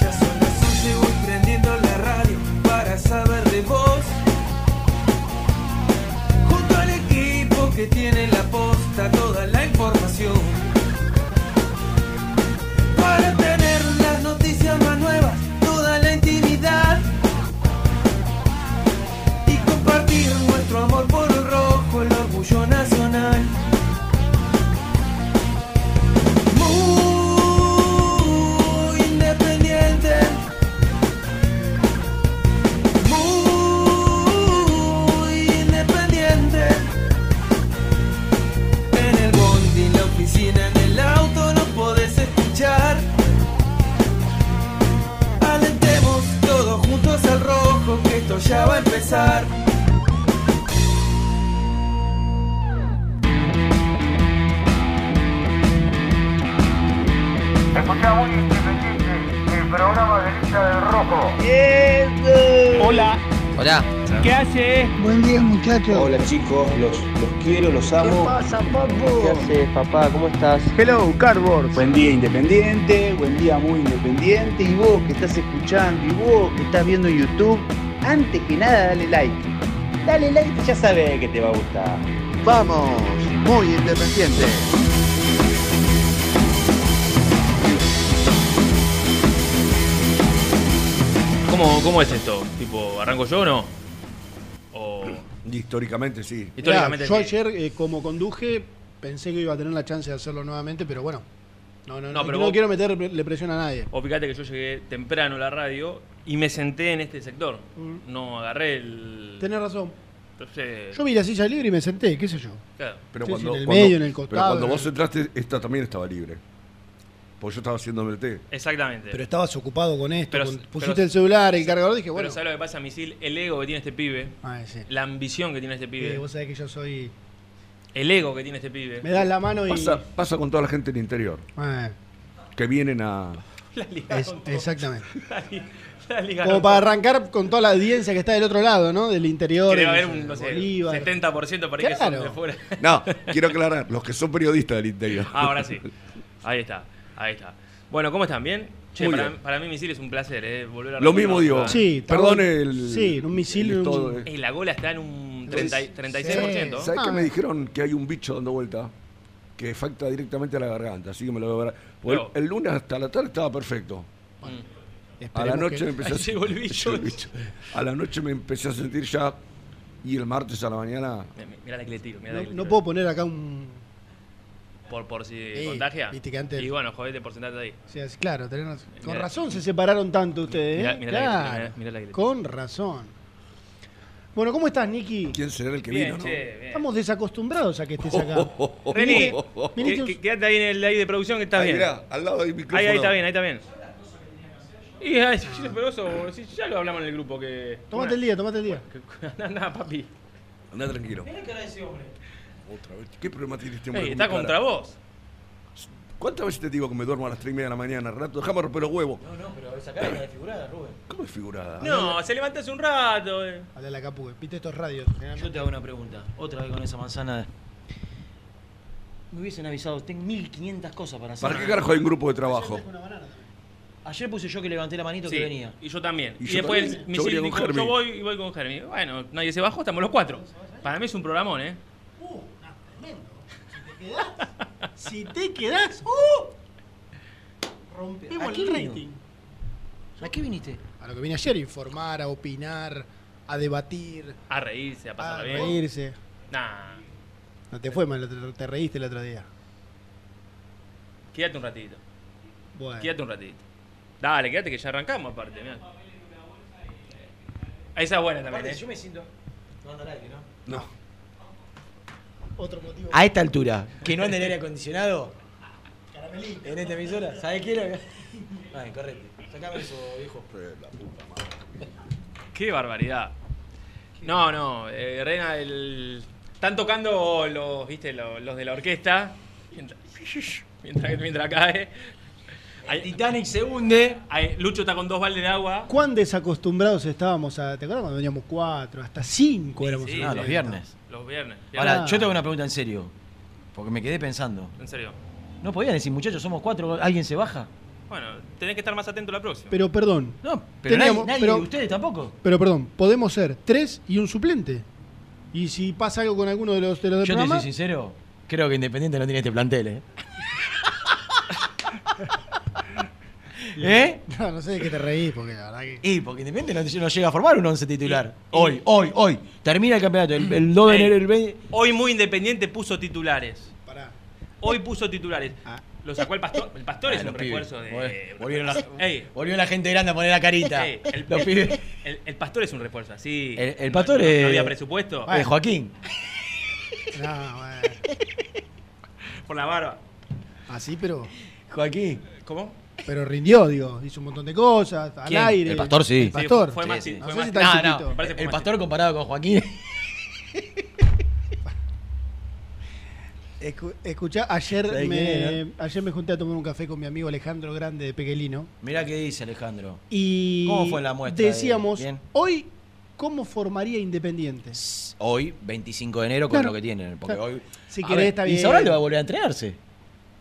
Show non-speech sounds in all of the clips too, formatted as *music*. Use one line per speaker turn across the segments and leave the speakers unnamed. Ya son las 11, voy prendiendo la radio para saber de vos. Junto al equipo que tiene la posta toda la información. Para tener las noticias más nuevas, toda la intimidad. Y compartir nuestro amor por el rojo, el orgullo nacional. Muy independiente. Muy independiente. En el bondi, en la oficina, en el auto no podés escuchar. Alentemos todos juntos al rojo que esto ya va a empezar.
Escuchamos Independiente, el programa de lista del rojo.
Hola,
Hola.
¿qué hace?
Buen día muchachos.
Hola chicos, los, los quiero, los amo.
¿Qué haces, papá? ¿Cómo estás?
Hello, Cardboard. Buen día independiente, buen día muy independiente. Y vos que estás escuchando, y vos que estás viendo YouTube, antes que nada dale like. Dale like y ya sabes que te va a gustar. Vamos, muy independiente.
¿Cómo, cómo es esto? ¿Tipo, arranco yo o no? O...
*clears throat* Históricamente sí.
Históricamente
Mirá, yo
sí.
ayer, eh, como conduje, pensé que iba a tener la chance de hacerlo nuevamente, pero bueno. No, no, no,
No, pero
no
vos-
quiero meterle presión a nadie.
O fíjate que yo llegué temprano a la radio y me senté en este sector.
Mm.
No agarré el.
Tenés razón.
Entonces.
Yo vi la silla libre y me senté, qué sé yo.
claro.
Pero
Sí,
cuando,
sí, en el
cuando-
medio, en el
Pero
costado,
cuando
en
vos
el-
entraste, esta también estaba libre. Porque yo estaba haciendo MLT.
Exactamente.
Pero estabas ocupado con esto.
Pero-
con-
pero-
pusiste el celular, el cargador, dije, bueno.
Pero ¿sabes lo que pasa, Misil? El ego que tiene este pibe.
Ah, sí.
La ambición que tiene este pibe.
Eh, vos sabés que yo soy.
El ego que tiene este pibe.
Me das la
*laughs*
mano y.
Pasa, pasa con toda la gente del interior.
Eh,
Que vienen a.
La
es-
ligaron. *laughs*
exactamente.
La li- la ligaron.
Como para arrancar con toda la audiencia que está del otro lado, ¿no? Del interior.
Que debe haber
no sé,
un, no sé,
Bolívar.
70% para que
Claro.
son de fuera.
No, quiero aclarar, los que son periodistas del interior.
Ah, Ahora sí. Ahí está. Ahí está. Bueno, ¿cómo están? ¿Bien? Che,
Muy
para,
bien.
para mí, Misil, es un placer, ¿eh? Volver a
Lo mismo digo.
Sí.
Sí, está
Perdón
bueno.
el.
Sí, un misil,
el
un-
todo, eh.
Y la gola está en un 30 y- 36%.
¿Sabés
Ah.
que me dijeron que hay un bicho dando vuelta? Que falta directamente a la garganta, así que me lo voy a ver. Porque
Pero-
el lunes hasta la tarde estaba perfecto.
Mm.
A la
Esperemos
noche
que-
me
*laughs*
empecé a
Ahí llegó
*laughs*
el bicho.
Llegó el bicho. A la noche me empecé a sentir ya. Y el martes a la mañana.
Mira la que le tiro. *laughs* mirá la
No,
que le
no
tiro.
puedo poner acá un.
Por, por si
Sí,
contagia.
viste que antes-
Y bueno, jodete por sentarte ahí.
o sea, es- claro, tenés razón. con
Mirá.
razón se separaron tanto ustedes.
Mirá-
¿eh?
mirá la
claro,
grieta, mirá- mirá la grieta.
con razón. Bueno, ¿cómo estás, Nicky?
¿Quién será el que
Bien,
vino? Oh,
che, bien.
Estamos desacostumbrados a que estés acá.
Reni,
viniste
que-
un-
que- quédate ahí en el ahí de producción que está
Ahí,
bien.
mirá, al lado del micrófono.
*laughs* Ahí, ahí está bien, ahí está bien. Y ay, si es peroso, si ya lo hablamos en el grupo que.
Tomate el día, tomate el día.
*laughs* Nada, nada, papi.
Andá tranquilo. Otra vez. ¿Qué problema tiene este hombre?
Ey,
con
Eh, está
mi cara?
contra vos.
¿Cuántas veces te digo que me duermo a las 3 y media de la mañana? Rato, déjame romper los huevos. No, no, pero esa cara está desfigurada, Rubén. ¿Cómo desfigurada?
No, Ah, se levanta hace un rato. eh.
Habla la capu, viste estos radios.
Yo te hago una pregunta, otra vez con esa manzana. Me hubiesen avisado, tengo 1500 cosas para hacer.
¿Para qué carajo hay un grupo de trabajo?
Ayer puse yo que levanté la manito
Sí,
que venía.
Y yo también.
Y
Y,
yo
después
también.
el
Yo
misil
venía con
dijo, yo
Germi.
voy y voy con Germi. Bueno, nadie se bajó, estamos los cuatro. Para mí es un programón, ¿eh?
Si te quedás, ¡uh! Rompemos
Aquí
el
vino.
rating.
¿A qué viniste?
A lo que vine ayer, a informar, a opinar, a debatir,
A reírse, a
a
pasarla bien.
reírse.
Nah,
No te fue mal, te- te reíste el otro día.
quédate un ratito.
Bueno.
Quédate un ratito. Dale, quédate que ya arrancamos aparte, mirá. Esa es buena también,
Aparte,
¿eh?
yo me siento. No anda el aire, ¿no?
No.
Otro motivo.
A esta altura, que no anda el aire acondicionado. En esta emisora, ¿sabes qué? Lo que- Ay, carrete. Sacame eso, viejo.
Qué barbaridad. No, no, eh, Rena, el- están tocando los, ¿viste? los, los de la orquesta. Mientras, *laughs* mientras, mientras cae. El Titanic se hunde. Lucho está con dos baldes de agua.
¿Cuán desacostumbrados estábamos a. ¿Te acuerdas cuando veníamos cuatro? Hasta cinco éramos
sí,
en
Ah,
un
los
evento.
viernes.
Los viernes.
Ah.
Ahora,
Viernes.
yo te hago una pregunta en serio. Porque me quedé pensando.
En serio.
No podían decir, muchachos, somos cuatro, ¿alguien se baja?
Bueno, tenés que estar más atento la próxima.
Pero perdón.
No,
pero
teníamos-
nadie- nadie
pero-
de ustedes tampoco.
Pero perdón, podemos ser tres y un suplente. Y si pasa algo con alguno de los de los del
Yo te
programa,
soy sincero, creo que Independiente no tiene este plantel, ¿eh? ¿Eh?
*laughs* No, no sé de qué te reís, porque la verdad que.
Y porque Independiente no, no llega a formar un once titular. hoy, hoy, hoy. Termina el campeonato, el, el 2 de
Ey.
enero, el 20.
Hoy muy independiente puso titulares.
Pará. Ah.
Hoy puso titulares. Lo sacó el pastor. El pastor es
Ah,
un
los pibes.
refuerzo de.
Vol- volvieron la-
*laughs* Ey.
volvió la gente grande a poner la carita.
Ey, el,
Los pibes.
el- el pastor es un refuerzo, así.
El- el pastor
no, no- no
es-
había presupuesto.
es Joaquín.
No, bueno.
*laughs* Por la barba.
Así, Ah, pero.
Joaquín.
¿Cómo?
Pero rindió, digo. Hizo un montón de cosas, al
¿Quién?
aire.
El pastor sí.
El pastor.
Sí, fue más-
No
fue
sé
más-
si tan
No, no,
chiquito.
parece que fue El más pastor chiquito. comparado con Joaquín.
Escu- escuchá, ayer
¿Sabés
me,
quién
ayer me junté a tomar un café con mi amigo Alejandro Grande de Pequelino.
Mirá qué dice Alejandro.
Y
¿Cómo fue la muestra? de-
Decíamos,
¿Bien?
hoy, ¿cómo formaría Independiente?
Hoy, 25 de enero, con
Claro.
lo que tienen. Porque
Claro.
hoy.
Si
A
querés, está bien.
Y Sabral va a volver a entrenarse.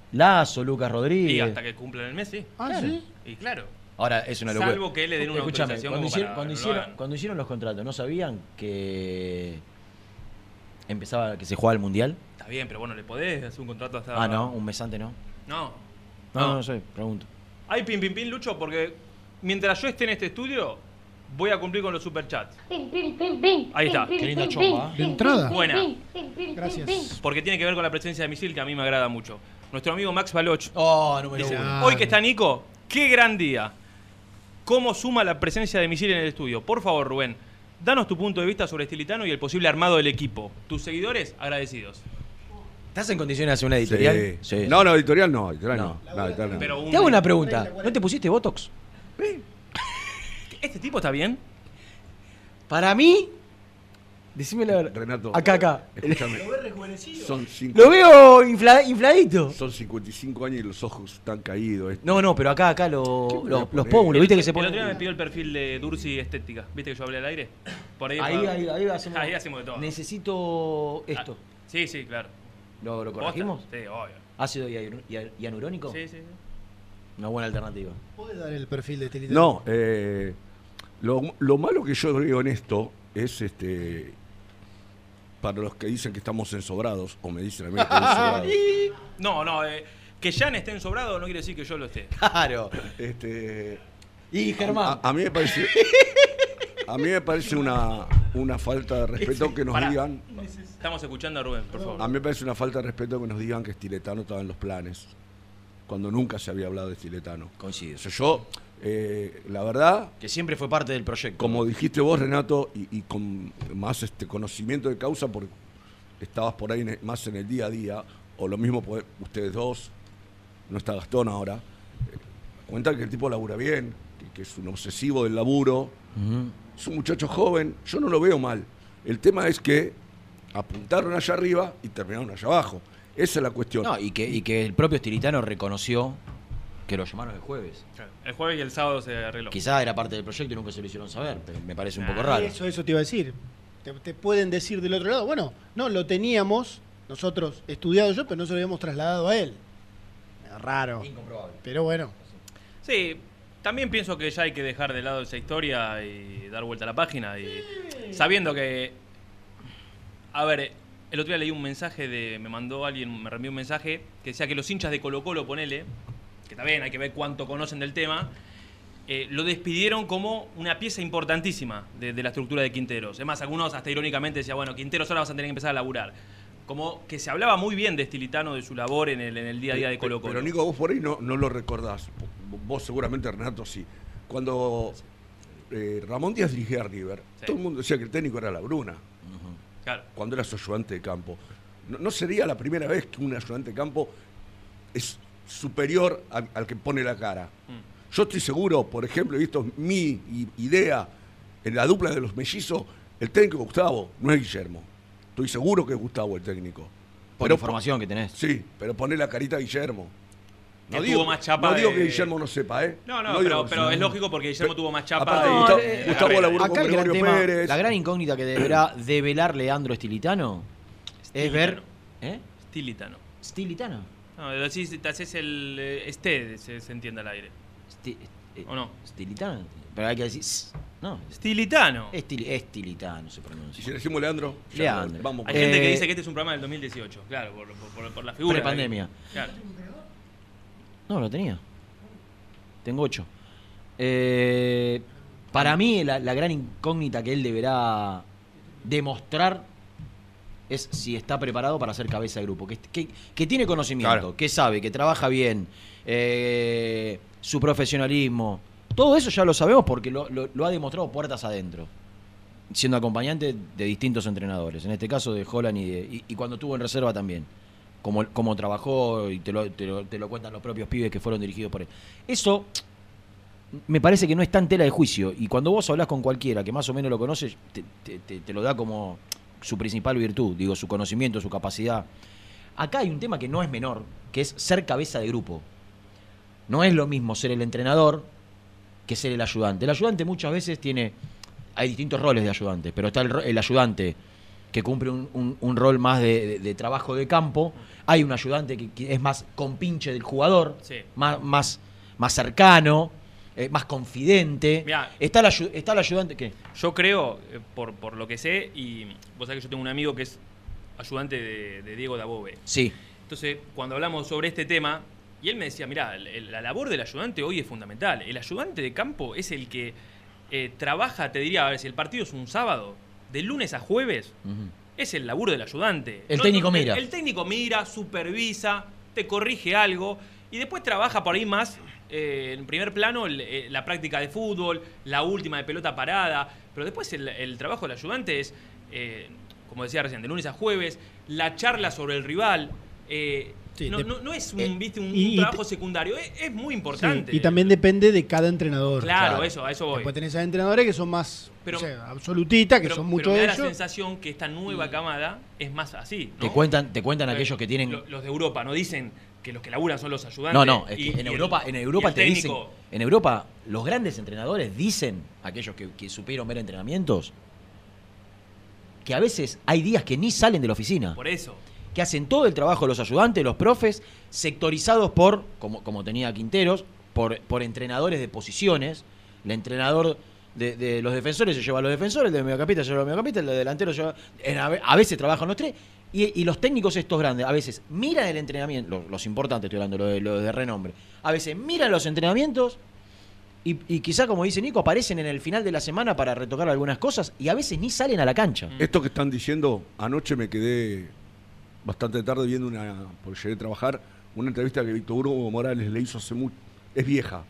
Lazo, Lucas Rodríguez.
Y hasta que cumplan el mes, sí.
Ah,
Claro.
¿sí?
Y claro.
Ahora, es una locura.
Salvo que le den una
Escuchame,
autorización
cuando
como
hicieron,
para
cuando,
que lo
hicieron,
hagan.
cuando hicieron los contratos, ¿no sabían que empezaba que se jugaba el Mundial?
Está bien, pero bueno, le podés hacer un contrato hasta.
Ah, no, un mes antes no.
No.
No, no, no sé, pregunto.
Hay pin, pin, pin, Lucho, porque mientras yo esté en este estudio, voy a cumplir con los superchats. Ahí está.
Qué linda chomba.
De entrada.
¿eh? Buena.
Gracias.
Porque tiene que ver con la presencia de misil, que a mí me agrada mucho. Nuestro amigo Max Baloch.
Oh, número
dice,
uno.
Hoy que está Nico, qué gran día. ¿Cómo suma la presencia de misil en el estudio? Por favor, Rubén, danos tu punto de vista sobre Estilitano y el posible armado del equipo. Tus seguidores, agradecidos.
¿Estás en condiciones de hacer una editorial?
Sí. No, no, editorial no, editorial no. No, editorial no.
Pero un-
Te hago una pregunta. ¿No te pusiste Botox?
¿Este tipo está bien?
Para mí. Decime la verdad.
Renato.
Acá, acá.
Escúchame. Son cinco-
*laughs* Lo veo infla- infladito.
Son 55 años y los ojos están caídos. este.
No, no, pero acá, acá Uh, lo-
¿Qué me voy a
los, los
poner?
pómulos, viste que se
El otro día me
ponen.
pidió el perfil de Dursi Estética. ¿Viste que yo hablé al aire? Por ahí,
Ahí,
va-
ahí, ahí hacemos-
Ahí hacemos de todo. Ah,
Necesito esto.
Sí, sí, claro.
¿Lo, lo corregimos?
Posta, Sí, obvio.
¿Ácido hialu- hial- hialurónico?
Sí, sí, sí.
Una buena alternativa.
¿Puedes dar el perfil de este líder?
No, eh, lo, lo malo que yo veo en esto es este. Para los que dicen que estamos ensobrados, o me dicen a mí que
*laughs*
estoy
*laughs*
ensobrado.
No, no, eh, que Jan esté ensobrado no quiere decir que yo lo esté.
Claro.
Este,
Y
a,
Germán.
a mí me parece. A mí me parece una, una falta de
*laughs*
respeto que nos
Pará.
digan. Ah,
Estamos escuchando a Rubén, por favor.
A mí me parece una falta de respeto que nos digan que Estiletano estaba en los planes, cuando nunca se había hablado de Estiletano.
Coincido.
O sea, yo, eh, la verdad,
Que siempre fue parte del proyecto.
como dijiste vos, Renato, y, y con más este conocimiento de causa, porque estabas por ahí en el- más en el día a día, o lo mismo puede- ustedes dos, no está Gastón ahora, eh, cuentan que el tipo labura bien, que- que es un obsesivo del laburo,
Ujú.
es un muchacho joven, yo no lo veo mal. El tema es que apuntaron allá arriba y terminaron allá abajo. Esa es la cuestión.
No, y que, y que el propio Estilitano reconoció que lo llamaron el jueves.
El jueves y el sábado se arregló.
Quizás era parte del proyecto y nunca se lo hicieron saber, pero me parece un poco
Ah,
raro.
Eso, eso te iba a decir. Te, te pueden decir del otro lado, bueno, no, lo teníamos nosotros estudiado yo, pero no se lo habíamos trasladado a él. Eh, Raro.
Incomprobable.
Pero bueno.
Sí, también pienso que ya hay que dejar de lado esa historia y dar vuelta a la página. Y sabiendo que. A ver, eh, el otro día leí un mensaje de. Me mandó alguien, me reenvió un mensaje que decía que los hinchas de Colo-Colo, ponele, que también hay que ver cuánto conocen del tema. eh, lo despidieron como una pieza importantísima de, de la estructura de Quinteros. Es más, algunos hasta irónicamente decían, bueno, Quinteros ahora vas a tener que empezar a laburar. Como que se hablaba muy bien de Estilitano, de su labor en el, en el día a día de Colo Colo.
Pero Nico, vos por ahí no, no lo recordás. V- Vos seguramente, Renato, sí. Cuando eh, Ramón Díaz dirigía a River,
Sí.
todo el mundo decía que el técnico era la Bruna,
Claro.
cuando era su ayudante de campo. No, no sería la primera vez que un ayudante de campo es superior al, al que pone la cara.
Mm.
Yo estoy seguro, por ejemplo, y esto es mi i- idea, en la dupla de los mellizos, el técnico es Gustavo, no es Guillermo. Estoy seguro que es Gustavo el técnico.
Por la información que tenés.
Sí, pero poné la carita a Guillermo.
Que tuvo más chapa
no digo
de-
que Guillermo no sepa, ¿eh?
No, no,
digo
pero,
que-
pero es lógico porque Guillermo tuvo más chapa.
Aparte,
y-
Gustavo,
eh,
Gustavo
Herrera.
laburó
Acá
con
el gran
Gregorio
tema,
Pérez.
la gran incógnita que deberá develar Leandro Estilitano es ver. ¿Eh?
Stilitano.
¿Estilitano?
No, pero sí, si te haces el. eh, Este, se, se entiende al aire. ¿O no?
eh, ¿Estilitano? Pero hay que decir. s- No.
Estilitano.
Estil- estilitano se pronuncia.
Y si le decimos Leandro, ya,
Leandro.
vamos.
Hay gente que
Eh,
dice que este es un programa del 2018, claro, por, por- por- por la figura.
Prepandemia.
Claro.
No, lo tenía. Tengo ocho. Eh, para mí, la, la gran incógnita que él deberá demostrar es si está preparado para ser cabeza de grupo. Que, que- que tiene conocimiento,
Claro.
que sabe, que trabaja bien, eh, su profesionalismo. Todo eso ya lo sabemos porque lo, lo- lo ha demostrado puertas adentro. Siendo acompañante de distintos entrenadores. En este caso de Holland y, de- y- y cuando estuvo en reserva también como, como trabajó y te lo, te lo- te lo cuentan los propios pibes que fueron dirigidos por él. Eso me parece que no está en tela de juicio. Y cuando vos hablas con cualquiera que más o menos lo conoce, te, te- te- te lo da como su principal virtud, digo, su conocimiento, su capacidad. Acá hay un tema que no es menor, que es ser cabeza de grupo. No es lo mismo ser el entrenador que ser el ayudante. El ayudante muchas veces tiene. Hay distintos roles de ayudante, pero está el, ro- el ayudante que cumple un, un- un rol más de, de- de trabajo de campo. Hay un ayudante que, que es más compinche del jugador,
Sí.
más, más, más cercano, eh, más confidente.
Mirá.
Está, el ayu- está el ayudante. ¿Qué?
Yo creo, eh, por, por lo que sé, y vos sabés que yo tengo un amigo que es ayudante de, de Diego Dabove.
Sí.
Entonces, cuando hablamos sobre este tema, y él me decía, mirá, el- el- la labor del ayudante hoy es fundamental. El ayudante de campo es el que eh, trabaja, te diría, a ver, si el partido es un sábado, de lunes a jueves,
Ujú.
es el laburo del ayudante.
El técnico mira.
El, el técnico mira, supervisa, te corrige algo y después trabaja por ahí más eh, en primer plano el- eh, la práctica de fútbol, la última de pelota parada. Pero después el, el trabajo del ayudante es, eh, como decía recién, de lunes a jueves, la charla sobre el rival. eh,
Sí,
no,
de- eh,
no- no es un, viste, un,
y-
un
y
trabajo
te-
secundario, es, es muy
Sí,
importante.
y también depende de cada entrenador.
Claro, eso, a eso voy.
Después tenés a entrenadores que son más
Pero-
o sea, absolutistas, que
Pero-
son
pero
muchos
me
de
da la
ellos.
sensación que esta nueva camada es más así. ¿no?
Te cuentan, te cuentan aquellos que tienen.
Lo- Los de Europa no dicen que los que laburan son los ayudantes.
No, no, es que
y- y
en
el-
Europa, en
y
Europa
el
te dicen,
técnico.
en Europa los grandes entrenadores dicen, aquellos que, que supieron ver entrenamientos, que a veces hay días que ni salen de la oficina,
Por eso.
que hacen todo el trabajo los ayudantes, los profes, sectorizados por, como, como tenía Quinteros, por, por entrenadores de posiciones, el entrenador de, de los defensores se lleva a los defensores, el de mediocampista se lleva a los mediocampistas, el de delantero se lleva... en a ve- a veces trabajan los tres. Y, y los técnicos estos grandes, a veces miran el entrenamiento, los, los importantes estoy hablando, los de, los de renombre, a veces miran los entrenamientos y, y quizá, como dice Nico, aparecen en el final de la semana para retocar algunas cosas y a veces ni salen a la cancha.
Esto que están diciendo, anoche me quedé bastante tarde viendo una, porque llegué a trabajar, una entrevista que Víctor Hugo Morales le hizo hace mucho, es vieja,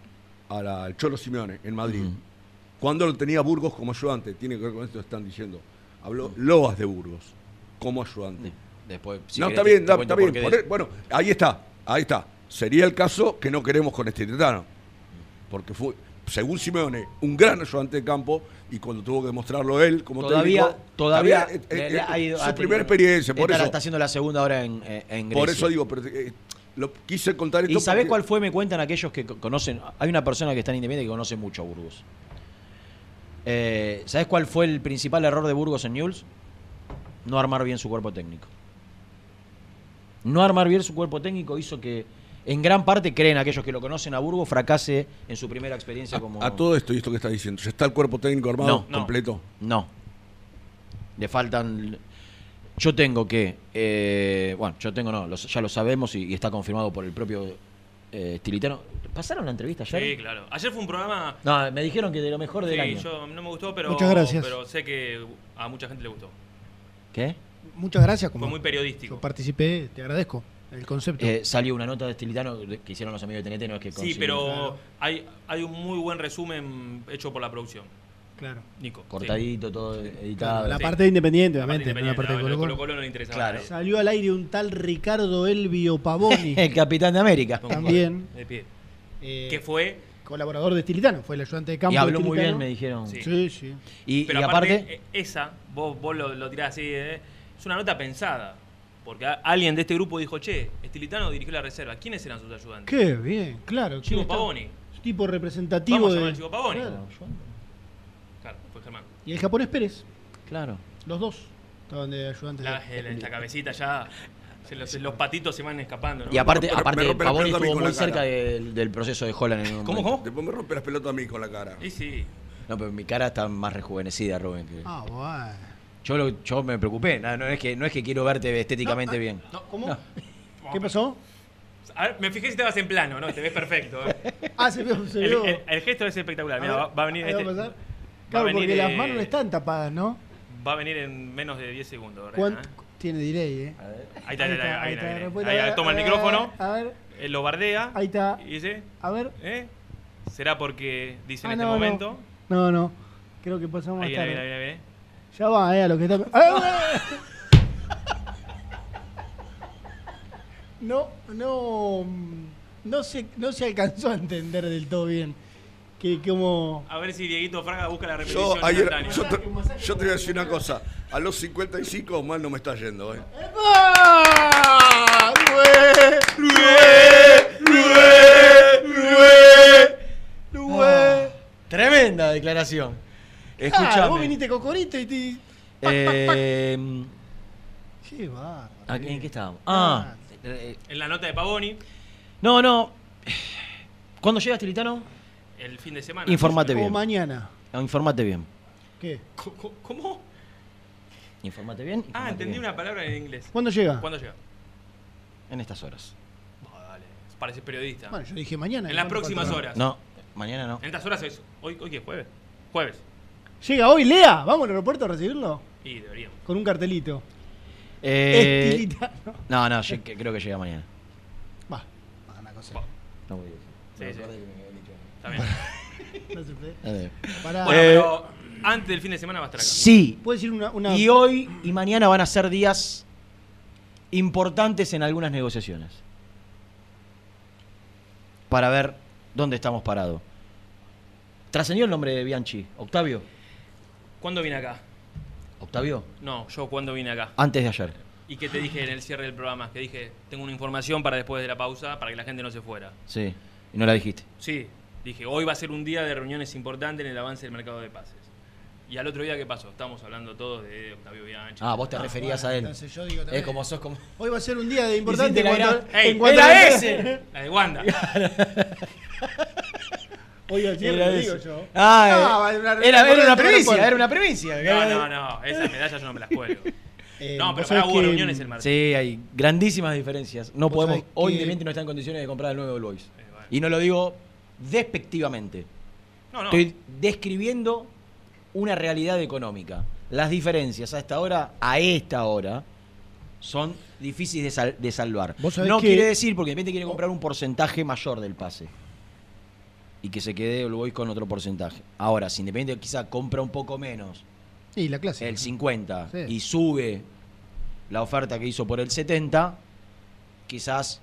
a la- al Cholo Simeone, en Madrid. Cuando lo tenía Burgos como ayudante, tiene que ver con esto que están diciendo. Habló Loas de Burgos, como ayudante.
Después,
no, está bien, está, está bien. Poné- bueno, ahí está, ahí está. Sería el caso que no queremos con este titano. Porque fue, según Simeone, un gran ayudante de campo y cuando tuvo que demostrarlo él como
todavía,
técnico,
todavía
también, eh,
le-
eh,
le ha ido-
su
ha
primera
tenido-
experiencia, por
Esta la
eso,
está haciendo la segunda ahora en, eh, en
por
Grecia.
eso digo, pero, eh, lo quise contar esto.
¿Y sabés
porque-
cuál fue? Me cuentan aquellos que co- conocen. Hay una persona que está en Independiente que conoce mucho a Burgos. Eh, ¿Sabés cuál fue el principal error de Burgos en Newell's? No armar bien su cuerpo técnico. No armar bien su cuerpo técnico hizo que, en gran parte, creen aquellos que lo conocen a Burgos, fracase en su primera experiencia como.
a, a todo esto y esto que está diciendo? ¿Ya está el cuerpo técnico armado
No, no.
completo?
No. Le faltan. Yo tengo que. eh, bueno, yo tengo no, los- ya lo sabemos y, y está confirmado por el propio eh, Estilitano. ¿Pasaron la entrevista ayer?
Sí, claro. Ayer fue un programa.
No, me dijeron que de lo mejor del
Sí,
año.
yo no me gustó, pero,
Muchas gracias.
pero sé que a mucha gente le gustó.
¿Qué?
Muchas gracias. Como
Fue muy periodístico.
Yo participé, te agradezco el concepto.
Eh, salió una nota de Estilitano de- que hicieron los amigos de TNT, no es que
Sí,
conseguí.
pero hay, hay un muy buen resumen hecho por la producción.
claro.
Nico. sí.
Cortadito, todo editado.
Claro, la
sí.
parte de Independiente,
La parte
obviamente. no la parte de
independiente, Ah, no,
Colo-Colo.
Colo Colo no le interesaba.
Claro.
a nadie.
Salió al aire un tal Ricardo Elvio Pavoni.
El capitán de América.
También.
De pie.
eh,
Que fue
colaborador de Tilitano, fue el ayudante de campo.
Y habló
de
muy bien,
Tilitano.
me dijeron.
Sí.
Sí, sí.
Y,
Pero
y
aparte,
aparte,
eh, esa, vos, vos lo, lo tirás así, eh, es una nota pensada. Porque a- alguien de este grupo dijo, che, Estilitano dirigió la reserva. ¿Quiénes eran sus ayudantes?
Qué bien, claro.
Chivo
¿quién está?
Pavoni.
Es un tipo representativo
Vamos a
de.
llamar al Chico Pavoni.
Claro.
Claro, fue Germán.
Y el japonés Pérez,
claro.
los dos estaban de ayudantes.
La,
de-
el- la cabecita ya, se los, los patitos se van escapando. ¿no?
Y aparte,
Me rompe-
aparte
me rompe la
Pavoni
pelota a mí
estuvo
con
muy
la cara.
cerca del, del proceso de Holland en un
¿Cómo,
momento.
cómo?
Después me rompe las pelotas a mí con la cara.
Y sí.
No, pero mi cara está más rejuvenecida, Rubén. que-
Ah, bueno.
Yo, lo- yo me preocupé. No, no, es que, no es que quiero verte estéticamente bien.
¿Cómo? ¿Qué pasó?
A ver, me fijé si te vas en plano, ¿no? Te ves perfecto.
*laughs*
¿eh?
Ah,
*laughs*
se vio. Se
El,
vio.
el- el gesto es espectacular. Mirá,
A ver,
va, va a venir
ahí va a
este-
pasar.
va a
Claro,
venir,
porque las
eh,
manos no están tapadas, ¿no?
Va a venir en menos de 10 segundos. Rena,
¿Cuánto?
¿eh?
Tiene delay, ¿eh?
Ahí está, ahí está, ahí está, ahí está.
respuesta.
Ahí
A ver,
toma el
a ver,
micrófono,
A ver,
eh, lo bardea
ahí está.
y dice,
A ver.
¿eh? ¿Será porque dice en
Ah,
este
no, no.
momento?
No, no. Creo que pasamos
Ahí viene,
más
ahí
tarde.
viene, ahí viene.
Ya va, eh, a lo que está. ¡Ah! No, no. mm, No se, no se alcanzó a entender del todo bien. Que como.
A ver si Dieguito Fraga busca la repetición.
Yo, ayer-
instantánea.
yo te, yo te voy a decir una cosa. A los 55 mal no me está yendo, ¿eh?
¡Ah! ¡Rue!
Ah.
¡Rue!
Tremenda declaración.
Claro, Ah, vos
Escuchame.
viniste con corito y te.
eh,
Qué bárbaro.
¿a qué- ¿En qué estábamos? Ah. eh,
En la nota de Pavoni,
No, no. ¿Cuándo llegas, Tilitano?
el fin de semana.
Informate
O
bien.
mañana.
Informate bien.
¿Qué?
Co- co- ¿Cómo?
Informate bien.
Ah,
informate
entendí
bien.
una palabra en inglés.
¿Cuándo llega?
¿Cuándo llega?
En estas horas.
No, dale. Parece periodista.
Bueno, yo dije mañana.
en las
¿cuándo
próximas
falta?
horas.
No, mañana no.
En estas horas es. ¿Hoy, hoy qué? ¿Jueves? Jueves.
Llega hoy, Lea. Vamos al aeropuerto a recibirlo.
Y deberíamos.
Con un cartelito.
Eh,
Este Estilitano.
no, no, yo que- creo que llega mañana.
Va. Va, una cosa.
No voy a decir.
Sí, sí. Está bien.
*laughs* No se puede.
Eh,
Pará.
Bueno,
Eh,
pero antes del fin de semana va a estar acá.
Sí.
¿Puedes decir una, una-
Y hoy y mañana van a ser días importantes en algunas negociaciones. Para ver dónde estamos parados. Trascendió el nombre de Bianchi. Octavio.
¿Cuándo vine acá?
Octavio.
No, yo cuándo vine acá.
Antes de ayer.
¿Y qué te dije en el cierre del programa? Que dije, tengo una información para después de la pausa, para que la gente no se fuera.
Sí. Y no la dijiste.
Sí, dije, hoy va a ser un día de reuniones importantes en el avance del mercado de pases. Y al otro día, ¿qué pasó? Estábamos hablando todos de Octavio Bianchi.
Ah, vos te referías a él.
Entonces yo digo
Es
también.
como sos como.
Hoy va a ser un día de importante.
Hiciste la
cuanto-
gran-
¡Ey!
en cuanto
¡Era
a la-
ese! La de Wanda.
*laughs* Hoy va a ser,
Era
lo digo
ese.
yo. Ah,
Ah,
va a
eh,
ser una-
era, era una
Pero no puedo.
primicia, era una primicia.
No, no, no, esas medallas yo no me las
*laughs*
cuelgo.
Eh,
No,
vos
pero
sabés
pará, hubo
que-
reuniones el martes.
Sí, hay grandísimas diferencias. No
Vos
podemos,
sabés
hoy
que-
Demente no está en condiciones de comprar el nuevo All Boys.
bueno.
Y no lo digo despectivamente.
No, no.
Estoy describiendo una realidad económica. Las diferencias a esta hora, a esta hora, son difíciles de, sal- de salvar.
Vos sabés
No
que-
quiere decir porque Demente quiere comprar un porcentaje mayor del pase. Y que se quede All Boys con otro porcentaje. Ahora, si Independiente quizá compra un poco menos
Sí, la clase.
el 50
Sí.
y sube la oferta que hizo por el 70, quizás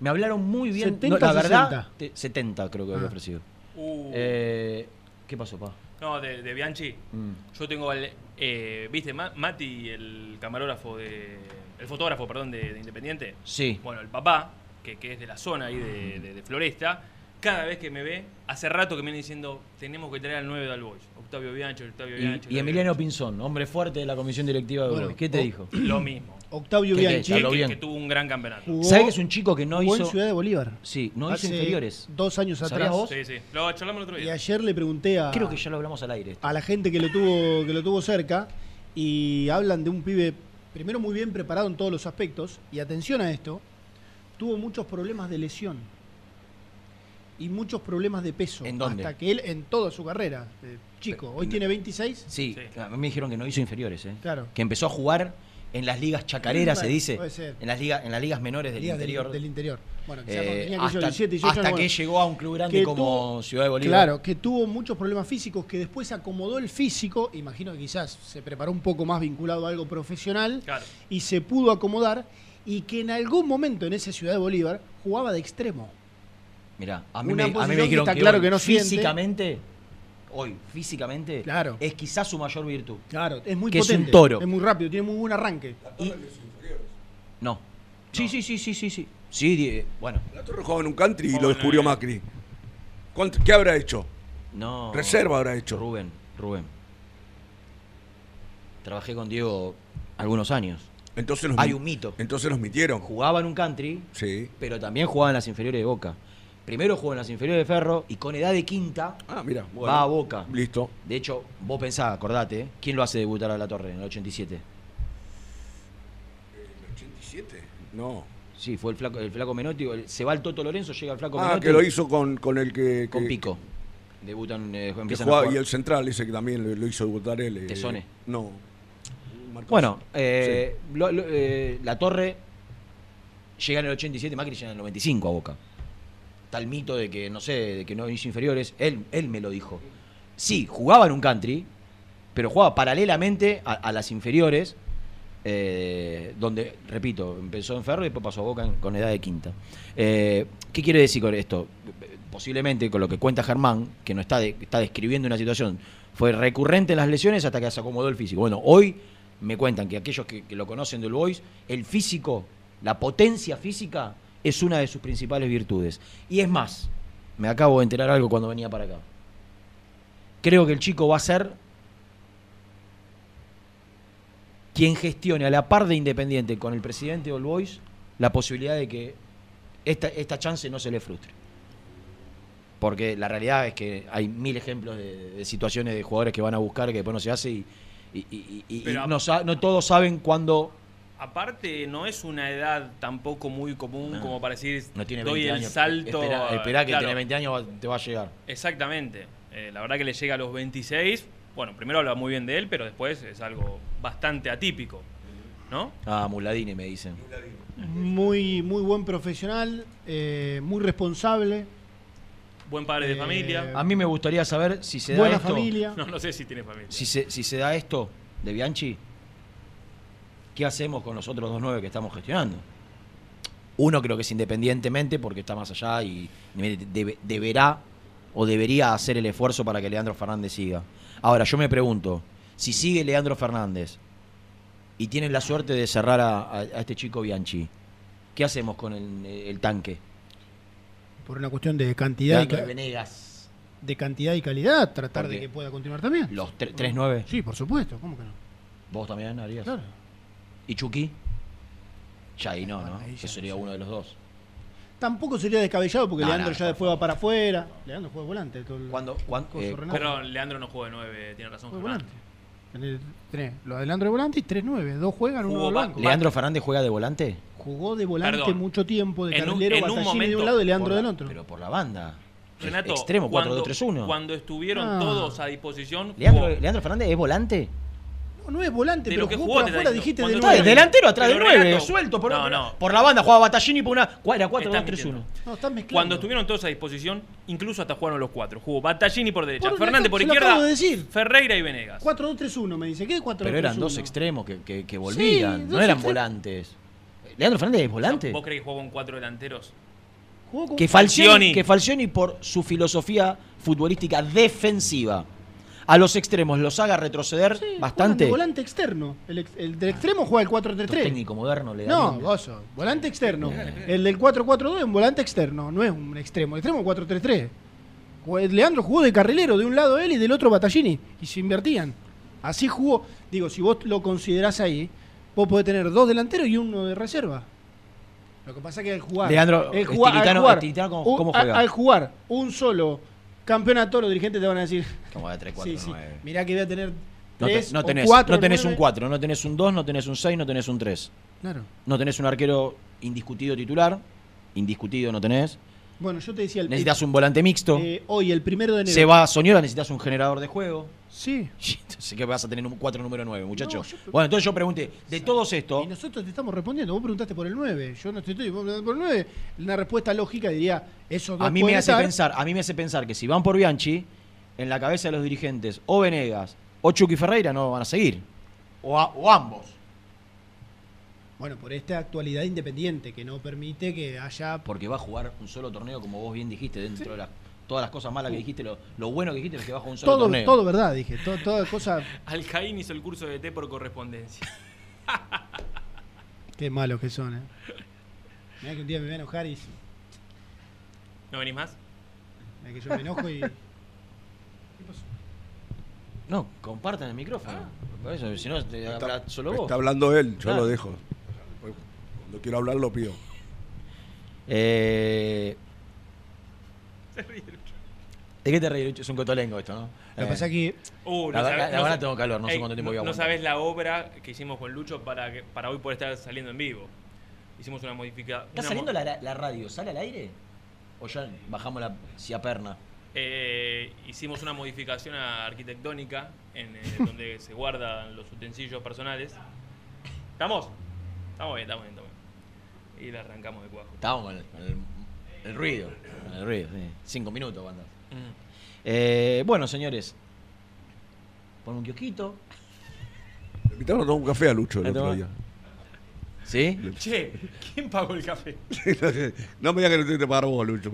me hablaron muy bien.
70,
la verdad,
60.
te- 70 creo que había
Ah.
ofrecido.
Uh,
Eh, ¿Qué pasó, pa?
no, de, de Bianchi.
Mm.
Yo tengo al. eh, ¿Viste? Ma- Mati, el camarógrafo de. El fotógrafo, perdón, de, de Independiente.
Sí. Mm.
Bueno, el papá, que, que es de la zona ahí de, de- de Floresta, cada vez que me ve, hace rato que me viene diciendo: Tenemos que traer al 9 de Albois. Octavio Bianchi, Octavio
Y-
Bianchi.
Y,
Octavio
Emiliano
Bianchi.
Pinzón, hombre fuerte de la comisión directiva de
Bueno,
Uruguay. ¿Qué te
o-
dijo?
*clears throat* Lo mismo.
Octavio
¿Qué te-
Bianchi.
Habló
Que-
bien.
Que tuvo un gran campeonato.
jugó
¿Sabes que es un chico que no
jugó en
hizo.
Ciudad de Bolívar.
Sí, no hizo
Hace
inferiores.
Dos años
¿Sabías
atrás.
vos?
Sí, sí. Lo charlamos el otro
Y
día.
ayer le pregunté a,
Creo que ya lo hablamos al aire.
a la gente que lo tuvo que lo tuvo cerca y hablan de un pibe primero muy bien preparado en todos los aspectos y atención a esto, tuvo muchos problemas de lesión y muchos problemas de peso
¿En dónde?
hasta que él en toda su carrera, eh, chico, hoy tiene 26.
Sí,
Sí.
a mí me dijeron que no hizo inferiores. ¿eh?
Claro.
Que empezó a jugar en las ligas chacareras, se
Bueno,
dice.
puede ser.
En las, ligas, en las ligas menores del
Ligas
interior.
Del, interior. Bueno, quizá
Eh,
cuando tenía que
hasta,
17, 18,
hasta
no, bueno.
que llegó a un club grande
que
como
tuvo-
Ciudad de Bolívar.
Claro, que tuvo muchos problemas físicos, que después acomodó el físico, imagino que quizás se preparó un poco más vinculado a algo profesional
Claro.
y se pudo acomodar y que en algún momento en esa ciudad de Bolívar jugaba de extremo.
Mirá, a mí,
Una
me, a mí me
posición que
dijeron
está claro
hoy,
que no siente.
físicamente, hoy, físicamente, es quizás su mayor virtud.
Claro, es muy
que
potente.
es un toro.
Es muy rápido, tiene muy buen arranque.
No. Sí, sí, sí, sí, sí, sí. Sí, die- bueno.
La Torre jugaba en un country y lo descubrió Macri. ¿Cuánto- ¿Qué habrá hecho?
No.
Reserva habrá hecho.
Rubén, Rubén. Trabajé con Diego algunos años.
Entonces los
Hay
mi-
un mito.
Entonces los mitieron.
Jugaba en un country,
Sí.
pero también jugaba en las inferiores de Boca. Primero jugó en las inferiores de Ferro y con edad de quinta
Ah, mira.
va a Boca.
Listo.
De hecho, vos pensás, acordate, ¿eh? ¿quién lo hace debutar a la torre en el 87?
¿El 87? No.
Sí, fue el flaco, el flaco Menotti. el- se va el Toto Lorenzo, llega el flaco
Ah,
Menotti.
que lo hizo con, con el que.
Con
que-
Pico. Debutan, eh,
que
empiezan a
jugaba-
jugar.
y el central, ese que también lo, lo hizo debutar él. eh,
Tesone.
No. Marcos.
Bueno, eh, lo- lo- eh, la torre llega en el 87, Macri llega en el 95 a Boca. Tal mito de que, no sé, de que no hizo inferiores, él, él me lo dijo. Sí, jugaba en un country, pero jugaba paralelamente a, a las inferiores, eh, donde, repito, empezó en Ferro y después pasó a Boca en- con edad de quinta. Eh, ¿Qué quiere decir con esto? Posiblemente con lo que cuenta Germán, que no está, de- está describiendo una situación, fue recurrente en las lesiones hasta que se acomodó el físico. Bueno, hoy me cuentan que aquellos que, que lo conocen del Boys, el físico, la potencia física, es una de sus principales virtudes. Y es más, me acabo de enterar algo cuando venía para acá. Creo que el chico va a ser quien gestione a la par de Independiente con el presidente de All Boys la posibilidad de que esta, esta chance no se le frustre. Porque la realidad es que hay mil ejemplos de, de situaciones de jugadores que van a buscar que después no se hace y, y- y- y- y
Pero-
no, sa- no todos saben cuándo.
Aparte, no es una edad tampoco muy común
No.
como para decir,
No tiene 20
doy el
años.
salto.
Espera,
a-
esperá que
Claro,
tenés 20 años va- te va a llegar.
Exactamente. Eh, la verdad que le llega a los 26. Bueno, primero habla muy bien de él, pero después es algo bastante atípico. ¿No?
Ah, Muladini me dicen.
Muy, muy buen profesional, eh, muy responsable.
Buen padre de
Eh,
familia.
A mí me gustaría saber si Ah, se da
Buena
esto.
familia.
No, no sé si tiene familia.
Si se, si se da esto de Bianchi, ¿qué hacemos con los otros dos nueve que estamos gestionando? Uno creo que es independientemente porque está más allá y debe- deberá o debería hacer el esfuerzo para que Leandro Fernández siga. Ahora, yo me pregunto, si sigue Leandro Fernández y tienen la suerte de cerrar a, a- a este chico Bianchi, ¿qué hacemos con el, el tanque?
Por una cuestión de cantidad, y,
Leandro
ca-
Venegas,
de cantidad y calidad, tratar
Porque
de que pueda continuar también.
los tre- tres nueve,
Sí, por supuesto, ¿cómo que no?
vos también harías.
Claro.
¿Y Chucky? Ya ahí no, ¿no?
Ahí ya
que sería uno de los dos.
Tampoco sería descabellado porque
No,
Leandro
no,
ya
por
después va para afuera. Leandro juega volante. Todo el-
Cuando- cuan-
coso,
eh,
Renato.
Pero Leandro no juega de 9, tiene razón.
Juega
Germán.
volante. Tenés tres- Lo adelanto de volante y 3-9. Dos juegan, uno
Jugó
de
ba-
blanco.
¿Leandro Fernández juega de volante?
Jugó de volante
Perdón.
mucho tiempo, de
En un-
carrilero,
en un
Battaglini de
momento,
un lado y Leandro
Por la-
del otro.
Pero por la banda.
Renato,
Extremo,
cuando,
4-2-3-1.
cuando estuvieron
Ah.
todos a disposición,
Leandro,
jugó.
¿Leandro Fernández es volante?
No, no es volante,
De
pero
lo que
jugó,
jugó,
por
te
afuera,
está
dijiste Este de
diciendo. Cuando
Está de
nueve.
nueve.
delantero atrás del
Pero
9,
Renato-
suelto por,
No, no.
por la banda, jugaba Battaglini por una. Era 4 2
Estás
3 1
mintiendo.
No, estás mezclando.
Cuando estuvieron todos a disposición, incluso hasta jugaron los cuatro. Jugó Battaglini por derecha,
Por-
Fernández por
se lo acabo
izquierda,
de decir.
Ferreira y Venegas.
4-2-3-1, me dice. ¿Qué es 4
Pero eran dos extremos que, que- que volvían, no
dos
eran
extremos.
volantes. ¿Leandro Fernández es
O sea,
volante?
¿Vos creés que jugó con cuatro delanteros?
Jugó con-
Que Falcioni,
Falcioni.
que Falcioni por su filosofía futbolística defensiva a los extremos los haga retroceder
Sí, juegan
bastante.
de volante externo. El, ex- el del extremo juega el 4-3-3.
técnico moderno le da
No,
bien.
gozo. Volante externo. El del 4-4-2 es un volante externo. No es un extremo. El extremo es 4-3-3. Jue- Leandro jugó de carrilero. De un lado él y del otro Battaglini. Y se invertían. Así jugó. Digo, si vos lo considerás ahí, vos podés tener dos delanteros y uno de reserva. Lo que pasa que al jugar.
Leandro,
el jugar, al
Estilitano-
jugar,
Estilitano, ¿cómo-
un-
cómo
a-
juega?
al jugar un solo campeonato, los dirigentes te van a decir.
Como de 3 4
Sí, sí. Mirá que voy a tener.
No, te-
tres
no
o
tenés,
cuatro,
no tenés un
nueve.
4, no tenés un 2, no tenés un 6, no tenés un 3.
Claro.
No tenés un arquero indiscutido titular, indiscutido no tenés.
Bueno, yo te decía el
Necesitas un volante mixto.
eh, hoy, el primero de enero.
Se va a Soñora, necesitas un generador de juego.
Sí.
*laughs* Entonces, ¿qué vas a tener un 4 número 9, muchacho?
No, yo-
Bueno, entonces yo pregunté, de todos estos,
Y nosotros te estamos respondiendo. Vos preguntaste por el 9. Yo no te estoy vos preguntaste por el 9. Una respuesta lógica diría, esos dos
a mí me
pueden
hace
estar.
pensar, a mí me hace pensar que si van por Bianchi, en la cabeza de los dirigentes o Venegas o Chucky Ferreira no van a seguir. O, a- o ambos.
Bueno, por esta actualidad independiente que no permite que haya.
Porque va a jugar un solo torneo, como vos bien dijiste, dentro de las, todas las cosas malas que dijiste, lo, lo bueno que dijiste es que va a jugar un solo
Todo,
torneo.
todo verdad, dije. to- toda cosa.
Alcaín hizo el curso de té por correspondencia.
Qué malos que son, ¿eh? Mirá que un día me voy a enojar y.
¿No venís más?
mirá que yo me enojo y.
No, compartan el micrófono. Por eso, si no, te habla solo vos.
Está hablando él, yo
Ah.
Claro.
lo dejo. Cuando quiero hablar lo pido.
Eh, ¿De qué te reís, Lucho? Es un cotolengo esto, ¿no?
Lo
Eh,
que pasa es que.
*laughs* Uh,
La
no
verdad-
sabés-
la
no
verdad
sab-
tengo calor, no sé
Ey,
cuánto tiempo voy a
No, no
aguantar.
sabes la obra que hicimos con Lucho para, que- para hoy poder estar saliendo en vivo. Hicimos una modificación.
¿Está saliendo la, la radio? ¿Sale al aire? ¿O ya bajamos la ciaperna?
Eh, hicimos una modificación a- arquitectónica en eh, donde se guardan los utensilios personales. ¿Estamos? Estamos bien, estamos bien, estamos bien. Y la arrancamos de cuajo.
Estábamos con el, con el- el ruido. con el ruido, sí. Cinco minutos, banda.
Mm.
Eh, bueno, señores. Pon un kiosquito.
Le invitaron a tomar un café a Lucho el
Ahí
otro
toma.
día.
¿Sí?
Che, ¿quién pagó el café?
*laughs* no me digas que lo tuviste que pagar vos, Lucho.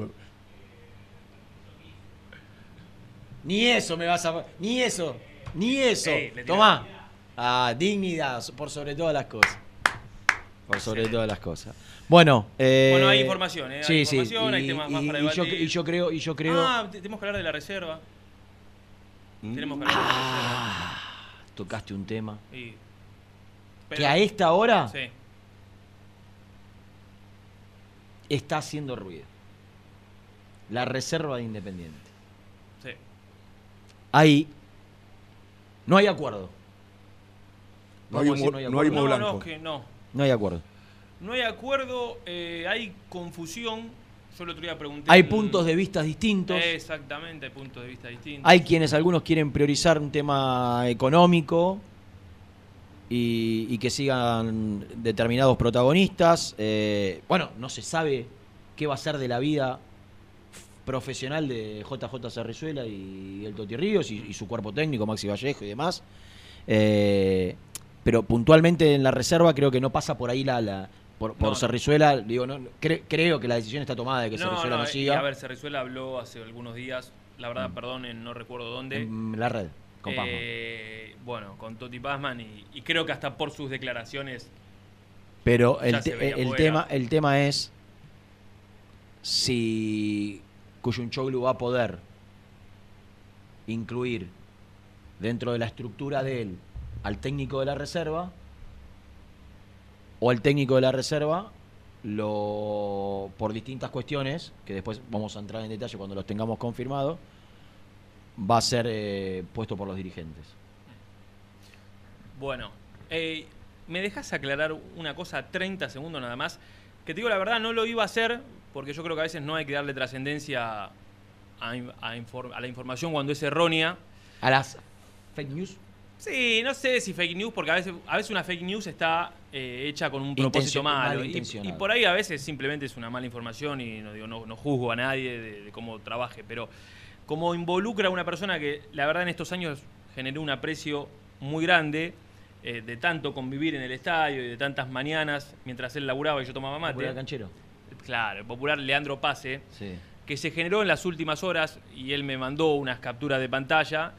Ni eso me vas a. Ni eso. Ni eso.
Ey, le tiré.
Tomá. Ah, dignidad, por sobre todas las cosas. Por sobre todas las cosas. Bueno, eh,
Bueno, hay información, ¿eh? Hay información, hay
y-
temas más
y-
para
y yo,
debatir.
y yo creo, y yo creo.
Ah, te- tenemos que hablar de la reserva. Tenemos que hablar de la reserva.
Ah, tocaste un tema.
Y-
que a esta hora
Sí.
está haciendo ruido. La reserva de Independiente.
Sí.
Ahí no hay acuerdo.
No hay
Vamos a decir,
humo- no hay
acuerdo.
humo
No, no,
blanco.
es que no.
No hay acuerdo.
No hay acuerdo, eh, hay confusión. Yo el otro día pregunté.
Hay
en-
puntos de vista distintos.
Exactamente, hay puntos de vista distintos.
Hay quienes, algunos quieren priorizar un tema económico y, y que sigan determinados protagonistas. Eh, bueno, no se sabe qué va a ser de la vida profesional de JJ Cerrizuela y el Toti Ríos y, y su cuerpo técnico, Maxi Vallejo y demás. Eh, pero puntualmente en la reserva creo que no pasa por ahí la... la- por, por
No.
Cerrizuela, digo, no, cre- creo que la decisión está tomada de que
no,
Cerrizuela
no,
no,
y
siga Mm.
a ver, Cerrizuela habló hace algunos días, la verdad, perdón, en- no recuerdo dónde.
en la red, con Pazman.
eh, bueno, con Toti Pazman y, y creo que hasta por sus declaraciones.
Pero
Ya
el,
se
te-
veía
el
fuera.
tema, el tema es si Kuyunchoglu va a poder incluir dentro de la estructura de él al técnico de la reserva o al técnico de la reserva lo por distintas cuestiones que después vamos a entrar en detalle cuando los tengamos confirmados va a ser eh, puesto por los dirigentes
Bueno, eh, ¿me dejas aclarar una cosa 30 segundos nada más? Que te digo la verdad, no lo iba a hacer porque yo creo que a veces no hay que darle trascendencia a, in- a infor- a la información cuando es errónea.
a las fake news
Sí, no sé si fake news, porque a veces, a veces una fake news está eh, hecha con un
Intencio-
propósito malo. Y,
malintencionado.
y por ahí a veces simplemente es una mala información y no, digo, no, no juzgo a nadie de, de cómo trabaje, pero como involucra a una persona que la verdad en estos años generó un aprecio muy grande eh, de tanto convivir en el estadio y de tantas mañanas mientras él laburaba y yo tomaba mate.
Popular canchero
Claro, el popular Leandro Pase
sí
que se generó en las últimas horas y él me mandó unas capturas de pantalla,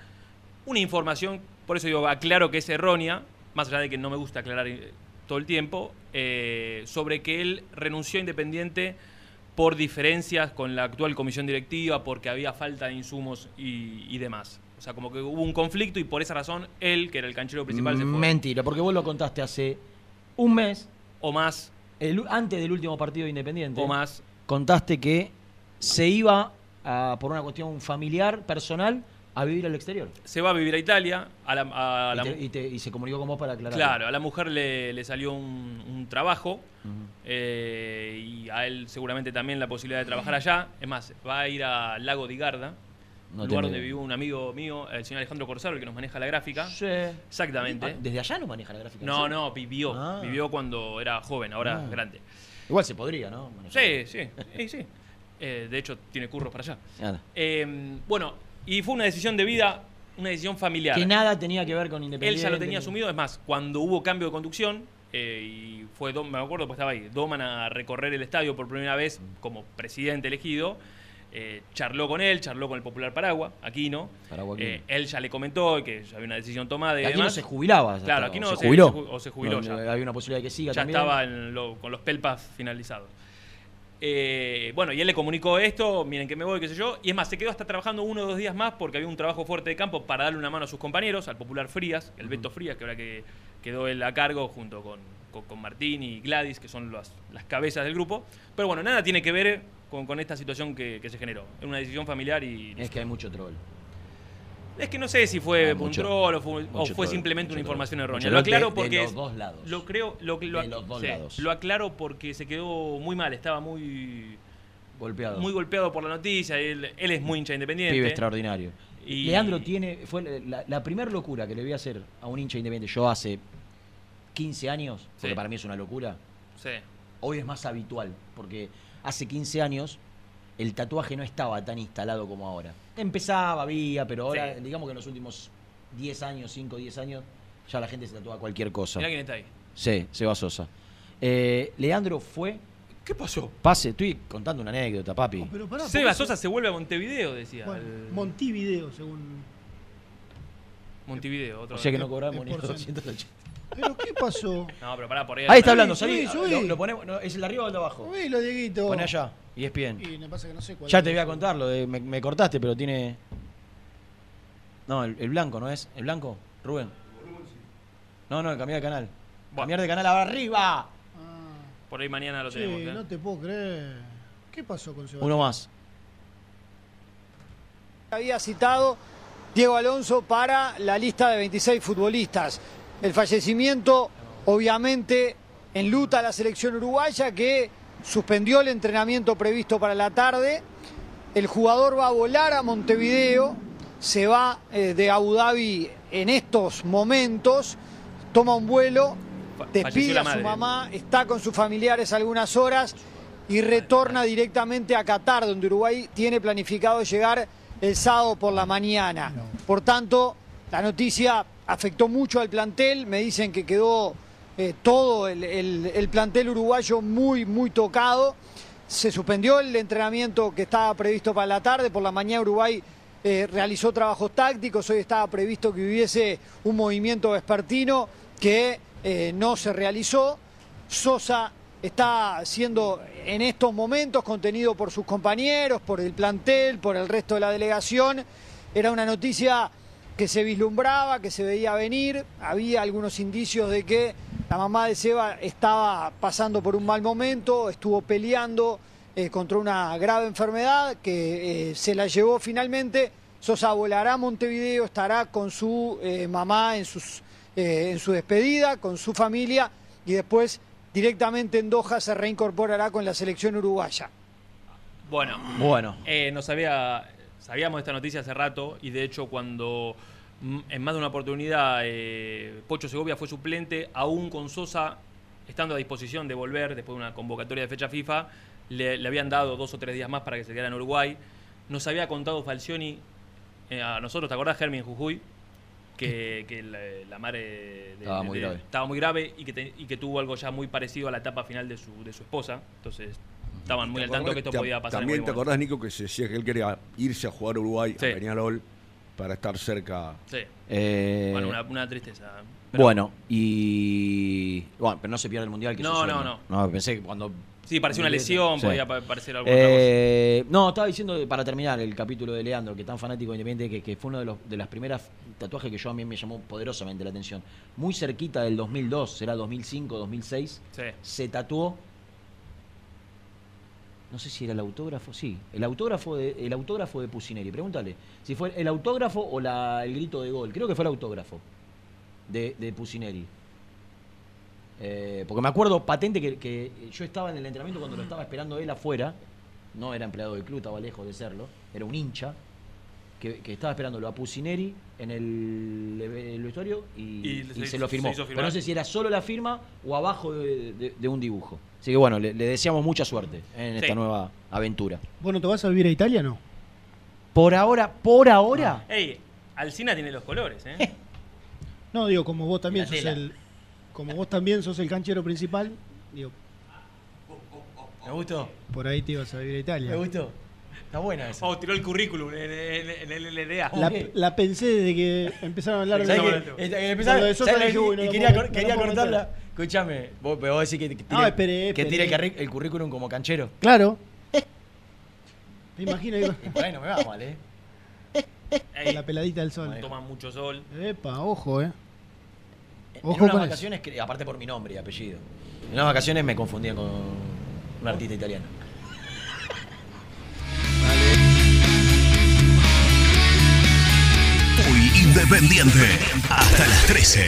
una información, por eso digo, aclaro que es errónea, más allá de que no me gusta aclarar eh, todo el tiempo, eh, sobre que él renunció a Independiente por diferencias con la actual comisión directiva, porque había falta de insumos y, y demás. O sea, como que hubo un conflicto y por esa razón él, que era el canchero principal, se fue.
Mentira, porque vos lo contaste hace un mes,
O más,
el- antes del último partido de Independiente.
o más.
Contaste que se iba a- por una cuestión familiar, personal, a vivir al exterior.
Se va a vivir a Italia, a la- a
y,
la-
te- y te- y se comunicó con vos para aclarar.
claro, a la mujer le, le salió un- un trabajo. Eh, y a él seguramente también la posibilidad de trabajar allá. Es más, va a ir a Lago di Garda,
No
un
tengo
lugar donde
idea.
vivió un amigo mío, el señor Alejandro Corsaro, el que nos maneja la gráfica. Exactamente.
Ah, Desde allá no maneja la gráfica.
No,
¿sí?
no, vivió.
Ah.
Vivió cuando era joven, ahora
Ah.
grande.
Igual se podría, ¿no? Manejar.
Sí, sí, sí, sí. Eh, de hecho, tiene curros para allá.
Nada.
Eh, bueno, y fue una decisión de vida, una decisión familiar.
Que nada tenía que ver con Independiente.
Él ya lo tenía asumido, es más, cuando hubo cambio de conducción, eh, y fue, Dom- me acuerdo, pues estaba ahí, Doman a recorrer el estadio por primera vez como presidente elegido. eh, charló con él, charló con el popular Paragua, Aquino.
Paragua Aquino.
Eh, él ya le comentó que ya había una decisión tomada. Y
Aquí no
demás.
se jubilaba. ya
Claro,
estaba,
aquí
o
no
se jubiló.
ju- o se jubiló
No,
ya.
Había una posibilidad de que siga
Ya
también.
estaba en lo- con los pelpas finalizados. Eh, bueno, y él le comunicó esto, miren que me voy, qué sé yo. Y es más, se quedó hasta trabajando uno o dos días más porque había un trabajo fuerte de campo para darle una mano a sus compañeros, al popular Frías, el Beto Frías, que ahora que quedó él a cargo junto con, con- con Martín y Gladys, que son las, las cabezas del grupo. Pero bueno, nada tiene que ver con, con esta situación que, que se generó. Era una decisión familiar y...
Es que hay mucho troll.
Es que no sé si fue
Ah,
un
mucho-
troll o fue, o
mucho
fue
troll,
simplemente
mucho
una
troll.
información
Mucho
errónea.
troll
Lo
de-
aclaro
de
porque.
los
es-
dos lados.
Lo creo. Lo, lo-
De los dos
sí,
lados.
Lo aclaro porque se quedó muy mal. Estaba muy.
Golpeado.
Muy golpeado por la noticia. Él, él es muy hincha independiente.
Pibe extraordinario.
Y-
Leandro tiene. Fue la, la primera locura que le voy a hacer a un hincha independiente. Yo hace 15 años, porque
Sí.
para mí es una locura.
Sí.
Hoy es más habitual, porque hace 15 años el tatuaje no estaba tan instalado como ahora. Empezaba, había, pero ahora,
Sí.
digamos que en los últimos 10 años, 5, 10 años, ya la gente se tatúa cualquier cosa.
Mirá quién está ahí.
Sí, Seba Sosa. Eh, Leandro fue.
¿Qué pasó?
Pase, estoy contando una anécdota, papi.
Pero pará,
Seba
porque-
Sosa se vuelve a Montevideo, decía.
Bueno,
el-
Montevideo, según.
Montevideo, otro.
o sea que no cobramos ni
Es por
280.
¿Pero qué pasó?
No, pero pará, por ahí.
Ahí está hablando,
Subí,
salí.
subí.
Lo, lo ponemos, no, ¿Es el de arriba o el de abajo?
Subilo, Dieguito.
Poné allá. Y es bien.
Y me pasa que no sé cuál
Ya
es.
te voy a contar, lo de- me, me cortaste, pero tiene. No, el, el blanco, ¿no es? ¿El blanco? Rubén. No, no, cambiar de canal.
Bueno.
Cambiar de canal ahora arriba.
Ah,
Por ahí mañana lo
che,
tenemos. ¿eh?
no te puedo creer. ¿Qué pasó con Sebastián?
Uno más.
Había citado Diego Alonso para la lista de 26 futbolistas. El fallecimiento, obviamente, enluta a la selección uruguaya que suspendió el entrenamiento previsto para la tarde. El jugador va a volar a Montevideo, se va eh, de Abu Dhabi en estos momentos, toma un vuelo,
Fa- falleció
despide
la
a su
madre.
mamá, está con sus familiares algunas horas y retorna directamente a Qatar, donde Uruguay tiene planificado llegar el sábado por la mañana. Por tanto, la noticia afectó mucho al plantel, me dicen que quedó eh, todo el, el- el plantel uruguayo muy, muy tocado. Se suspendió el entrenamiento que estaba previsto para la tarde, por la mañana Uruguay eh, realizó trabajos tácticos, hoy estaba previsto que hubiese un movimiento vespertino que eh, no se realizó. Sosa está siendo en estos momentos contenido por sus compañeros, por el plantel, por el resto de la delegación. Era una noticia que se vislumbraba, que se veía venir. Había algunos indicios de que la mamá de Seba estaba pasando por un mal momento, estuvo peleando eh, contra una grave enfermedad que eh, se la llevó finalmente. Sosa volará a Montevideo, estará con su eh, mamá en, sus, eh, en su despedida, con su familia y después directamente en Doha se reincorporará con la selección uruguaya.
Bueno,
Bueno.
Eh, nos había, sabíamos esta noticia hace rato y de hecho cuando mm, en más de una oportunidad eh, Pocho Segovia fue suplente, aún con Sosa estando a disposición de volver después de una convocatoria de fecha FIFA, le, le habían dado dos o tres días más para que se quedara en Uruguay. Nos había contado Falcioni, eh, a nosotros, ¿te acordás, Germín Jujuy? Que, que la, la madre de-
Estaba
de-
muy
de-
grave.
estaba muy grave y que, te- y que tuvo algo ya muy parecido a la etapa final de su, de su esposa. Entonces estaban muy al tanto que esto
Te-
podía pasar. en
También te
cualquier momento.
acordás, Nico, que se decía que él quería irse a jugar a Uruguay,
Sí.
a Peñarol, para estar cerca.
Sí.
Eh,
Bueno, una, una tristeza. ¿eh? Pero-
bueno, y. Bueno, pero no se pierde el mundial. Que
No,
se sueña.
no, no.
No, pensé que cuando.
Sí, parecía una lesión, podía pa- parecer alguna
Eh, No, estaba diciendo de- para terminar el capítulo de Leandro, que tan fanático de independiente, que, que fue uno de los de las primeras tatuajes que yo a mí me llamó poderosamente la atención. Muy cerquita del 2002, será 2005, 2006,
otra cosa. Sí.
se tatuó. No sé si era el autógrafo, sí, el autógrafo de el autógrafo de Pusineri. Pregúntale si fue el autógrafo o la- el grito de gol. Creo que fue el autógrafo de, de Pusineri. Eh, porque me acuerdo patente que, que yo estaba en el entrenamiento cuando lo estaba esperando él afuera. No era empleado del club, estaba lejos de serlo. Era un hincha que, que estaba esperándolo a Pusineri en el, el vestuario y,
Y se
y se,
hizo-
lo
se
firmó.
hizo firmar.
Pero no sé si era solo la firma o abajo de, de- de un dibujo. Así que bueno, le, le deseamos mucha suerte en
Sí.
esta nueva aventura.
Bueno, ¿te vas a vivir a Italia no?
Por ahora, por ahora.
Ey, Alcina tiene los colores, ¿eh?
No, digo, como vos también
La
sos
tela.
el. como vos también sos el canchero principal, *laughs* digo,
¿Me gustó?
por ahí te ibas a vivir a Italia.
¿Me gustó?
Está buena esa.
Oh, tiró el currículum en, en- en el E LDA.
La, la pensé desde que empezaron a hablar de
¿Sabés
eso.
qué?
Esta- eh,
Cuando
empezá-
de Sosa
¿sabés
dije,
lo que-
uy, no
y
lo
Quería
puedo-
cor-
no
quería
lo puedo
cortarla.
meter.
Escúchame, vos, pero vos decís que, que tire,
No, esperé,
que
esperé.
tire el, carri- el currículum como canchero.
Claro. Te imaginas
*laughs*
digo,
Y por ahí no me va mal, ¿eh?
Ey,
la peladita del sol.
Toma mucho sol.
Epa, ojo, eh.
En-
Ojo
en unas
con eso.
vacaciones, que- aparte por mi nombre y apellido. En unas vacaciones me confundía con un artista italiano.
Hoy Independiente, hasta las 13.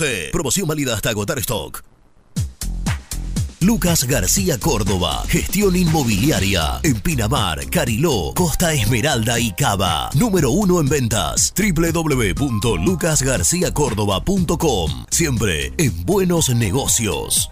Promoción válida hasta agotar stock. Lucas García Córdoba, gestión inmobiliaria en Pinamar, Cariló, Costa Esmeralda y Cava. Número uno en ventas, www.lucasgarciacórdoba.com. Siempre en buenos negocios.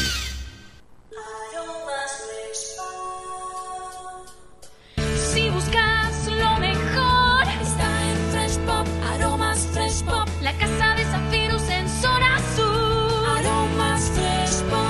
Si buscas lo mejor, está en Fresh Pop. Aromas Fresh Pop. La casa de zafiros en zona azul. Aromas Fresh Pop.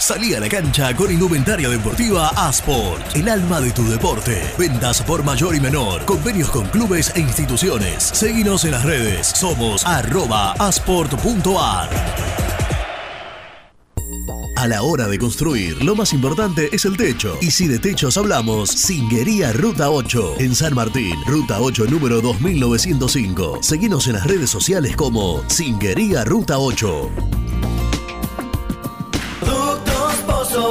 Salí a la cancha con indumentaria deportiva Asport, el alma de tu deporte. Ventas por mayor y menor, convenios con clubes e instituciones. Seguinos en las redes, somos arroba asport.ar. A la hora de construir, lo más importante es el techo. Y si de techos hablamos, Singuería Ruta 8 en San Martín, Ruta 8 número 2905. Seguinos en las redes sociales como Singuería Ruta 8.
Ductos Pozo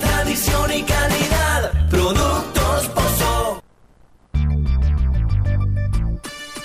tradición y calidad. Productos Pozo.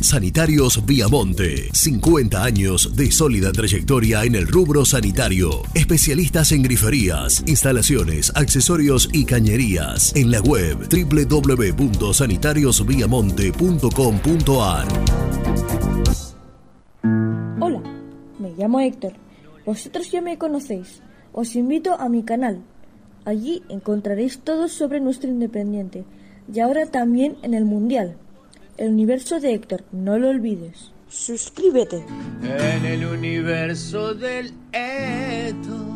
Sanitarios Viamonte. 50 años de sólida trayectoria en el rubro sanitario. Especialistas en griferías, instalaciones, accesorios y cañerías. En la web www.sanitariosviamonte.com.ar.
Hola, me llamo Héctor. Vosotros ya me conocéis. Os invito a mi canal. Allí encontraréis todo sobre nuestro independiente y ahora también en el Mundial. El universo de Héctor, no lo olvides. Suscríbete.
En el universo del Héctor.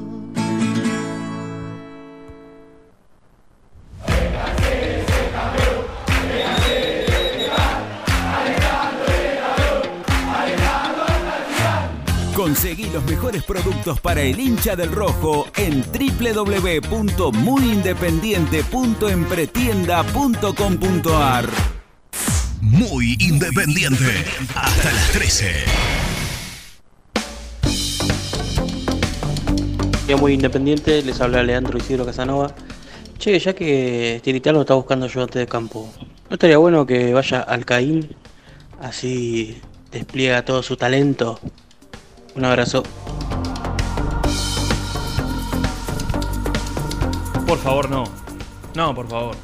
Conseguí los mejores productos para el hincha del rojo en www.muyindependiente.empretienda.com.ar.
Muy independiente. Hasta las 13.
Muy independiente, les habla Leandro Isidro Casanova. Che, ya que Tiritano está buscando ayudante de campo, ¿no estaría bueno que vaya al Caín? Así despliega todo su talento. Un abrazo.
Por favor, no. No, por favor.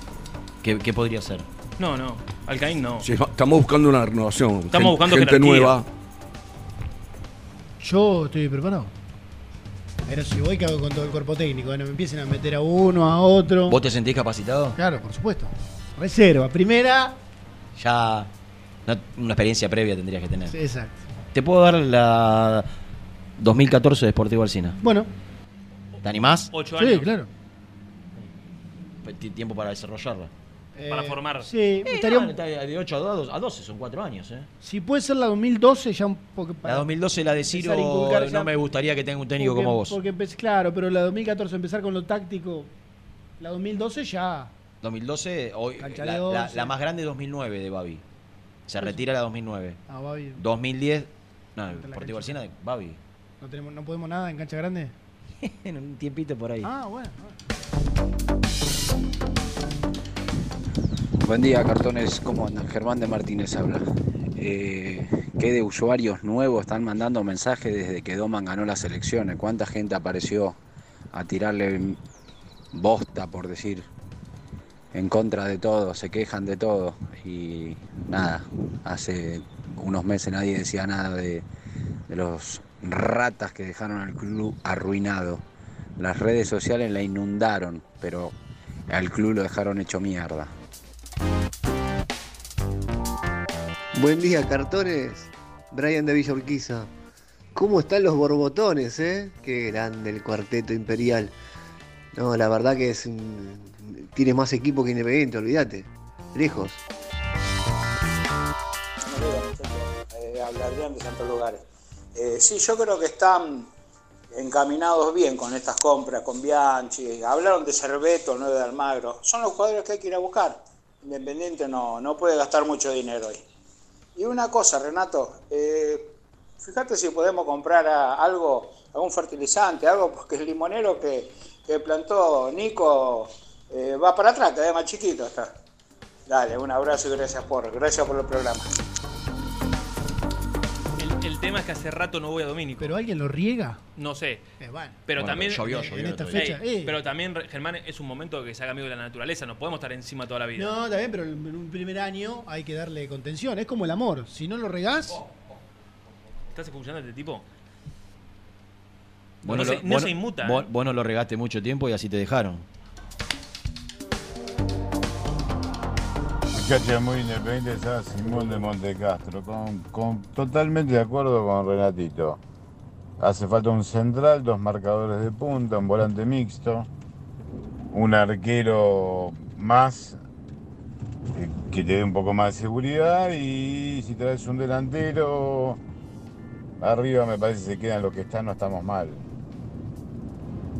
¿Qué, qué podría ser?
No, no. Alcaín no.
Sí, estamos buscando una renovación.
Estamos buscando
gente
jerarquía.
nueva.
Yo estoy preparado. Pero si voy, ¿qué hago con todo el cuerpo técnico? Bueno, me empiecen a meter a uno, a otro.
¿Vos te sentís capacitado?
Claro, por supuesto. Reserva, primera.
Ya no- una experiencia previa tendrías que tener.
Exacto.
Te puedo dar la 2014 de Sportivo Alcina.
Bueno.
¿Te animás?
Ocho
Sí, claro.
Ti- Tiempo para desarrollarla.
Para formar.
Eh, sí, estaría
no,
un-
está de 8 a 12, a 12 son 4 años. ¿eh?
Si puede ser la 2012, ya un poco.
La 2012 la de Ciro
empezar a inculcar ya-
no me gustaría que tenga un técnico
porque-
como vos.
Porque empe- claro, pero la 2014 empezar con lo táctico. La 2012 ya.
2012, hoy,
Cancha
la,
de
la-
once.
la más grande 2009 de Babi. Se retira la 2009.
Ah, va bien.
2010, no, el
la
Sportivo
cancha.
Alcina de Babi.
No, tenemos, no podemos nada en cancha grande.
*laughs* en un tiempito por ahí.
Ah, bueno. bueno.
Buen día, cartones. ¿Cómo andan? Germán de Martínez habla. Eh, ¿Qué de usuarios nuevos están mandando mensajes desde que Doman ganó las elecciones? ¿Cuánta gente apareció a tirarle bosta, por decir, en contra de todo? Se quejan de todo. Y nada, hace unos meses nadie decía nada de, de los ratas que dejaron al club arruinado. Las redes sociales la inundaron, pero al club lo dejaron hecho mierda.
Buen día, cartones. Brian de Villa Urquiza. ¿Cómo están los borbotones, eh? Qué grande el cuarteto imperial. No, la verdad que es. un- Tiene más equipo que Independiente, olvídate. Lejos.
eh, hablar bien de Santos Lugares. Eh, sí, yo creo que están encaminados bien con estas compras, con Bianchi. Hablaron de Cerveto, 9 de Almagro. Son los jugadores que hay que ir a buscar. Independiente no, no puede gastar mucho dinero hoy. Y una cosa, Renato, eh, fíjate si podemos comprar a- algo, algún fertilizante, algo, porque el limonero que, que plantó Nico eh, va para atrás, cada vez más chiquito está. Dale, un abrazo y gracias por, gracias por el programa.
El, el tema es que hace rato no voy a Domínico.
Pero alguien lo riega.
No sé.
Eh, bueno.
Pero
Bueno,
también.
pero llovió, En llovió el esta otro día. fecha,
Ey,
eh.
Pero también, Re- Germán, es un momento que se haga amigo de la naturaleza. No podemos estar encima toda la vida.
No, está bien, pero en un primer año hay que darle contención. Es como el amor. Si no lo regás.
¿Estás escuchando a este tipo?
Vos
No
lo-
se- no
vos
se inmuta,
Vos,
eh.
vos no lo regaste mucho tiempo y así te dejaron.
Cacha muy independiente está Simón de Montecastro, con, con- totalmente de acuerdo con Renatito. Hace falta un central, dos marcadores de punta, un volante mixto, un arquero más eh, que te dé un poco más de seguridad y si traes un delantero arriba me parece que se quedan los que están, no estamos mal.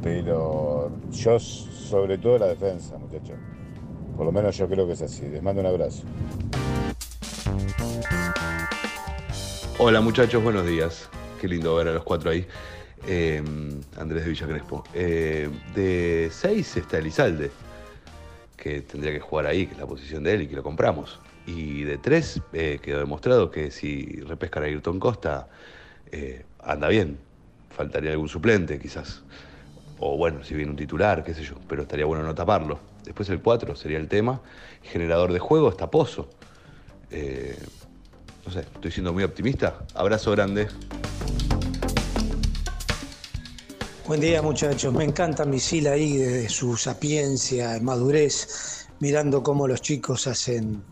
Pero yo s- sobre todo la defensa, muchachos. Por lo menos yo creo que es así. Les mando un abrazo.
Hola muchachos, buenos días. Qué lindo ver a los cuatro ahí. Eh, Andrés de Villa Crespo. Eh, de 6 está Elizalde, que tendría que jugar ahí, que es la posición de él y que lo compramos. Y de 3 quedó demostrado que si repescan a Ayrton Costa, eh, anda bien. Faltaría algún suplente quizás. O bueno, si viene un titular, qué sé yo, pero estaría bueno no taparlo. Después el 4 sería el tema. Generador de juego está Pozo. Eh, no sé, estoy siendo muy optimista. Abrazo grande.
Buen día muchachos, me encanta Misil ahí desde su sapiencia, madurez, mirando cómo los chicos hacen,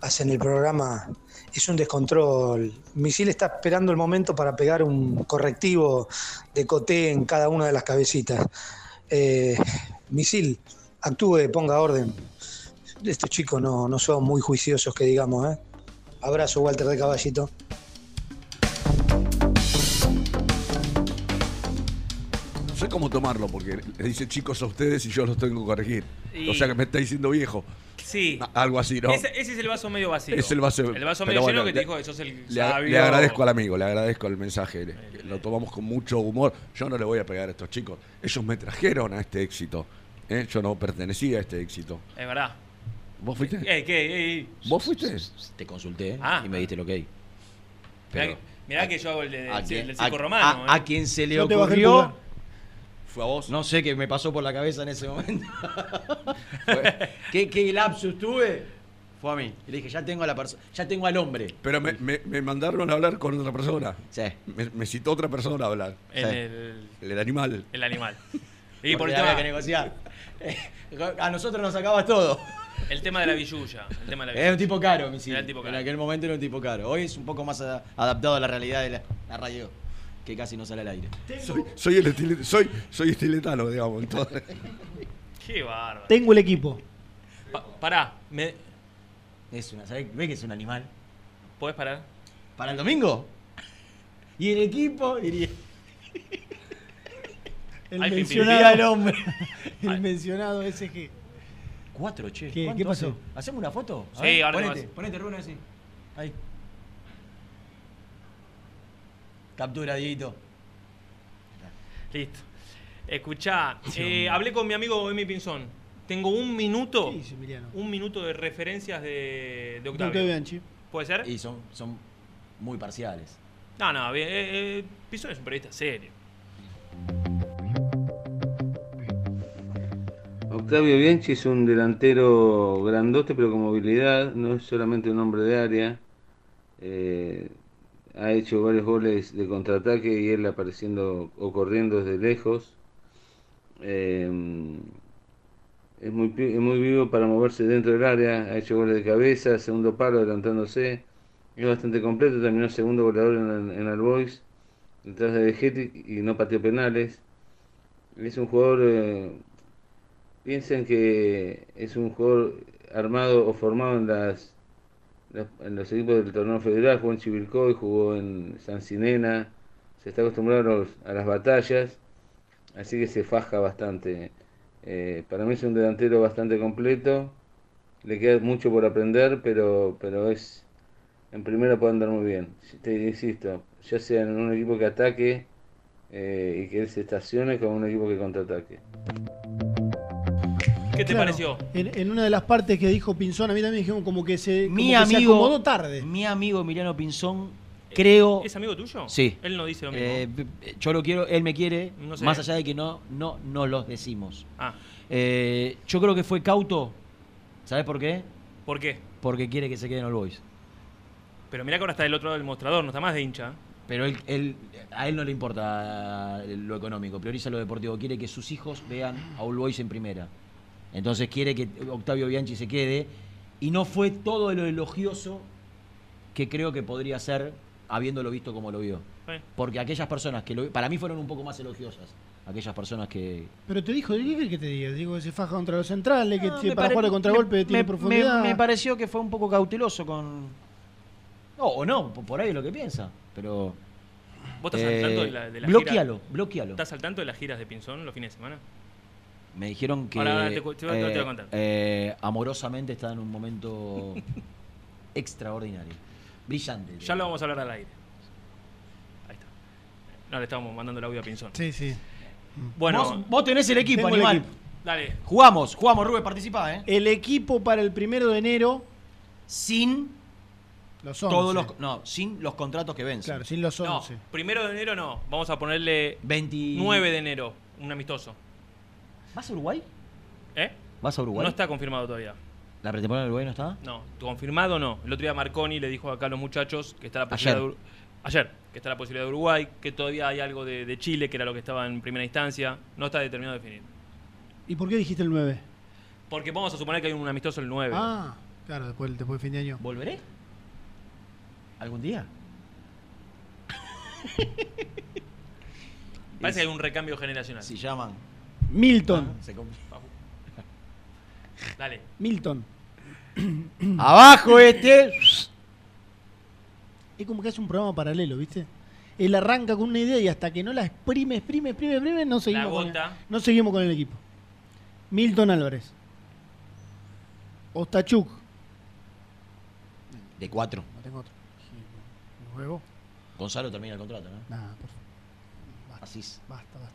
hacen el programa. Es un descontrol. Misil está esperando el momento para pegar un correctivo de coté en cada una de las cabecitas. Eh, Misil, actúe, ponga orden. Estos chicos no, no son muy juiciosos que digamos. ¿eh? Abrazo Walter de Caballito.
No sé cómo tomarlo, porque les dice chicos a ustedes y yo los tengo que corregir.
Y-
O sea que me está diciendo viejo.
Sí.
A- Algo así, ¿no?
Ese, ese es el vaso medio vacío.
Es el vaso,
El vaso
pero
medio
bueno,
lleno que te
le-
dijo que sos el
Le,
sabio.
le agradezco al amigo, le agradezco el mensaje. le- lo tomamos con mucho humor. Yo no le voy a pegar a estos chicos. Ellos me trajeron a este éxito. ¿eh? Yo no pertenecía a este éxito.
Es verdad.
¿Vos fuiste?
Eh, ¿qué? Eh, eh.
¿Vos fuiste?
Te consulté
Ah.
y me diste lo que hay.
Mirá, que- mirá que yo hago el, de,
¿A
el
quién-
del
a-
circo romano.
a-
eh.
a quien se le
Yo te bajé el
ocurrió
pulgar.
fue a vos.
No sé qué me pasó por la cabeza en ese momento. *laughs* Fue- ¿Qué, qué lapsus tuve? Fue a mí. Y le dije, ya tengo a la persona, ya Ah, tengo al hombre.
Pero me, me- me mandaron a hablar con otra persona.
Sí.
Me, me citó otra persona a hablar.
En
Sí.
el-
El animal.
El
*laughs*
animal. Y
Porque
por el
había
tema,
que negociar. *laughs* A nosotros nos acabas todo.
el tema de la villuya. El tema de la
Era un tipo caro, mi
Era el tipo
En
caro.
aquel momento era un tipo caro. Hoy es un poco más a- adaptado a la realidad de la, la radio, que casi no sale al aire.
Soy, soy el estile- soy, soy estiletano, digamos.
*laughs*
entonces.
Qué bárbaro.
Tengo el equipo.
Pa- pará, me,
Es una, ¿sabés? ¿Ves que es un animal?
¿podés parar?
¿Para el domingo? Y el
*laughs*
equipo diría.
El
Al fin
mencionado.
diría el hombre.
*laughs* El mencionado SG.
Cuatro, che.
¿Qué,
¿cuánto
qué pasó?
hace? ¿Hacemos una foto? A
Sí,
ver,
ahora te
ponete,
vas.
ponete, Rubén, así. Ahí. Captura, Dieguito.
Listo. Escuchá, eh, hablé con mi amigo Emi Pinzón. Tengo un minuto. Un minuto de referencias de, de Octavio.
Octavio Bianchi.
¿Puede ser?
Y son, son muy parciales.
No, no, bien, eh, eh, Pinzón es un periodista serio.
Octavio Bianchi es un delantero grandote, pero con movilidad, no es solamente un hombre de área. Eh, ha hecho varios goles de contraataque y él apareciendo o corriendo desde lejos. Eh, es muy, pi- es muy vivo para moverse dentro del área, ha hecho goles de cabeza, segundo palo adelantándose. Es bastante completo, terminó segundo goleador en, en Albois, detrás de Vegetti y no pateó penales. Es un jugador eh, piensen que es un jugador armado o formado en las, las- en los equipos del torneo federal, jugó en Chivilcoy, jugó en San Sinena, se está acostumbrado a, los- a las batallas, así que se faja bastante. Eh, para mí es un delantero bastante completo, le queda mucho por aprender, pero, pero es en primera puede andar muy bien. Te insisto, ya sea en un equipo que ataque eh, y que él se estacione como un equipo que contraataque.
¿Qué te
Claro,
pareció?
En, en una de las partes que dijo Pinzón, a mí también dijeron como que se, como
Mi
que se
amigo,
acomodó tarde.
Mi amigo Emiliano Pinzón, creo.
¿Es amigo tuyo?
Sí.
Él no dice lo mismo.
Eh, b- b- yo lo quiero, él me quiere,
No sé.
más allá de que no, no, no los decimos.
Ah.
Eh, yo creo que fue cauto. ¿Sabes por qué?
¿Por qué?
Porque quiere que se queden All Boys.
Pero mirá que ahora está del otro lado del mostrador, no está más de hincha.
Pero él, él- a él no le importa lo económico, prioriza lo deportivo. Quiere que sus hijos vean a All Boys en primera. Entonces quiere que Octavio Bianchi se quede. Y no fue todo lo elogioso que creo que podría ser habiéndolo visto como lo vio.
Bueno.
Porque aquellas personas que lo, para mí fueron un poco más elogiosas. Aquellas personas que,
Pero te dijo, ¿qué querés que te diga? Digo que se faja contra los centrales, que
No,
tiene-
me
para
pare-
jugar de contragolpe
me-
tiene
me-
profundidad.
Me, me pareció que fue un poco cauteloso con. No, o no, po- por ahí es lo que piensa. Pero.
¿Vos estás
Eh,
al tanto de la, de la
bloquealo,
gira?
bloquealo.
¿Estás al tanto de las giras de Pinzón los fines de semana?
Me dijeron que.
Ahora, ahora te cu- te voy a- te voy a contar.
eh, amorosamente está en
*laughs*
un momento extraordinario. Brillante.
Ya lo vamos a hablar al aire. Ahí está. No, le estábamos mandando el audio a Pinzón.
Sí, sí.
Bueno.
vos, vos tenés el equipo,
Tengo el
animal.
equipo.
Dale.
Jugamos, jugamos, Rubén, participá, ¿eh?
El equipo para el primero de enero.
Sin.
Los 11.
Todos los, no, sin los contratos que vencen.
Claro, sin los
No,
11.
primero de enero no. Vamos a ponerle 29 de enero, un amistoso.
¿Vas a Uruguay?
¿Eh?
¿Vas a Uruguay?
No está confirmado todavía.
¿La pretemporada de Uruguay no está?
No, confirmado no. El otro día Marconi le dijo acá a los muchachos que está la posibilidad
Ayer.
de Ur- ayer, que está la posibilidad de Uruguay, que todavía hay algo de, de Chile, que era lo que estaba en primera instancia. No está determinado de definir.
¿Y por qué dijiste el 9?
Porque vamos a suponer que hay un amistoso el 9.
Ah, claro, después, después de fin de año.
¿Volveré? ¿Algún día?
Parece que hay un recambio generacional.
Si llaman. Ah,
Milton.
Se compl-
*laughs* Dale.
Milton.
*clears throat* Abajo este.
Es como que hace un programa paralelo, ¿viste? Él arranca con una idea y hasta que no la exprime, exprime, exprime, exprime, no seguimos, con el,
gota.
no seguimos con el equipo. Milton Álvarez. Ostachuk.
De cuatro.
No tengo otro. Nuevo.
Gonzalo termina el contrato, ¿no?
Nada, por favor.
Así es.
Basta, basta.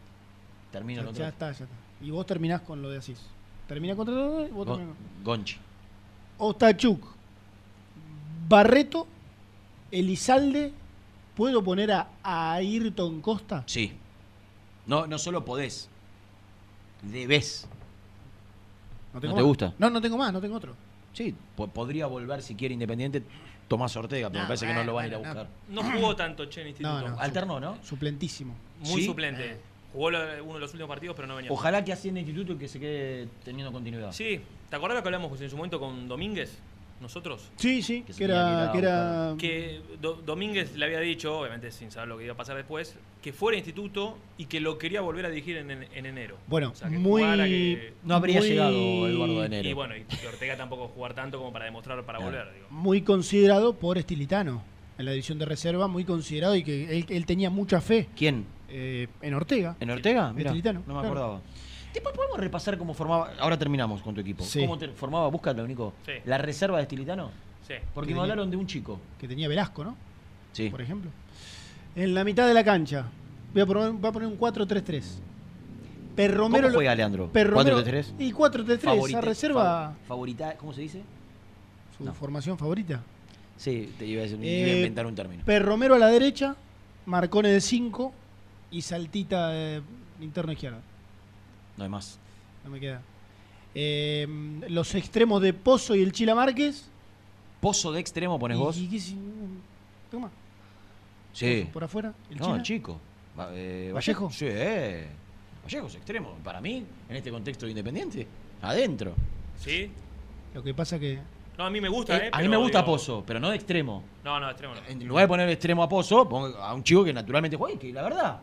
Termina
Ya,
el
ya
contrato.
está, ya está. Y vos terminás con lo de Asís. Termina contra todo y vos
Go-
terminás con-
Gonchi.
Ostachuk. Barreto. Elizalde. ¿Puedo poner a, a Ayrton Costa?
Sí. No, no solo podés. Debes. ¿No,
tengo
te
más.
gusta?
No, no tengo más, no tengo otro.
Sí, po- podría volver si quiere Independiente Tomás Ortega, pero
No,
me parece que no lo van a ir a
bueno,
buscar.
No jugó tanto Che en instituto.
Alternó, ¿no?
Suplentísimo.
Muy
¿Sí?
suplente. Jugó lo- uno de los últimos partidos, pero no venía.
Ojalá que así en el instituto y que se quede teniendo continuidad.
Sí, ¿te acordás lo que hablamos pues, en su momento con Domínguez? Nosotros.
Sí, sí,
se
que
tenían que
era, que
ir a
era
Que Do- Domínguez le había dicho, obviamente sin saber lo que iba a pasar después, que fuera a instituto y que lo quería volver a dirigir en, en- en enero.
Bueno,
O sea, que
muy-
jugara, que-
No habría muy- llegado Eduardo de enero.
Y bueno, y que Ortega tampoco jugar tanto como para demostrar para volver. digo.
muy considerado por Estilitano en la división de reserva, muy considerado y que él, él tenía mucha fe. Eh,
¿Quién?
en Ortega.
¿En Ortega? Mirá,
Estilitano,
no me
claro.
acordaba. Después podemos repasar cómo formaba. Ahora terminamos con tu equipo.
Sí.
¿Cómo te- formaba? Búscalo, Nico.
Sí.
¿La reserva de Estilitano?
Sí.
Porque me hablaron de un chico.
Que tenía Velasco, ¿no?
Sí.
Por ejemplo. En la mitad de la cancha. Voy a poner, voy a poner un 4-3-3. Perromero.
¿Cómo
lo-
juega Leandro?
Perromero-
4-3-3?
Y 4-3-3. Esa
Favorite-
reserva,
fa- Favorita, ¿cómo se dice?
su formación favorita.
Sí, te iba a, decir- iba a
Eh,
inventar un término.
Perromero a la derecha, Marcone de 5 y Saltita de interno izquierda.
No hay más.
No me queda. Eh, los extremos de Pozo y el Chila Márquez.
¿Pozo de extremo pones
Y-
vos?
y- y- y- toma,
Sí.
por afuera. El
no,
Chila.
chico. Va- eh,
¿Vallejo?
Sí. eh. Vallejo es extremo. Para mí, en este contexto de independiente, adentro.
¿Sí?
Lo que pasa que.
No, a mí me gusta, ¿eh?
Eh, a mí
pero
me gusta
digo-
Pozo, pero no de extremo.
No, no, extremo no.
En lugar de poner extremo a Pozo, pongo a un chico que naturalmente juega y que la verdad,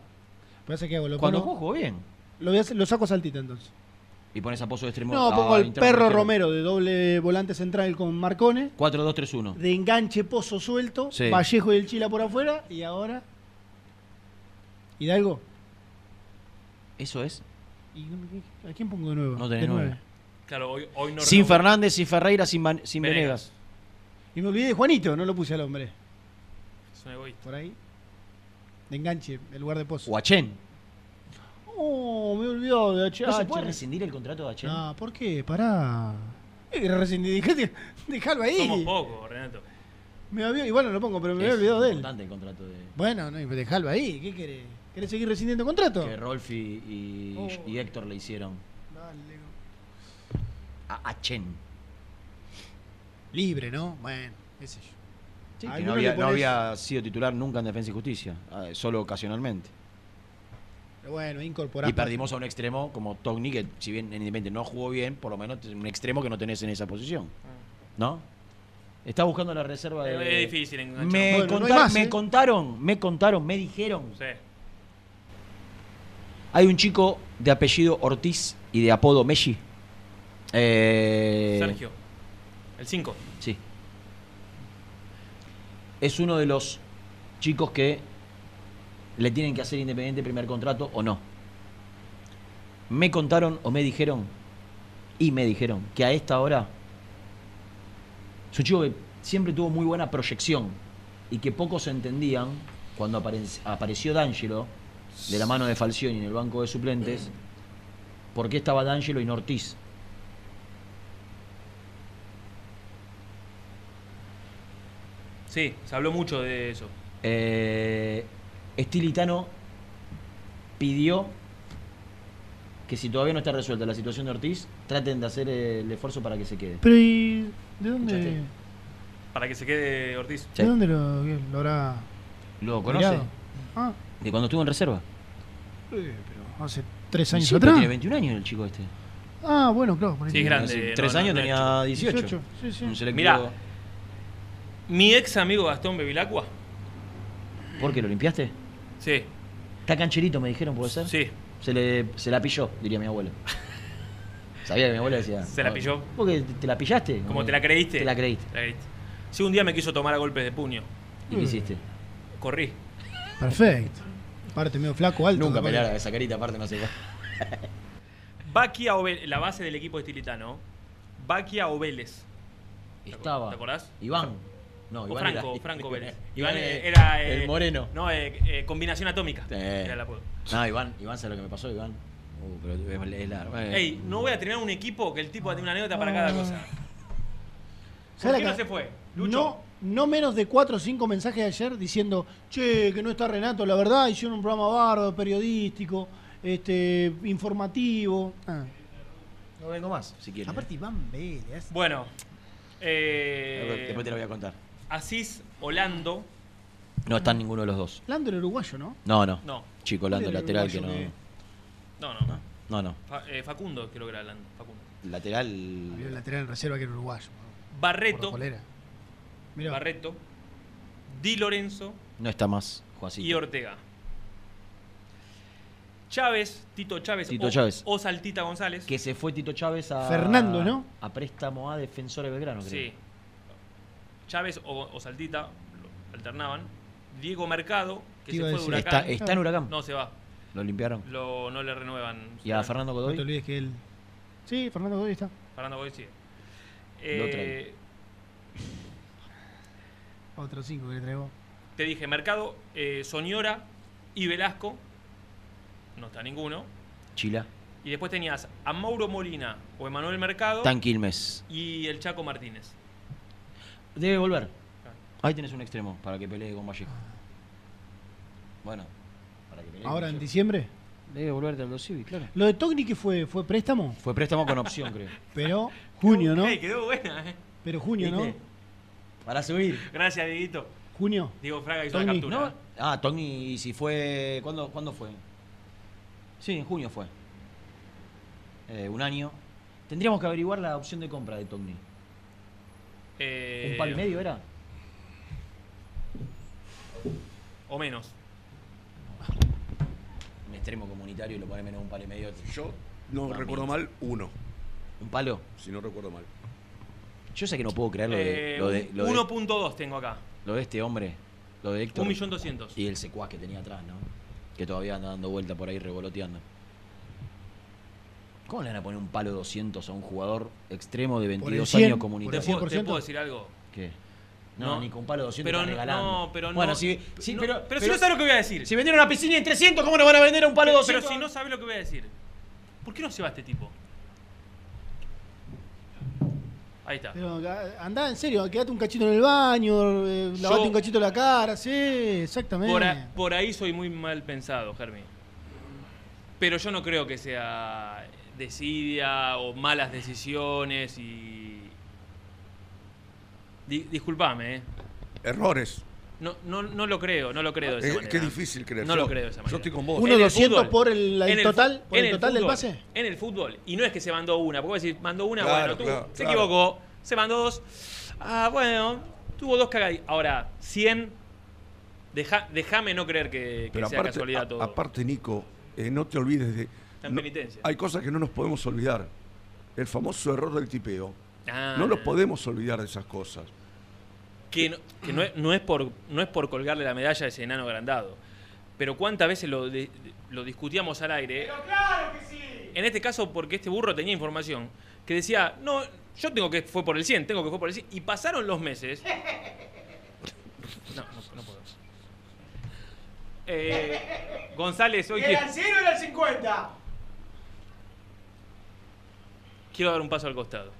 pasa que hago, lo
cuando
pongo-
juega jugó bien.
lo, voy a hacer- lo saco a Saltita entonces.
Y pones a Pozo de extremo.
No,
a
pongo el
interno
perro
izquierdo.
Romero de doble volante central con Marcone.
4-2-3-1.
De enganche Pozo suelto.
Sí.
Vallejo y el Chila por afuera. Y ahora. Hidalgo.
Eso es.
¿Y ¿A quién pongo de nuevo?
No tenés
De nueve.
nueve.
Claro, hoy, hoy no
sin
renovó.
Fernández, sin Ferreira, sin, Van- sin Venegas.
Y me olvidé de Juanito, no lo puse al hombre.
Es un egoísta.
Por ahí. De enganche, el lugar de Pozo.
Guachén.
Oh, me olvidó de H.
¿No se puede rescindir el contrato de Achen?
Ah, ¿por qué? Pará. Eh, rescindí, *laughs* dejate- Dejalo ahí.
Somos pocos, Renato.
Me había, igual no lo pongo, pero me había
Es
olvidado de él.
importante el contrato de
Bueno, no, dejalo ahí. ¿Qué querés? ¿Querés seguir rescindiendo contrato?
que Rolfi y,
Oh.
y Héctor le hicieron
Dale.
a Achen.
Libre, ¿no? Bueno, qué sé
Sí,
yo.
que no
Alguno le
había, no
pones-
había sido titular nunca en Defensa y Justicia, eh, solo ocasionalmente.
Pero bueno, incorporado.
Y perdimos a un extremo como Togni, que si bien en Independiente no jugó bien, por lo menos tenés un extremo que no tenés en esa posición. ¿No? Está buscando la reserva
Pero
de.
Ah. es difícil enganchar.
Me,
Bueno, no hay
contar-
más,
me
¿eh?
contaron, me contaron, me dijeron.
Sí.
Hay un chico de apellido Ortiz y de apodo Messi. Eh,
Sergio. El 5.
Sí. Es uno de los chicos que le tienen que hacer independiente primer contrato o no. Me contaron o me dijeron, y me dijeron, que a esta hora es un chico que siempre tuvo muy buena proyección y que pocos entendían cuando aparec- apareció D'Angelo de la mano de Falcioni en el banco de suplentes, por qué estaba D'Angelo y no Ortiz.
Sí, se habló mucho de eso.
Eh, Estilitano pidió que si todavía no está resuelta la situación de Ortiz, traten de hacer el esfuerzo para que se quede.
Pero ¿y de dónde,
Escuchaste.
Para que se quede Ortiz.
¿de dónde lo, lo habrá?
¿Lo conoce?
Mirado. Ah,
¿De cuando estuvo en reserva?
eh, pero hace tres años
Siempre
atrás.
Tiene 21 años el chico este.
Ah, bueno, claro. por ahí.
Sí, es grande.
Hace
no,
tres
no,
años
no es
tenía
chico.
18.
18, sí, sí.
Un selectivo-
Mirá. Mi ex amigo Gastón Bevilacqua.
¿Por qué lo limpiaste?
Sí,
Está cancherito, me dijeron, ¿puede ser?
Sí.
Se, le, se la pilló, diría
*laughs*
mi abuelo. Sabía que mi abuela decía.
Se la pilló.
Ah, Porque te la pillaste. Eh,
como te la creíste.
Te la creíste.
Te la creíste. Sí, un día me quiso tomar a golpes de puño.
¿Y qué hiciste?
Corrí.
Perfecto. Aparte, medio flaco, alto.
Nunca
capaz
peleara
que-
esa carita, aparte no se va.
Baquia o Vélez, la base del equipo estilitano. Baquia o Vélez.
Estaba.
¿Te acordás?
Iván. No,
O
Iván
Franco,
era-
Franco Vélez.
Iván
Iván eh,
eh,
era. eh,
el moreno.
No, eh, eh, combinación atómica.
Eh.
Era el apodo.
No, Iván, Iván sabe lo que me pasó, Iván. Uh, pero es, es largo. eh.
Ey, no voy a terminar un equipo que el tipo tiene una anécdota
Ah.
para cada cosa. ¿Por
¿Sabes
qué
la
no
que-
se fue?
No, no menos de cuatro o cinco mensajes ayer diciendo, che, que no está Renato, la verdad, hicieron un programa bardo, periodístico, este, informativo. Ah.
No vengo más, si quieren.
Aparte, Iván Vélez.
Bueno. eh,
Después- después te lo voy a contar.
Asís Holando.
No está ninguno de los dos.
Lando era uruguayo, ¿no?
No, no.
No.
Chico Lando,
Del
lateral que
uruguayo
no.
que- No, no.
No, no.
Fa- eh, Facundo, creo que era Holando. Facundo.
Lateral.
Había un lateral en reserva que era uruguayo.
Barreto.
Colera.
Barreto. Di Lorenzo
No está más. Juancito.
y Ortega. Chávez, Tito Chávez.
Tito
o-
Chávez.
O Saltita González.
Que se fue Tito Chávez a.
Ah, Fernando, ¿no?
A préstamo a Defensores Belgrano, creo.
Sí. Chávez o, o Saltita lo alternaban. Diego Mercado, que
Te
se fue
iba a
de
decir.
Huracán.
Está- está en Huracán.
No, se va.
Lo limpiaron.
Lo- no le renuevan.
Y a Fernando
No te
Godoy.
olvides que él. Sí, Fernando Godoy está.
Fernando Godoy sigue.
Lo
Eh,
Otro 5 que le traigo.
te dije, Mercado, eh, Soñora y Velasco. No está ninguno.
Chila.
Y después tenías a Mauro Molina o Emanuel Mercado.
Tan Quilmes.
Y el Chaco Martínez.
Debe volver. Ahí tenés un extremo para que pelee con Vallejo. Bueno, para que pelee. con
Ahora en
Vallejo.
diciembre.
Debe volver de los Civi, claro.
Lo de Togni que fue, fue préstamo,
Fue préstamo con opción, creo.
pero junio, *laughs* ¿no?
Ey, quedó buena, eh.
Pero junio, ¿no?
¿Viste? Para subir.
Gracias, Dieguito.
Junio.
Diego Fraga hizo la
Togni,
captura.
¿no? Ah, Togni, y si fue. ¿Cuándo, ¿Cuándo fue? Sí, en junio fue. Eh, un año. Tendríamos que averiguar la opción de compra de Togni.
Eh,
¿Un palo y medio era?
O menos.
Un extremo comunitario y lo pone menos un palo y medio. Yo
No recuerdo mal, uno.
¿Un palo?
Si no recuerdo mal.
Yo sé que no puedo creer lo de,
Eh,
lo de- lo de-
1.2 tengo acá.
lo de este hombre, lo de Héctor.
1.200.000.
Y el secuaz que tenía atrás, ¿no? Que todavía anda dando vuelta por ahí revoloteando. ¿Cómo le van a poner un palo 200 a un jugador extremo de 22 años
¿Te
comunitario?
puedo, te puedo decir algo?
¿Qué? No,
No.
ni con palo 200
Pero
están
no-
regalando.
no, pero no-
bueno, si, si-
no,
pero,
pero si no sabes lo que voy a decir.
Si vendieron una piscina en 300, ¿cómo le van a vender a un palo
Pero-
200?
Pero si no sabes lo que voy a decir. ¿Por qué no se va este tipo? Ahí está.
Pero acá- andá en serio, quedate un cachito en el baño, eh, lavate un cachito la cara, sí, exactamente.
Por, a- por ahí soy muy mal pensado, Germi. Pero yo no creo que sea desidia o malas decisiones y... Di- disculpame, ¿eh?
Errores.
No, no, no lo creo, no lo creo de esa
Es-
manera.
que es difícil creer.
No
Yo-
lo creo de esa
yo
manera.
estoy con vos.
Uno
En el
200
fútbol,
por el- el
en
total, por
en
el total del
fútbol,
pase.
En el fútbol. Y no es que se mandó una, porque vos decís, mandó una,
Claro,
bueno, tú,
claro,
se
claro.
equivocó, se mandó dos. Ah, bueno, tuvo dos cagaditas. Ahora, 100, deja- déjame no creer que, que
Pero
sea
aparte,
casualidad
a-
todo.
aparte, Nico, eh, no te olvides de.
en
no-
penitencia.
hay cosas que no nos podemos olvidar. El famoso error del tipeo.
Ah,
no los podemos olvidar de esas cosas.
Que, no, que no, es, no es por, no es por colgarle la medalla a ese enano agrandado. Pero cuántas veces lo, de- lo discutíamos al aire. En este caso, porque este burro tenía información que decía, no, yo tengo que fue por el 100, tengo que fue por el 100. Y pasaron los meses. No, no, no puedo. Eh, González, hoy quiero,
0 era el 50?
quiero dar un paso al costado.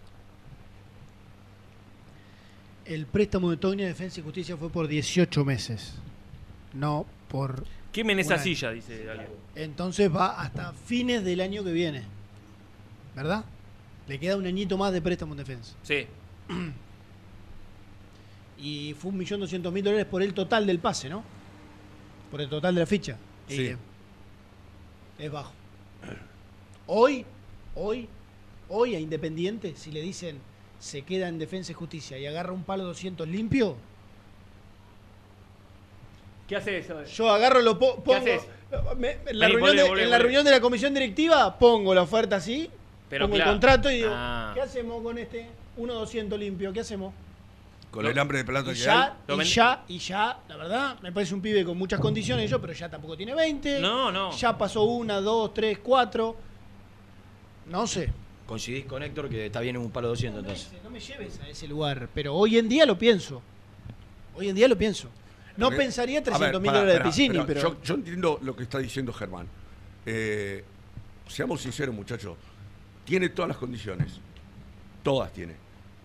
El préstamo de Togni a Defensa y Justicia fue por 18 meses, no por...
Quemen esa
un año.
silla, dice alguien.
Entonces va hasta fines del año que viene, ¿verdad? Le queda un añito más de préstamo en Defensa.
Sí.
Y fue 1.200.000 dólares por el total del pase, ¿no? Por el total de la ficha. Y
Sí.
que Es bajo. Hoy, hoy, hoy a Independiente, si le dicen se queda en Defensa y Justicia y agarra un palo 200 limpio,
¿Qué hace eso?
yo agarro lo po- pongo.
haces?
me- me- la
Vení,
reunión
volvé,
de-
volvé,
en la
volvé.
reunión de la comisión directiva pongo la oferta así,
Pero
pongo
claro.
el contrato y digo,
Ah.
¿qué hacemos con este? 1.200 limpio, ¿qué hacemos?
Con
Lo-
el hambre de plata
Y
que
ya,
hay.
y ya, y ya, la verdad, me parece un pibe con muchas condiciones yo, pero ya tampoco tiene 20.
No, no.
Ya pasó una, dos, tres, cuatro. No sé.
Coincidís con Héctor que está bien un palo 200 entonces.
No me lleves a ese lugar, pero hoy en día lo pienso. Hoy en día lo pienso. No
Porque-
pensaría
A
300
ver,
mil
pará,
dólares de
pará,
Piscini, pero,
Yo, yo entiendo lo que está diciendo Germán. Eh, seamos sinceros, muchachos. Tiene todas las condiciones. Todas tiene.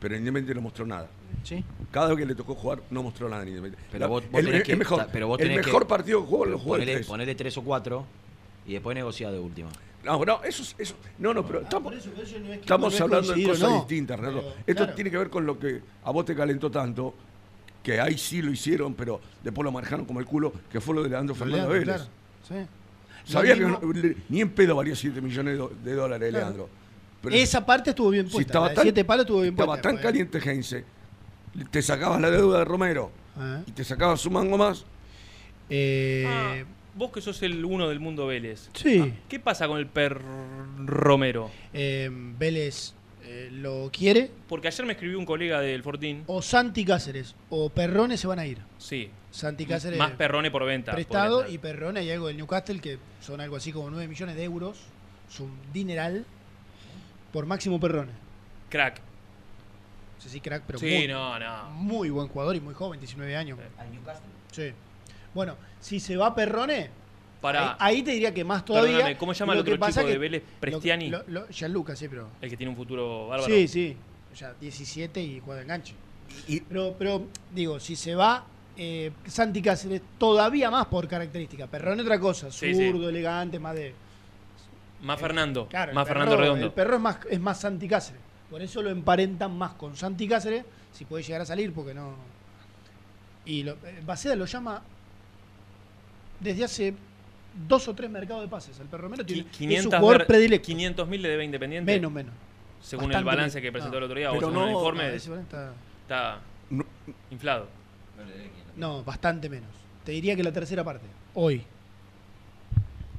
Pero Independiente no mostró nada.
Sí.
Cada vez que le tocó jugar, no mostró nada en Independiente.
Pero
La-
vos, vos
el,
tenés
el-
que,
el mejor,
ta- pero vos
el
tenés que-
mejor partido que jugó lo jugó el
ponele,
tres.
ponele tres o cuatro Y después negocia de última.
No, no, eso, es- eso no, no, pero
Ah,
estamos,
es que
estamos
no es
hablando de
coincidir o
cosas
no.
distintas, Renato.
Pero,
Esto
claro.
tiene que ver con lo que a vos te calentó tanto, que ahí sí lo hicieron, pero después lo manejaron como el culo, que fue lo de Leandro Fernando
Leandro,
Vélez.
claro. Sí.
Sabía
Lo
que
mismo-
no- le- ni en pedo valía 7 millones de, do- de dólares
Claro.
Leandro.
Esa parte estuvo bien
si
puesta.
estaba
la de
tan-
siete palos pues. estuvo bien
estaba
puesta.
tan caliente Heinze, te sacabas la deuda de Romero
Ah.
y te sacabas un mango más.
Eh,
Ah, vos que sos el uno del mundo Vélez.
Sí.
Ah, ¿Qué pasa con el per Romero?
Eh, Vélez eh, lo quiere.
Porque ayer me escribió un colega del Fortín.
O Santi Cáceres o Perrone se van a ir.
Sí.
Santi Cáceres.
Más Perrone por venta,
Prestado
podría
y Perrone hay algo del Newcastle que son algo así como 9 millones de euros. Es un dineral por máximo Perrone.
Crack.
No sé si crack, pero
Sí,
muy,
no, no.
muy buen jugador y muy joven, 19 años. Sí. Bueno, si se va Perrone,
Para.
ahí, ahí te diría que más todavía.
Perdóname, ¿cómo se llama el
Lo
otro
que pasa
chico de
que-
Vélez?
lo-
Prestiani.
Lo, lo- Gianluca, sí, pero.
El que tiene un futuro bárbaro.
Sí, sí. O sea, 17 y juega de enganche. pero, pero, digo, si se va eh, Santi Cáceres, todavía más por característica. Perrón otra cosa,
Sí,
zurdo,
sí.
elegante, más de.
Más Fernando.
Claro, el
más
perro-
Fernando Redondo.
El perro es más, es más Santi Cáceres. Por eso lo emparentan más con Santi Cáceres, si puede llegar a salir, porque no. Y lo, eh, Baceda lo llama desde hace dos o tres mercados de pases. El perro Romero tiene, es su
500
jugador
ver-
predilecto.
500.000 le debe Independiente.
Menos, menos.
Según el
Bastante
balance
menos.
que presentó
No,
el otro día, o
pero
según el
no,
informe,
no, ese balance está-
está inflado.
No, bastante menos. Te diría que la tercera parte. Hoy.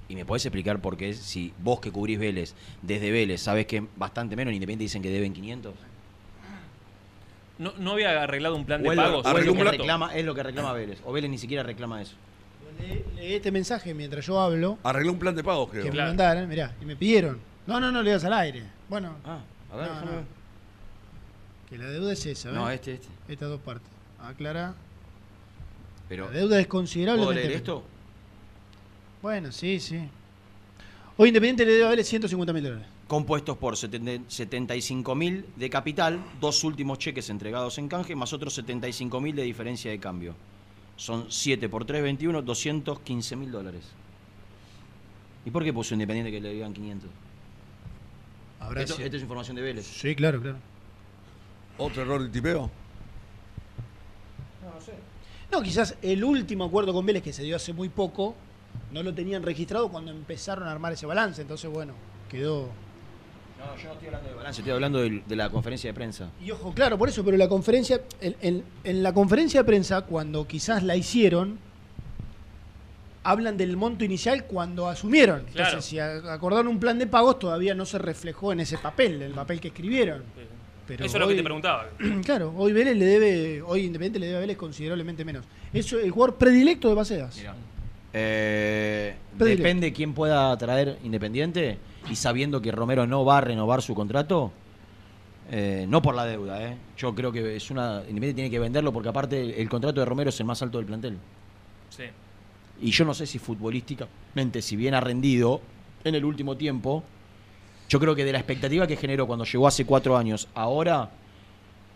¿Y me podés explicar por qué si vos que cubrís Vélez, desde Vélez, sabés que bastante menos, en Independiente dicen que deben 500?
No, no había arreglado un plan
O
de
es lo-
pagos.
o es, lo que
Arregló-
reclama, es lo que reclama Vélez. O Vélez ni siquiera reclama eso.
Leí este mensaje mientras yo hablo.
Arregló un plan de pagos, creo.
Que me mandaron, mirá, y me pidieron. No, no, no le das al aire. Bueno.
Ah, a ver,
no,
déjame
no.
ver.
Que la deuda es esa, ¿eh? ¿ves?
No, este, este.
Estas dos partes. Aclara.
Pero,
La deuda es considerable.
¿Puedo leer esto?
Bueno, sí, sí. Hoy Independiente le debe a Vélez 150 mil dólares.
compuestos por 75 mil de capital, dos últimos cheques entregados en canje, más otros 75 mil de diferencia de cambio. Son 7 por 3, 21, 215 mil dólares. ¿Y por qué puso Independiente que le dieran 500?
Habrá
Esto-
sido-
Esta es información de Vélez.
Sí, claro, claro.
Otro error de tipeo.
No, quizás el último acuerdo con Vélez que se dio hace muy poco, no lo tenían registrado cuando empezaron a armar ese balance. Entonces, bueno, quedó.
No, yo no estoy hablando de balance, estoy hablando del- de, la conferencia de prensa.
Y ojo, claro, por eso, pero la conferencia, en, en- en la conferencia de prensa, cuando quizás la hicieron, hablan del monto inicial cuando asumieron. Entonces,
Claro.
si a- acordaron un plan de pagos, todavía no se reflejó en ese papel, el papel que escribieron. Pero
Eso es lo que
hoy-
te preguntaba.
*clears throat* claro, hoy Vélez le debe, hoy Independiente le debe a Vélez considerablemente menos. Es eh, el jugador predilecto de Bacedas.
Eh,
Pedile.
depende quién pueda traer Independiente y sabiendo que Romero no va a renovar su contrato, eh, no por la deuda, eh. yo creo que es una Independiente tiene que venderlo porque aparte el, el contrato de Romero es el más alto del plantel.
Sí.
Y yo no sé si futbolísticamente, si bien ha rendido en el último tiempo, yo creo que de la expectativa que generó cuando llegó hace cuatro años, ahora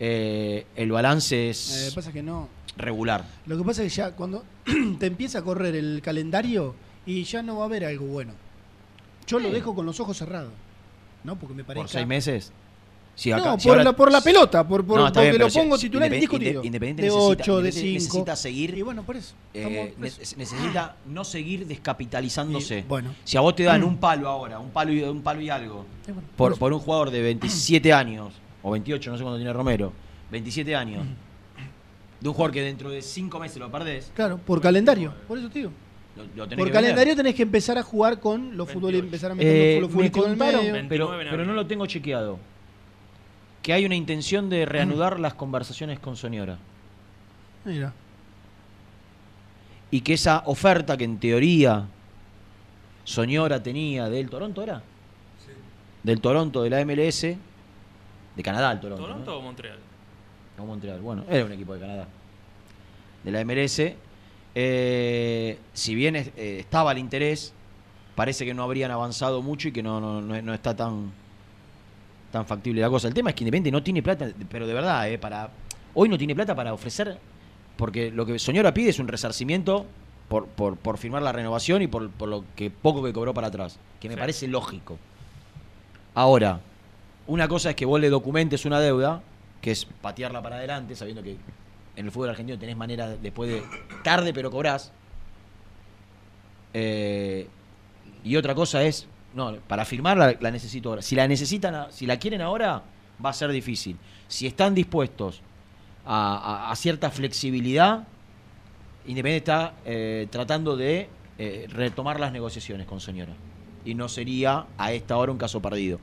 eh, el balance
Eh,
es
pasa que no.
regular.
Lo que pasa es que ya cuando *clears throat* te empieza a correr el calendario y ya no va a haber algo bueno. Yo lo dejo con los ojos cerrados. ¿No? Porque me parece.
¿Por seis meses? Si
no,
acá-
por,
si ahora-
la, por la pelota, por, por-
No, está
porque
bien,
lo
pero si-
pongo
si
titular
Independ-
indiscutido.
Inde- Independiente
de
necesita-
8, de 5.
Independiente necesita seguir.
Y bueno, por eso. estamos
Eh,
por eso.
ne-
*clears throat*
necesita no seguir descapitalizándose.
Y, bueno.
Si a vos te
*clears throat*
dan un palo ahora, un palo y, un palo y algo,
Y bueno,
por, por un jugador de 27 años, o 28, no sé cuándo tiene Romero, 27 años, de un jugador que dentro de 5 meses lo perdés,
Claro, por calendario. Por eso, tío.
lo, lo tenés
Por
que vender.
calendario tenés que empezar a jugar con los futbolistas, empezar a meter
Eh,
los
me
futbolistas en el medio.
contaron, pero, pero no lo tengo chequeado, que hay una intención de
*clears throat*
reanudar las conversaciones con Soñora.
Mira.
y que esa oferta que en teoría Soñora tenía del Toronto era del Toronto de la MLS de Canadá al Toronto,
¿Toronto o Montreal?
¿no? No, Montreal bueno era un equipo de Canadá de la MLS eh, si bien es- eh, estaba el interés parece que no habrían avanzado mucho y que no, no, no- no está tan tan factible la cosa el tema es que Independiente no tiene plata pero de verdad eh, para hoy no tiene plata para ofrecer porque lo que Soñora pide es un resarcimiento por, por, por firmar la renovación y por, por lo que poco que cobró para atrás, que me
Sí.
parece lógico. Ahora, una cosa es que vos le documentes una deuda, que es patearla para adelante, sabiendo que en el fútbol argentino tenés manera después de tarde pero cobrás. Eh, y otra cosa es, no, para firmarla la necesito ahora. Si la necesitan, a- si la quieren ahora, va a ser difícil. Si están dispuestos a, a- a cierta flexibilidad, Independiente está eh, tratando de eh, retomar las negociaciones con Señora. Y no sería a esta hora un caso perdido.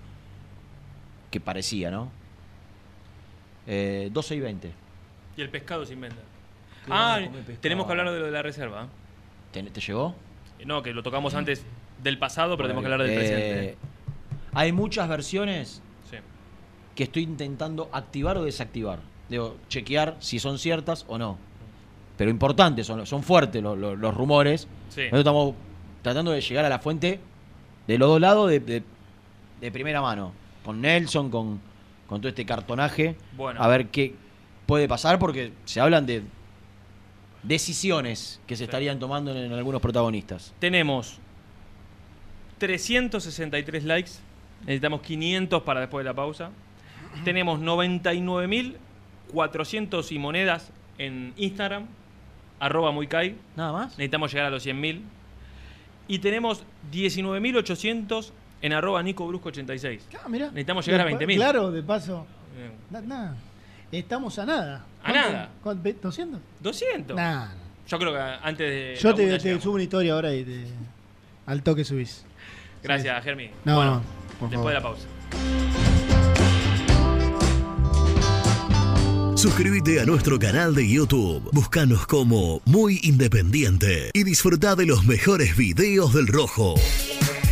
Que parecía, ¿no? Eh, 12 y 20.
Y el pescado se inventa.
¿Qué
Ah,
van a comer pescado?
tenemos que hablar de lo de la reserva. ¿eh?
¿Te, te llegó?
No, que lo tocamos antes del pasado, pero tenemos que
Bueno,
hablar del
eh,
presente.
Hay muchas versiones
Sí.
que estoy intentando activar o desactivar. Debo chequear si son ciertas o no. Pero importantes, son, son fuertes los, los- los rumores.
Sí.
Nosotros estamos tratando de llegar a la fuente de los dos lados de, de- de primera mano. Con Nelson, con, con todo este cartonaje.
Bueno.
A ver qué puede pasar porque se hablan de decisiones que se estarían tomando en, en algunos protagonistas.
Tenemos 363 likes. Necesitamos 500 para después de la pausa. Tenemos 99.400 y monedas en Instagram. Arroba Muicay.
Nada más.
Necesitamos llegar a los 100.000. Y tenemos 19.800 en arroba Nico Brusco 86.
Ah, mirá.
Necesitamos llegar a
De pa-
20.000.
Claro, de paso.
Bien.
Na- nada. Estamos a nada.
A nada.
¿Cuánto? ¿200?
200.
Nah.
Yo creo que antes de.
Yo
la
te,
una
te
Eh, llegamos.
subo una historia ahora y te, al toque subís.
Gracias, Germi.
No,
bueno,
no, por
después
favor.
de la pausa.
Suscríbete a nuestro canal de YouTube. Búscanos como Muy Independiente y disfruta de los mejores videos del Rojo.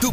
Tu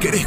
¿Querés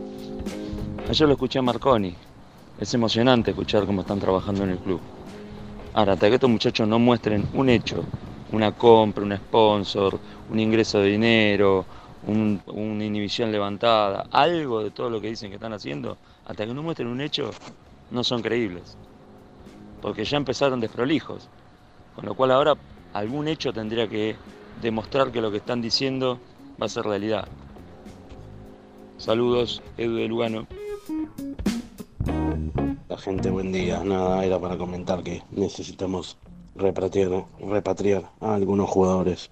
Ayer lo escuché a Marconi. Es emocionante escuchar cómo están trabajando en el club. Ahora, hasta que estos muchachos no muestren un hecho, una compra, un sponsor, un ingreso de dinero, un- una inhibición levantada, algo de todo lo que dicen que están haciendo, hasta que no muestren un hecho, no son creíbles. Porque ya empezaron desprolijos. Con lo cual ahora algún hecho tendría que demostrar que lo que están diciendo va a ser realidad. Saludos, Edu de Lugano.
La gente, buen día. Nada, era para comentar que necesitamos repatriar, repatriar a algunos jugadores.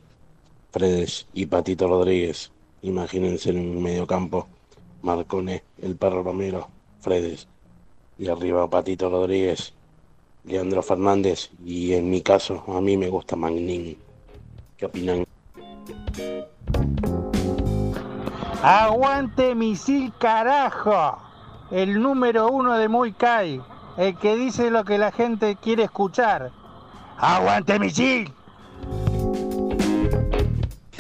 Fredes y Patito Rodríguez. Imagínense en un mediocampo. Marcone, el perro Romero, Fredes. Y arriba Patito Rodríguez, Leandro Fernández. Y en mi caso, a mí me gusta Magnin. ¿Qué opinan?
Aguante misil carajo. El número uno de Muy Kai. El que dice lo que la gente quiere escuchar. Aguante misil.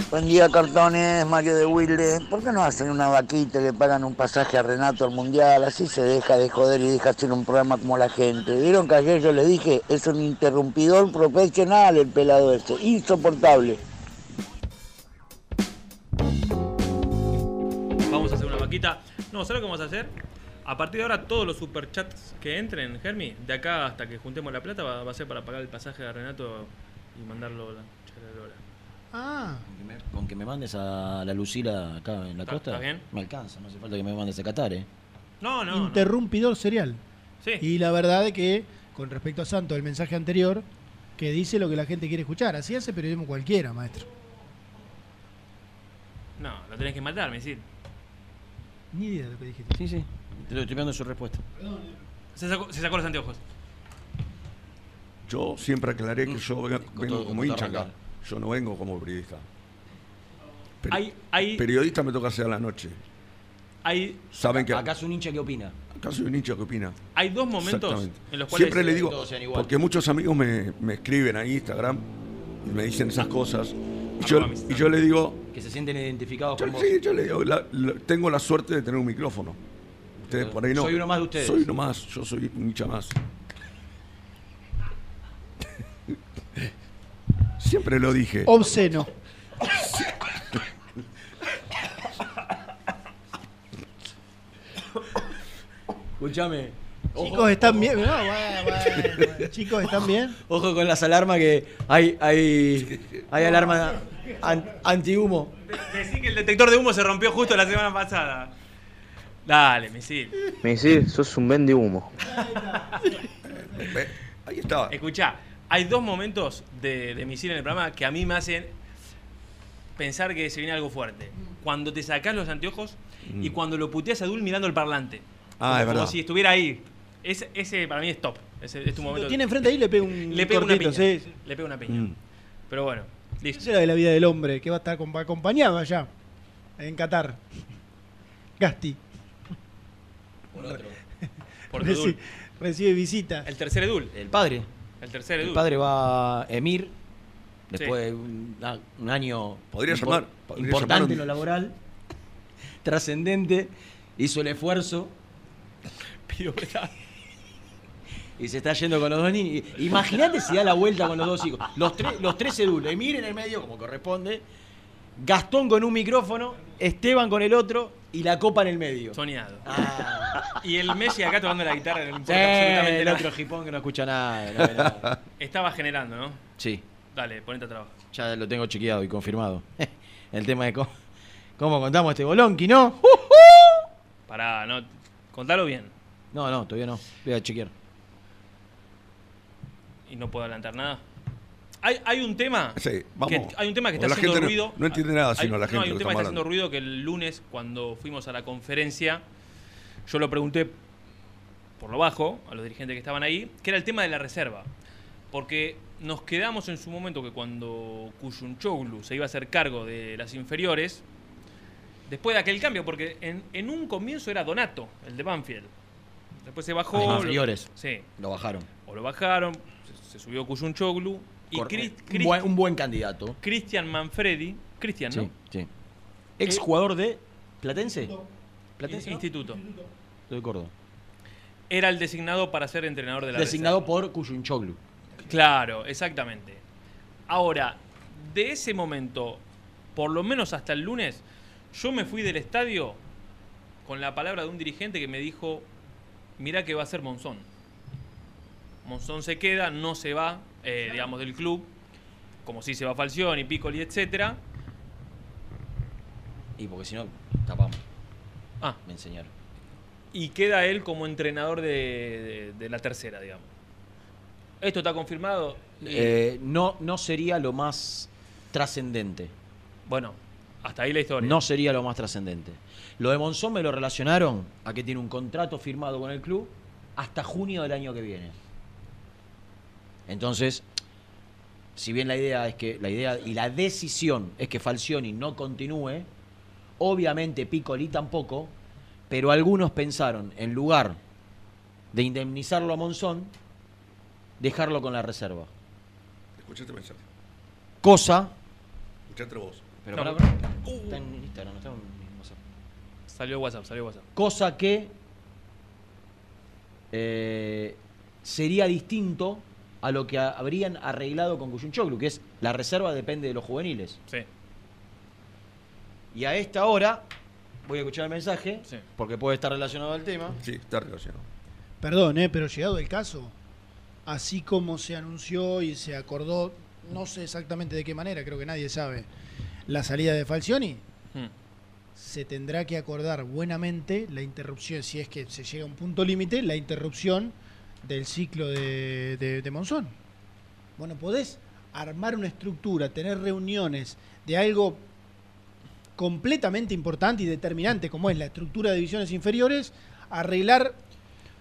Buen día, cartones, Mario de Wilde. ¿Por qué no hacen una vaquita y le pagan un pasaje a Renato al Mundial? Así se deja de joder y deja hacer un programa como la gente. ¿Vieron que ayer yo les dije? Es un interrumpidor profesional el pelado ese. Insoportable.
Vamos a hacer una vaquita. No, ¿sabes lo que vamos a hacer? A partir de ahora, todos los superchats que entren, Germi, de acá hasta que juntemos la plata, va, va a ser para pagar el pasaje a Renato y mandarlo a la chacarera.
Ah,
Con que me mandes a la Lucila acá en la
¿Está-
costa.
está bien?
Me alcanza, no hace falta que me mandes a Qatar, ¿eh?
No, no.
interrumpidor serial.
Sí.
Y la verdad es que, con respecto a Santo, el mensaje anterior, que dice lo que la gente quiere escuchar. Así hace periodismo cualquiera, maestro.
No, lo tenés que matar, Misil.
Ni idea de lo que dijiste.
Sí, sí. Te lo estoy pegando su respuesta.
Se sacó, se sacó los anteojos.
Yo siempre aclaré que yo venga- vengo
todo-
como
con
hincha
todo
acá. Yo no vengo como periodista. Peri-
Hay- hay-
Periodista me toca hacer a la noche.
Hay,
Saben que
Acá es un hincha que opina.
acá soy un hincha que opina.
hay dos momentos
Exactamente.
en los cuales.
Siempre le digo,
igual.
porque muchos amigos me, me escriben a Instagram y me dicen esas cosas. Y yo, y yo le digo,
Que se sienten identificados
yo-
con vos.
sí, yo le digo,
*laughs*
la- *laughs* la- tengo la suerte de tener un micrófono. Ustedes por ahí no.
Soy uno más de ustedes.
Soy uno más, yo soy un hincha más. Siempre lo dije.
Obsceno.
Escuchame.
Chicos, ¿están bien? No, bueno, bueno, bueno. Chicos, ¿están bien?
Ojo con las alarmas que hay, hay, hay alarma an- antihumo.
Decí que el detector de humo se rompió justo la semana pasada. Dale, Misil.
Misil, sos un vende humo.
Ahí estaba.
Escuchá, hay dos momentos de, de misil en el programa que a mí me hacen pensar que se viene algo fuerte. Cuando te sacás los anteojos y
Mm.
cuando lo puteas a Dul mirando el parlante.
Ah,
como,
es verdad.
Como si estuviera ahí. Ese, ese para mí es top. Ese es tu momento.
Lo tiene enfrente ahí, le pega un
*laughs* Le pego una
cortito,
piña.
sí, sí.
Le pego una piña.
Mm.
Pero bueno, listo.
Esa era de la vida del hombre, que va a estar acompa- acompañado allá, en Qatar. Gasti.
Por
*laughs*
otro.
Reci-
Edul.
recibe visita.
El tercer Edul.
El padre.
El tercer Edul.
El padre va a Emir. Después de un, na- un año
Podría
impo-
llamar, podría
importante
llamar un-
en lo laboral, trascendente, hizo
*laughs*
el esfuerzo. Y se está yendo con los dos niños. Imagínate si da la vuelta con los dos hijos. Los, tres los tres Edul, Emir en el medio, como corresponde. Gastón con un micrófono, Esteban con el otro y la copa en el medio.
Soñado.
Ah.
Y el Messi acá tocando la guitarra en el
Sí,
importa absolutamente
el
nada.
otro jipón que no escucha nada. no ve
*laughs*
nada.
Estaba generando, ¿no?
Sí.
Dale, ponete a trabajar.
Ya lo tengo chequeado y confirmado. *laughs* El tema de cómo, cómo contamos este bolonqui, ¿no?
Pará, no. Contalo bien.
No, no, todavía no. Voy a chequear.
y no puedo adelantar nada. Hay, hay un tema.
Sí, vamos.
Que, hay un tema que está
Porque la
haciendo
gente no-
ruido.
no entiende nada,
Hay-
sino la gente
hay
lo
un
está
tema que
hablando.
está haciendo ruido que el lunes, cuando fuimos a la conferencia, yo lo pregunté por lo bajo, a los dirigentes que estaban ahí, que era el tema de la reserva. Porque nos quedamos en su momento que cuando Kuyunchoglu se iba a hacer cargo de las inferiores, después de aquel cambio, porque en, en un comienzo era Donato, el de Banfield. Después se bajó.
Las
lo-
inferiores.
Sí.
Lo bajaron.
O lo bajaron, se, se subió Kuyunchoglu. Y
Cor- eh,
Cris-
un,
Cris-
buen, un buen candidato.
Cristian Manfredi. Cristian, ¿no?
Sí, sí. Ex jugador de Platense. Platense,
In-
¿no?
Instituto.
De Córdoba.
Era el designado para ser entrenador de la
Designado por Cuyunchoglu.
reserva. Claro, exactamente. Ahora, de ese momento, por lo menos hasta el lunes, yo me fui del estadio con la palabra de un dirigente que me dijo, mirá que va a ser Monzón. Monzón se queda, no se va, eh, digamos, del club, como si se va Falcioni, Piccoli, etcétera.
Y porque si no, tapamos.
Ah.
Me enseñaron.
y queda él como entrenador de, de- de la tercera, digamos. Esto está confirmado. y-
Eh, no, no sería lo más trascendente.
bueno, hasta ahí la historia.
No sería lo más trascendente. Lo de Monzón me lo relacionaron a que tiene un contrato firmado con el club hasta junio del año que viene. Entonces, si bien la idea es que la idea y la decisión es que Falcioni no continúe, obviamente Piccoli tampoco, pero algunos pensaron en lugar de indemnizarlo a Monzón, dejarlo con la reserva.
Escuchaste este mensaje.
Cosa,
Escuchaste vos.
pero
No.
pará, pará. Está en Instagram, no está en WhatsApp.
Salió WhatsApp, salió WhatsApp.
Cosa que eh, sería distinto a lo que a- habrían arreglado con Cuyunchoglu, que es la reserva depende de los juveniles.
Sí.
Y a esta hora voy a escuchar el mensaje,
Sí.
porque puede estar relacionado al tema.
Sí, está relacionado.
Perdón, eh, pero llegado el caso, así como se anunció y se acordó, no sé exactamente de qué manera, creo que nadie sabe, la salida de Falcioni,
Hmm.
se tendrá que acordar buenamente la interrupción, si es que se llega a un punto límite, la interrupción del ciclo de, de- de Monzón. Bueno, podés armar una estructura, tener reuniones de algo completamente importante y determinante como es la estructura de divisiones inferiores, arreglar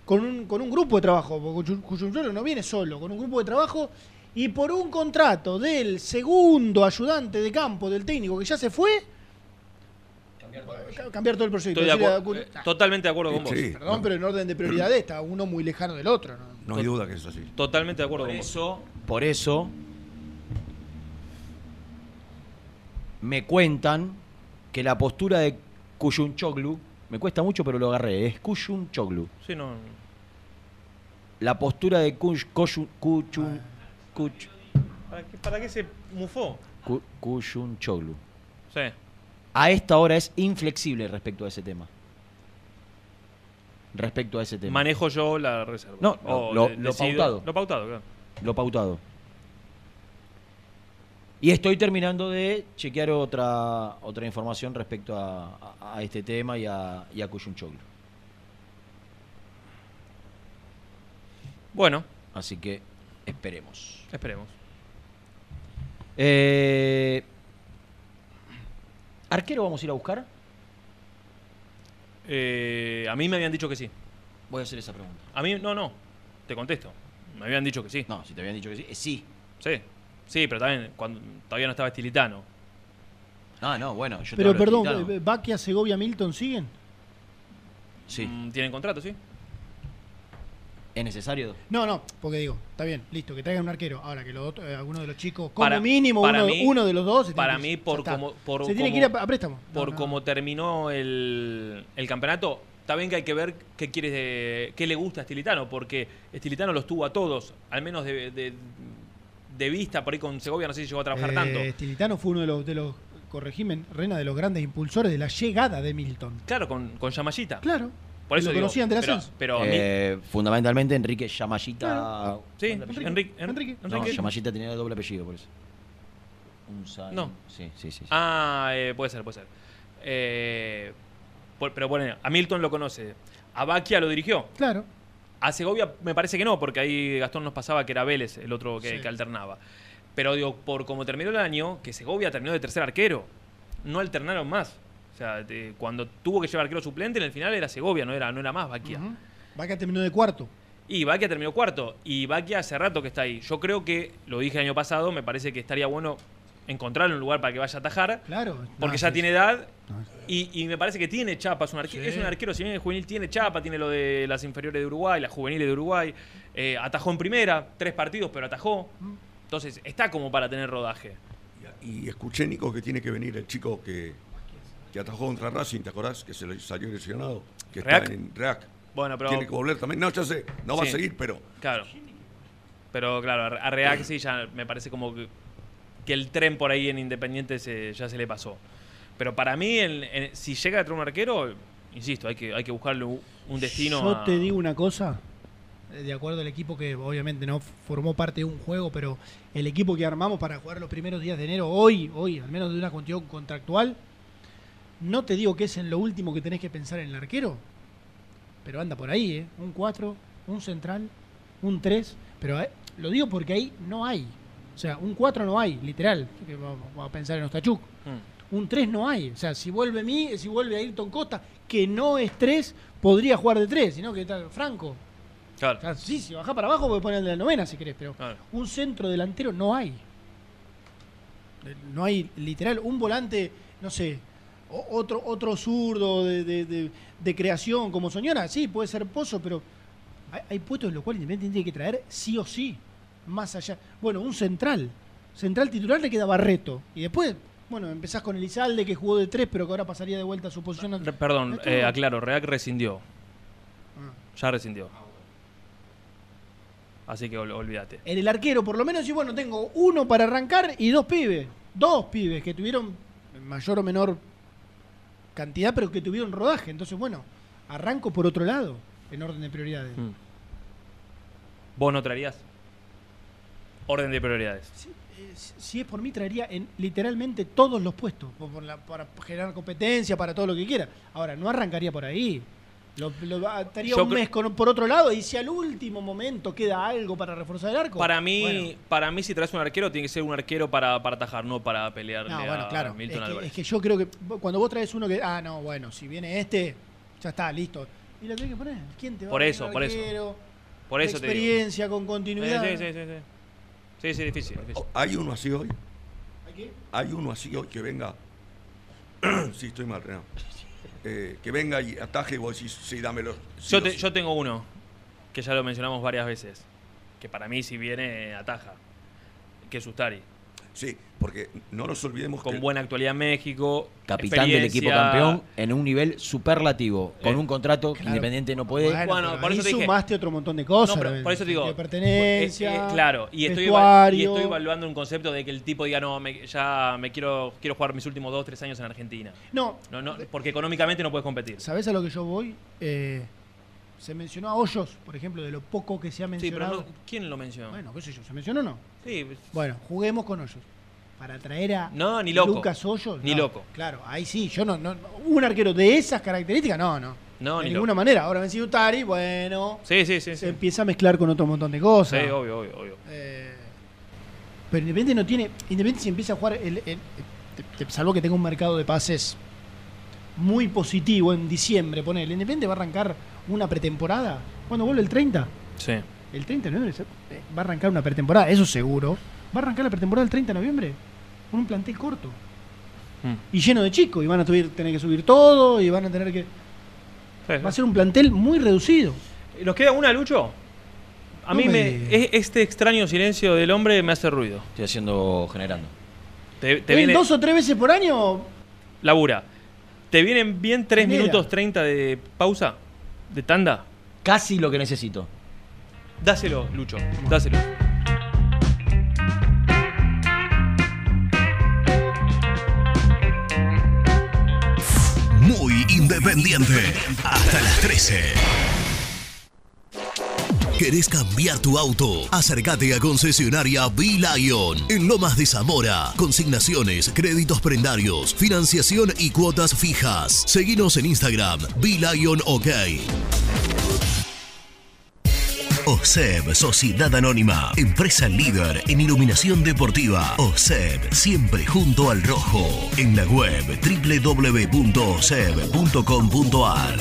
con un, con un grupo de trabajo, porque Cuyu- Cuyuncholo no viene solo, con un grupo de trabajo y por un contrato del segundo ayudante de campo del técnico que ya se fue, ca- cambiar todo el proyecto.
Estoy de
Decirle a
acuerdo,
Cuyu-
eh, totalmente de acuerdo con vos.
Sí,
Perdón, pero en orden de prioridades está uno muy lejano del otro. ¿no?
No hay duda que es así.
Totalmente de acuerdo con vos.
eso, Por eso me cuentan que la postura de Cuyunchoglu, me cuesta mucho pero lo agarré, es Cuyunchoglu.
Sí, no.
La postura de Cuy- Coyu- Cuchun- Cuch-
¿Para qué, para qué se mufó?
Cu- Cuyunchoglu.
Sí.
a esta hora es inflexible respecto a ese tema. Respecto a ese tema.
Manejo yo la reserva.
No,
O
lo-
de-
lo
decido-
pautado.
Lo pautado, claro.
Lo pautado. Y estoy terminando de chequear otra, otra información respecto a, a- a este tema y a, y a Cuyunchoglu.
Bueno,
Así que esperemos.
esperemos.
Eh, ¿Arquero vamos a ir a buscar?
Eh, a mí me habían dicho que sí.
Voy a hacer esa pregunta.
A mí, no, no. Te contesto. Me habían dicho que sí.
No, si te habían dicho que sí, eh, sí.
Sí. Sí, pero también cuando todavía no estaba Estilitano.
Ah, no, bueno. Yo te
Pero
hablo de
perdón,
Tilitano.
eh, Baquia, Segovia, Milton siguen.
Sí.
Mm, Tienen contrato, sí.
¿Es necesario?
No, no, porque digo, está bien, listo, que traigan un arquero. Ahora que los otros- eh, alguno de los chicos, como
Para-
mínimo,
para
uno,
mí-
uno de los dos. se tiene
Para
que ir.
mí,
Ya
por
está.
como. Por
se tiene
como-
que ir a, a préstamo. No,
por
no.
cómo terminó el, el campeonato, también que hay que ver qué quiere, de- qué le gusta a Estilitano, porque Estilitano los tuvo a todos, al menos de, de- de vista, por ahí con Segovia no sé si llegó a trabajar
Eh,
tanto.
Stilitano fue uno de los, de los corregime, Rena, de los grandes impulsores de la llegada de Milton.
Claro, con, con Yamashita.
Claro.
Por
que
eso
lo
digo,
conocían del
pero-
ascenso.
Pero, a mí-
Eh, fundamentalmente Enrique Yamayita.
sí, Enrique. Enrique, Enrique,
No,
Enrique.
Yamayita tenía doble apellido, por eso. Unzain.
No.
Sí, sí, sí. sí.
Ah, eh, puede ser, puede ser. Eh, por- pero bueno, a Milton lo conoce. A Baquia lo dirigió.
Claro.
A Segovia me parece que no, porque ahí Gastón nos pasaba que era Vélez el otro que,
Sí.
que alternaba. Pero digo, por como terminó el año, que Segovia terminó de tercer arquero. No alternaron más. O sea, te- cuando tuvo que llevar arquero suplente, en el final era Segovia, no era, no era más Baquia.
Ujú. Vaca terminó de cuarto.
Y Baquia terminó cuarto. Y Baquia hace rato que está ahí. Yo creo que, lo dije el año pasado, me parece que estaría bueno encontrar un lugar para que vaya a atajar.
Claro.
Porque
no,
ya
sí,
tiene
sí.
edad. Y, y me parece que tiene chapa. Es un, arque-
Sí.
es un arquero, si bien es juvenil, tiene chapa. Tiene lo de las inferiores de Uruguay, las juveniles de Uruguay. Eh, atajó en primera, tres partidos, pero atajó. Entonces, está como para tener rodaje.
Y escuché, Nico, que tiene que venir el chico que, que atajó contra Racing, ¿te acordás? Que se le salió lesionado. Que
¿Reac?
está en Reac.
Bueno, pero-
Tiene que volver también. No, ya sé, no va
Sí.
a seguir, pero.
Claro. Pero claro, a Reac sí ya me parece como que, que el tren por ahí en Independiente se- ya se le pasó. Pero para mí, en- en- si llega a traer un arquero, insisto, hay que, hay que buscarle un un destino.
Yo
a-
te digo una cosa, eh, de acuerdo al equipo que obviamente no formó parte de un juego, pero el equipo que armamos para jugar los primeros días de enero, hoy, hoy, al menos de una cuestión contractual, no te digo que es en lo último que tenés que pensar en el arquero, pero anda por ahí, ¿eh? Un 4, un central, un 3, pero eh, lo digo porque ahí no hay. O sea, un 4 no hay, literal. que Vamos vamos a pensar en Ostachuk. Un 3 no hay. O sea, si vuelve mí, si vuelve Ayrton Costa, que no es 3, podría jugar de 3, sino que está Franco.
Claro.
O sea, sí, si bajás para abajo puedes poner el de la novena si querés, pero un centro delantero no hay. Eh, No hay, literal, un volante, no sé, o- otro, otro zurdo de, de- de- de creación como Soñora, sí, puede ser Pozo, pero hay, hay puestos en los cuales Independiente tiene que traer sí o sí, más allá. Bueno, un central. Central titular le queda Barreto. Y después, bueno, empezás con Elizalde que jugó de 3, pero que ahora pasaría de vuelta a su posición.
Re- Perdón,
Esto-
eh, aclaro, Reac rescindió.
Ah.
Ya rescindió. Así que ol- olvídate.
En el arquero, por lo menos, y bueno, tengo uno para arrancar y dos pibes. Dos pibes que tuvieron mayor o menor cantidad, pero que tuvieron rodaje. Entonces, bueno, arranco por otro lado, en orden de prioridades.
Mm. ¿Vos no traerías? Orden de prioridades.
Eh, si- Si es por mí, traería en literalmente todos los puestos, por- por la- para generar competencia, para todo lo que quiera. Ahora, no arrancaría por ahí. Lo, lo ataría
Yo
un
cre-
mes con- por otro lado y si al último momento queda algo para reforzar el arco.
Para mí,
bueno.
para mí si traes un arquero, tiene que ser un arquero para, para atajar, no para pelear
No, bueno, claro.
Milton
es, que,
Álvarez.
es que yo creo que vo- cuando vos traes uno que. Ah, no, bueno, si viene este, ya está, listo. Y lo tenés que poner. ¿Quién te va
Por
a
eso,
poner
por eso.
arquero?
Por
De
eso te digo.
Experiencia, con continuidad.
Sí, sí, sí, sí, sí. Sí, sí, difícil. difícil.
Oh, ¿Hay uno así hoy? ¿Hay uno así hoy que venga? *clears throat* sí, estoy mal, Renan. Eh, que venga y ataje y vos decís, sí, dámelo. Sí
Yo,
o
te-
sí.
yo tengo uno, que ya lo mencionamos varias veces, que para mí si viene ataja, que es Ustari.
Sí, porque no nos olvidemos
Con buena actualidad en México.
Capitán del equipo
experiencia. Eh,
campeón en un nivel superlativo, con un contrato que
claro.
Independiente no puede.
Bueno,
Bueno,
pero
por
ahí
eso te dije-
sumaste otro montón de cosas.
No, pero
¿no?
por eso te digo.
De pertenencia.
eh, eh, claro, y estoy, eva- y
vestuario.
estoy evaluando un concepto de que el tipo diga, no, me- ya me quiero, quiero jugar mis últimos dos, tres años en Argentina.
No.
no, no porque económicamente no puedes competir.
¿Sabés a lo que yo voy? Eh, se mencionó a Hoyos, por ejemplo, de lo poco que se ha
Sí, pero
mencionado.
no- ¿quién lo mencionó?
Bueno, qué sé yo, ¿se mencionó o no?
Sí, pues,
Bueno, juguemos con Hoyos. Para traer a
No, ni loco.
Lucas Hoyos.
Ni
no.
loco.
Claro, ahí sí, yo no, no. Un arquero de esas características, no, no.
no,
de
ni
ninguna
loco.
manera. Ahora vencido Utari, bueno.
Sí, sí, sí.
Se
sí.
empieza a mezclar con otro montón de cosas. Eh,
Sí, obvio, obvio, obvio.
Pero Independiente no tiene. Independiente si empieza a jugar. El, el- te- te- salvo que tenga un mercado de pases muy positivo en diciembre, ponele. Independiente va a arrancar una pretemporada. Cuando vuelve el 30.
Sí.
El 30 de noviembre se- eh, va a arrancar una pretemporada, eso seguro. Va a arrancar la pretemporada el 30 de noviembre con un plantel corto.
Mm.
Y lleno de chicos. Y van a tuvi- tener que subir todo y van a tener que... Va a ser un plantel muy reducido.
Eh, ¿Nos queda una, Lucho? A
No
mí me...
me-
e- este extraño silencio del hombre me hace ruido.
Estoy haciendo generando.
Te, te
Él
viene...
dos o tres veces por año
Labura. ¿Te vienen bien 3
Mira.
minutos 30 de pausa? ¿De tanda?
Casi lo que necesito.
Dáselo, Lucho. Dáselo.
Muy independiente. Hasta las 13. ¿Querés cambiar tu auto? Acércate a concesionaria B-Lion en Lomas de Zamora. Consignaciones, créditos prendarios, financiación y cuotas fijas. Seguinos en Instagram, B-Lion OK. OSEB, Sociedad Anónima, empresa líder en iluminación deportiva. OSEB, siempre junto al rojo. En la web www.oseb.com.ar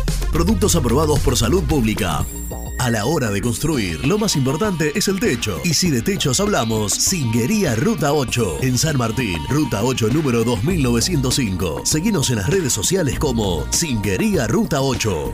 Productos aprobados por salud pública. A la hora de construir, lo más importante es el techo. Y si de techos hablamos, Singuería Ruta 8, en San Martín, Ruta 8, número 2905. Seguinos en las redes sociales como Singuería Ruta 8.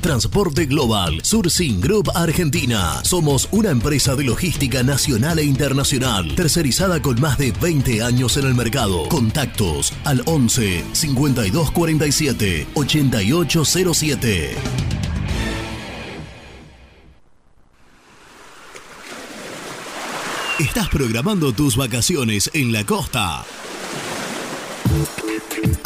Transporte Global, Sourcing Group Argentina. Somos una empresa de logística nacional e internacional, tercerizada con más de 20 años en el mercado. Contactos al 11 5247 8807. ¿Estás programando tus vacaciones en la costa?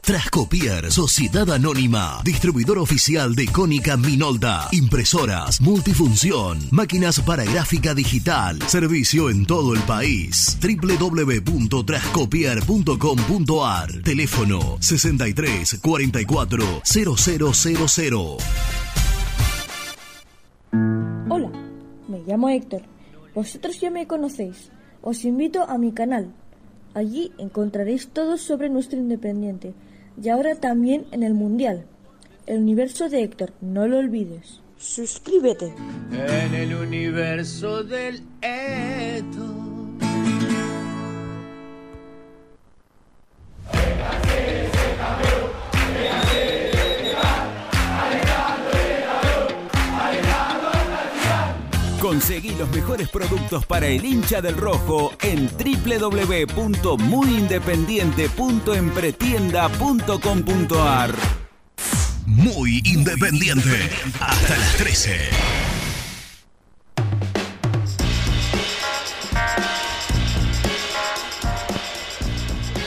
Trascopier, Sociedad Anónima, distribuidor oficial de Cónica Minolta, impresoras, multifunción, máquinas para gráfica digital, servicio en todo el país. www.trascopier.com.ar, teléfono 63 44 0000.
Hola, me llamo Héctor. Vosotros ya me conocéis. Os invito a mi canal. Allí encontraréis todo sobre nuestro Independiente y ahora también en el Mundial. El universo de Héctor, no lo olvides. Suscríbete.
En el universo del Eto.
Conseguí los mejores productos para el hincha del rojo en www.muyindependiente.empretienda.com.ar.
Muy independiente. Hasta las 13.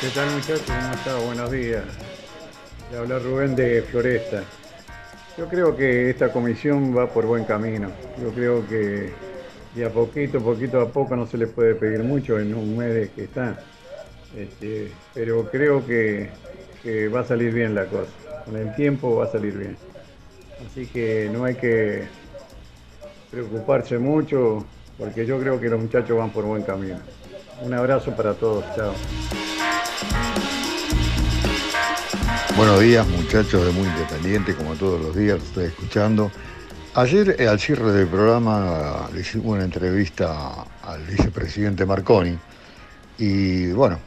¿Qué tal muchachos? ¿Cómo está? Buenos días. Le habla Rubén de Floresta. Yo creo que esta comisión va por buen camino. Yo creo que de a poquito, poquito a poco no se le puede pedir mucho en un mes de que está. Este, pero creo que, que va a salir bien la cosa. Con el tiempo va a salir bien. Así que no hay que preocuparse mucho porque yo creo que los muchachos van por buen camino. Un abrazo para todos. Chao.
Buenos días muchachos de Muy Independiente, como todos los días los estoy escuchando. Ayer eh, al cierre del programa le hicimos una entrevista al vicepresidente Marconi y bueno,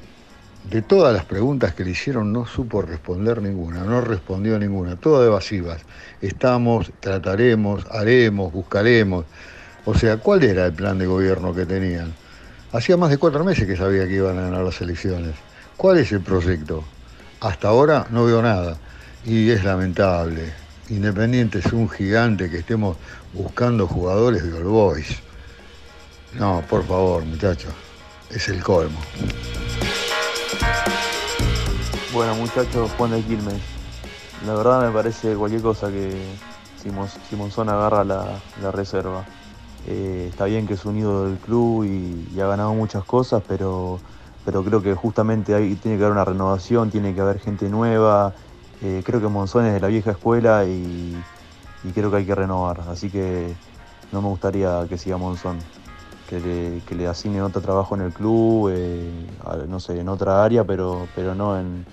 de todas las preguntas que le hicieron no supo responder ninguna, no respondió ninguna, todas evasivas. Estamos, trataremos, haremos, buscaremos. O sea, ¿cuál era el plan de gobierno que tenían? Hacía más de cuatro meses que sabía que iban a ganar las elecciones. ¿Cuál es el proyecto? hasta ahora no veo nada y es lamentable. Independiente es un gigante que estemos buscando jugadores de All Boys. No, por favor, muchachos, es el colmo.
Bueno, muchachos, Juan de Quilmes. La verdad me parece cualquier cosa que Simon- Simonzón agarra la, la reserva. Eh, está bien que es un ídolo del club y, y ha ganado muchas cosas, pero, pero creo que justamente ahí tiene que haber una renovación, tiene que haber gente nueva. Eh, creo que Monzón es de la vieja escuela y, y creo que hay que renovar. Así que no me gustaría que siga Monzón. Que le, que le asignen otro trabajo en el club, eh, a- no sé, en otra área, pero, pero no en-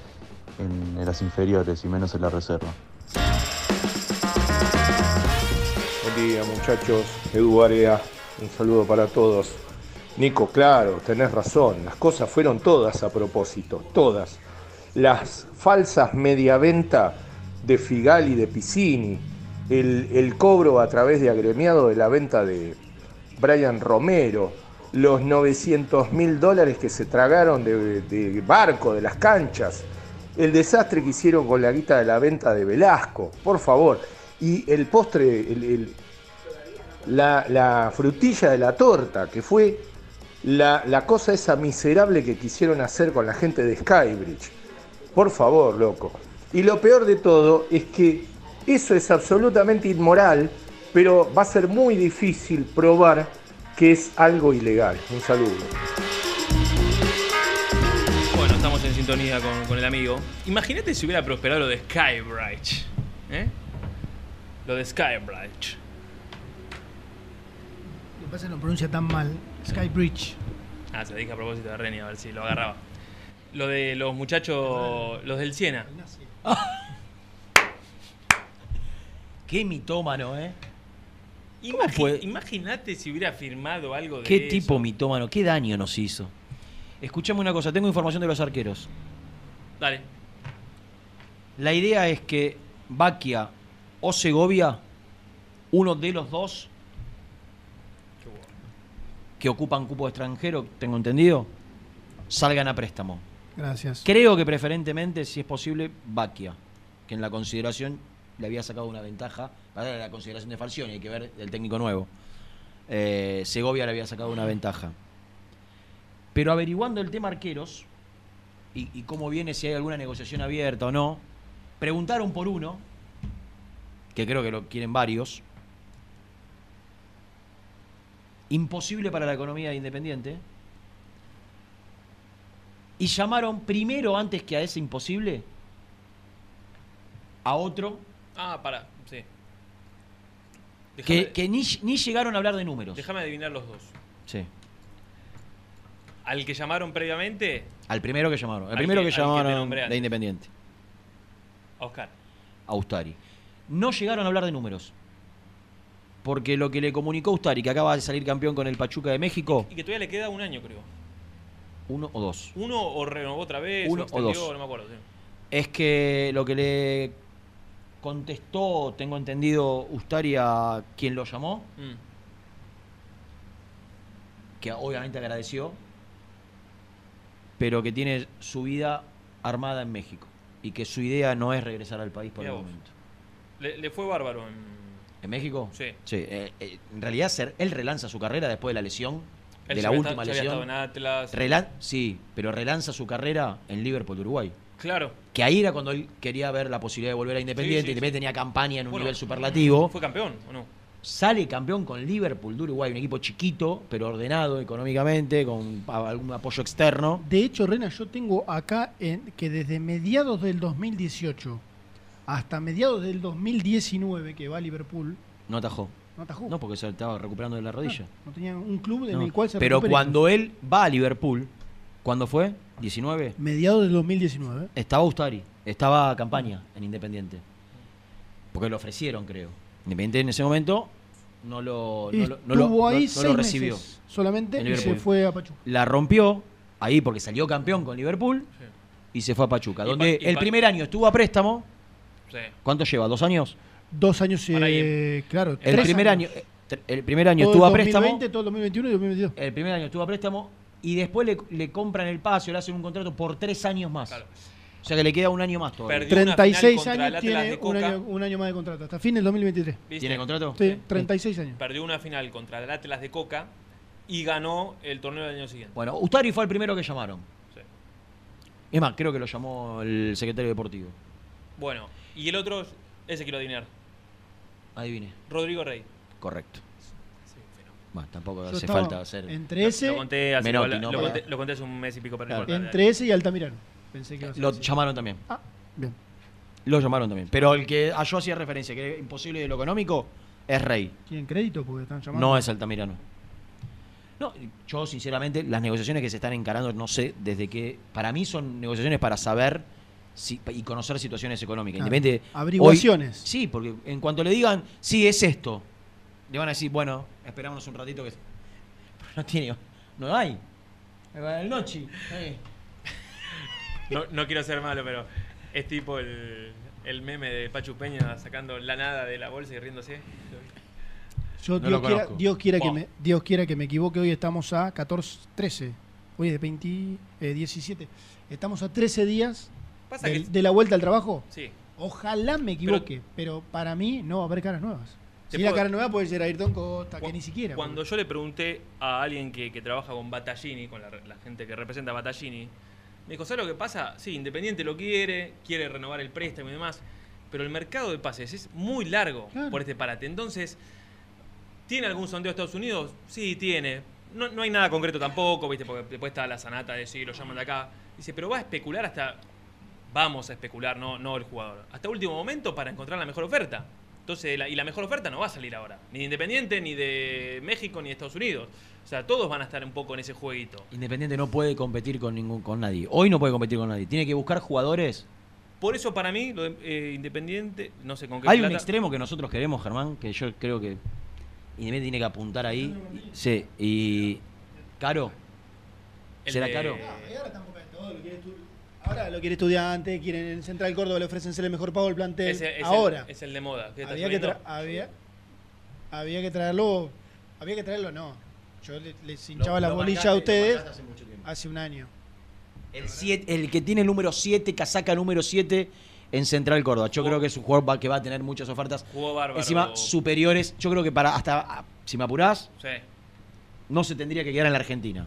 en- en las inferiores y menos en la reserva.
Buen día muchachos, Edu Area, un saludo para todos. Nico, claro, tenés razón, las cosas fueron todas a propósito, todas. Las falsas mediaventa de Figal y de Piscini, el, el cobro a través de agremiado de la venta de Brian Romero, los 900 mil dólares que se tragaron de, de barco, de las canchas, el desastre que hicieron con la guita de la venta de Velasco, por favor. Y el postre, el- el- la, la frutilla de la torta, que fue la, la cosa esa miserable que quisieron hacer con la gente de Skybridge. Por favor, loco. Y lo peor de todo es que eso es absolutamente inmoral, pero va a ser muy difícil probar que es algo ilegal. Un saludo.
Bueno, estamos en sintonía con, con el amigo. Imagínate si hubiera prosperado lo de Skybright. ¿eh? Lo de Skybright.
Lo que pasa es que lo pronuncia tan mal. Skybridge.
Ah, se lo dije a propósito de Reni, a ver si lo agarraba. Lo de los muchachos, los del Siena. *laughs*
Qué mitómano, ¿eh?
Imagi-
puede-
Imagínate si hubiera firmado algo de eso.
Qué tipo mitómano, qué daño nos hizo. Escuchame una cosa, tengo información de los arqueros.
Dale.
La idea es que Baquia o Segovia, uno de los dos que ocupan cupo extranjero, tengo entendido, salgan a préstamo.
Gracias.
Creo que preferentemente, si es posible, Baquia, que en la consideración le había sacado una ventaja para la consideración de Falcioni, hay que ver el técnico nuevo. Eh, Segovia le había sacado una ventaja. Pero averiguando el tema arqueros y, y cómo viene, si hay alguna negociación abierta o no, preguntaron por uno, que creo que lo quieren varios. Imposible para la economía de independiente. Y llamaron primero, antes que a ese imposible, a otro
Ah, para, sí. Déjame-
que, que ni, ni llegaron a hablar de números.
Déjame adivinar los dos.
Sí.
Al que llamaron previamente,
Al primero que llamaron. Al
Al
primero
que- al
que
que te
llamaron
nombré
de
antes.
Independiente,
a Oscar.
a Ustari. No llegaron a hablar de números. Porque lo que le comunicó Ustari, que acaba de salir campeón con el Pachuca de México,
Y que todavía le queda un año, creo.
uno o dos.
Uno o renovó otra vez,
Uno
o
o
extendió,
dos.
no me acuerdo. sí.
es que lo que le contestó, tengo entendido, Ustari a quien lo llamó,
Mm.
que obviamente agradeció, pero que tiene su vida armada en México y que su idea no es regresar al país por
Mirá
el
vos.
momento.
Le, le fue bárbaro en.
¿En México?
Sí.
eh, eh, en realidad, ser- él relanza su carrera después de la lesión,
Él ya
de la
había
última
esta- ya había
lesión.
estado en Atlas.
Relan- sí, pero relanza su carrera en Liverpool, de Uruguay.
Claro.
Que ahí era cuando él quería ver la posibilidad de volver a Independiente.
Sí, sí,
Independiente tenía campaña en un
Bueno,
nivel superlativo.
¿Fue campeón o no?
Sale campeón con Liverpool de Uruguay, un equipo chiquito, pero ordenado económicamente, con a- algún apoyo externo.
De hecho, Rena, yo tengo acá en- que desde mediados del 2018 hasta mediados del 2019, que va a Liverpool,
No atajó.
no atajó. Ah,
No, porque se estaba recuperando de la rodilla.
No tenía un club en
No.
el cual se
Pero
recupere.
cuando él va a Liverpool, ¿cuándo fue? ¿19?
Mediados del 2019.
Estaba Ustari, estaba Campaña en Independiente. Porque lo ofrecieron, creo. Independiente en ese momento no lo, no lo- no lo-
Estuvo ahí
no- no
seis
lo recibió.
meses solamente
En
y se
Liverpool.
fue a Pachuca.
La rompió ahí porque salió campeón con Liverpool y se fue a Pachuca. Donde
Pa- y
el
Pa-
primer año estuvo a préstamo.
Sí.
¿Cuánto lleva? ¿Dos años?
Dos años, eh, claro.
El
tres
primer
años.
año, eh, tre- el primer año
Todo
estuvo
el
a préstamo.
2020, todo el 2021 y 2022.
El primer año estuvo a préstamo y después le, le compran el paso, le hacen un contrato por tres años más. O sea que le queda un año más todavía.
Perdió una
36
final contra el
años
Atlas
tiene
de
un
Coca.
año, un año más de contrato, hasta fin del 2023.
¿Viste?
¿Tiene contrato?
Sí, 36 años.
Perdió una final contra el Atlas de Coca y ganó el torneo del año siguiente.
Bueno, Ustari fue el primero que llamaron.
Sí.
Es más, creo que lo llamó el secretario deportivo.
Bueno, y el otro, ese quiero adivinar.
Adivine.
Rodrigo Rey.
Correcto. Bueno, tampoco
Yo
hace
estaba
falta hacer.
entre ese-
Lo conté hace,
Menotti,
igual-
¿no?
lo
Para-
conté- lo conté hace un mes y pico, pero no
Claro.
importa, dale.
Entre ese y Altamirano. Pensé que iba a ser
Lo
así.
llamaron también.
Ah, bien.
Lo llamaron también. Pero el que ah, yo hacía referencia, que es imposible de lo económico, es Rey.
¿Tienen crédito? Porque están llamando.
No es Altamirano. No, yo sinceramente, las negociaciones que se están encarando, no sé desde qué. Para mí son negociaciones para saber si- y conocer situaciones económicas.
Claro.
Independiente, hoy-
Averiguaciones.
sí, porque en cuanto le digan, sí, es esto, le van a decir, bueno, esperámonos un ratito que. Pero *laughs* no tiene. No hay. El noche.
*laughs* No, no quiero ser malo, pero es tipo el, el meme de Pachu Peña sacando la nada de la bolsa y riéndose.
Yo,
No
Dios,
lo
quiera,
conozco.
Dios quiera que
Buah.
me, Dios quiera que me equivoque. Hoy estamos a 14, 13. Hoy es 20, eh, 17. Estamos a 13 días
Pasa
del-
que-
de la vuelta al trabajo.
Sí.
Ojalá me equivoque, pero, para mí no va a haber caras nuevas.
Te
Si la
puedo-
cara nueva puede ser Ayrton Costa, que ni siquiera.
Cuando yo le pregunté a alguien que, que trabaja con Battaglini, con la, la gente que representa a Battaglini, me dijo, ¿sabes lo que pasa? Sí, Independiente lo quiere, quiere renovar el préstamo y demás, pero el mercado de pases es muy largo por este parate. Entonces, ¿tiene algún sondeo a Estados Unidos? Sí, tiene. No, no hay nada concreto tampoco, ¿viste? Porque después está la sanata de sí, lo llaman de acá. Dice, pero va a especular hasta... Vamos a especular, no, no el jugador. Hasta último momento para encontrar la mejor oferta. Entonces, la- y la mejor oferta no va a salir ahora. Ni de Independiente, ni de México, ni de Estados Unidos. O sea, todos van a estar un poco en ese jueguito.
Independiente no puede competir con ningún con nadie. Hoy no puede competir con nadie. Tiene que buscar jugadores.
Por eso, para mí, lo de, eh, Independiente, no sé con qué
Hay un
plata-
extremo que nosotros queremos, Germán, que yo creo que Independiente tiene que apuntar ahí. Sí, y. Caro.
El
¿Será
de-
caro?
Ahora lo quiere estudiante, quieren en Central Córdoba le ofrecen ser el mejor pago del plantel.
Es el- es el-
Ahora.
es el de moda. ¿Qué estás
había, que
poniendo?
tra- había, había que traerlo. Había que traerlo, no. Yo le- les hinchaba
Lo-
la
lo
bolilla a
bancaste- lo
ustedes
bancaste hace mucho tiempo.
hace un año.
El, siete- el que tiene el número 7, casaca número 7 en Central Córdoba. Yo creo que es un jugador va- que va a tener muchas ofertas.
Jugó bárbaro.
Encima, superiores. Yo creo que para hasta, ah, si me apurás,
Sí.
no se tendría que quedar en la Argentina.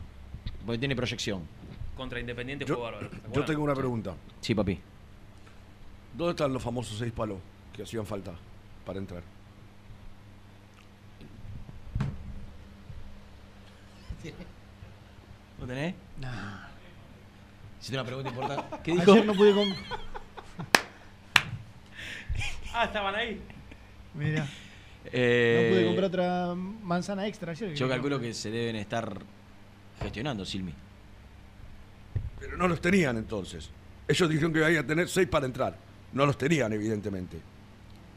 Porque tiene proyección.
Contra Independiente
Yo-
jugó bárbaro. ¿se
Yo
acuerdan?
tengo una pregunta.
Sí, papi.
¿Dónde están los famosos seis palos que hacían falta para entrar?
¿Lo tenés? No. Hiciste una pregunta importante. ¿Qué
Ayer
dijo?
no pude con-
Ah, estaban ahí.
Mira,
Eh,
no pude comprar otra manzana extra ayer.
Yo calculo que se deben estar gestionando, Silmi.
Pero no los tenían entonces. Ellos dijeron que iban a tener seis para entrar. No los tenían, evidentemente.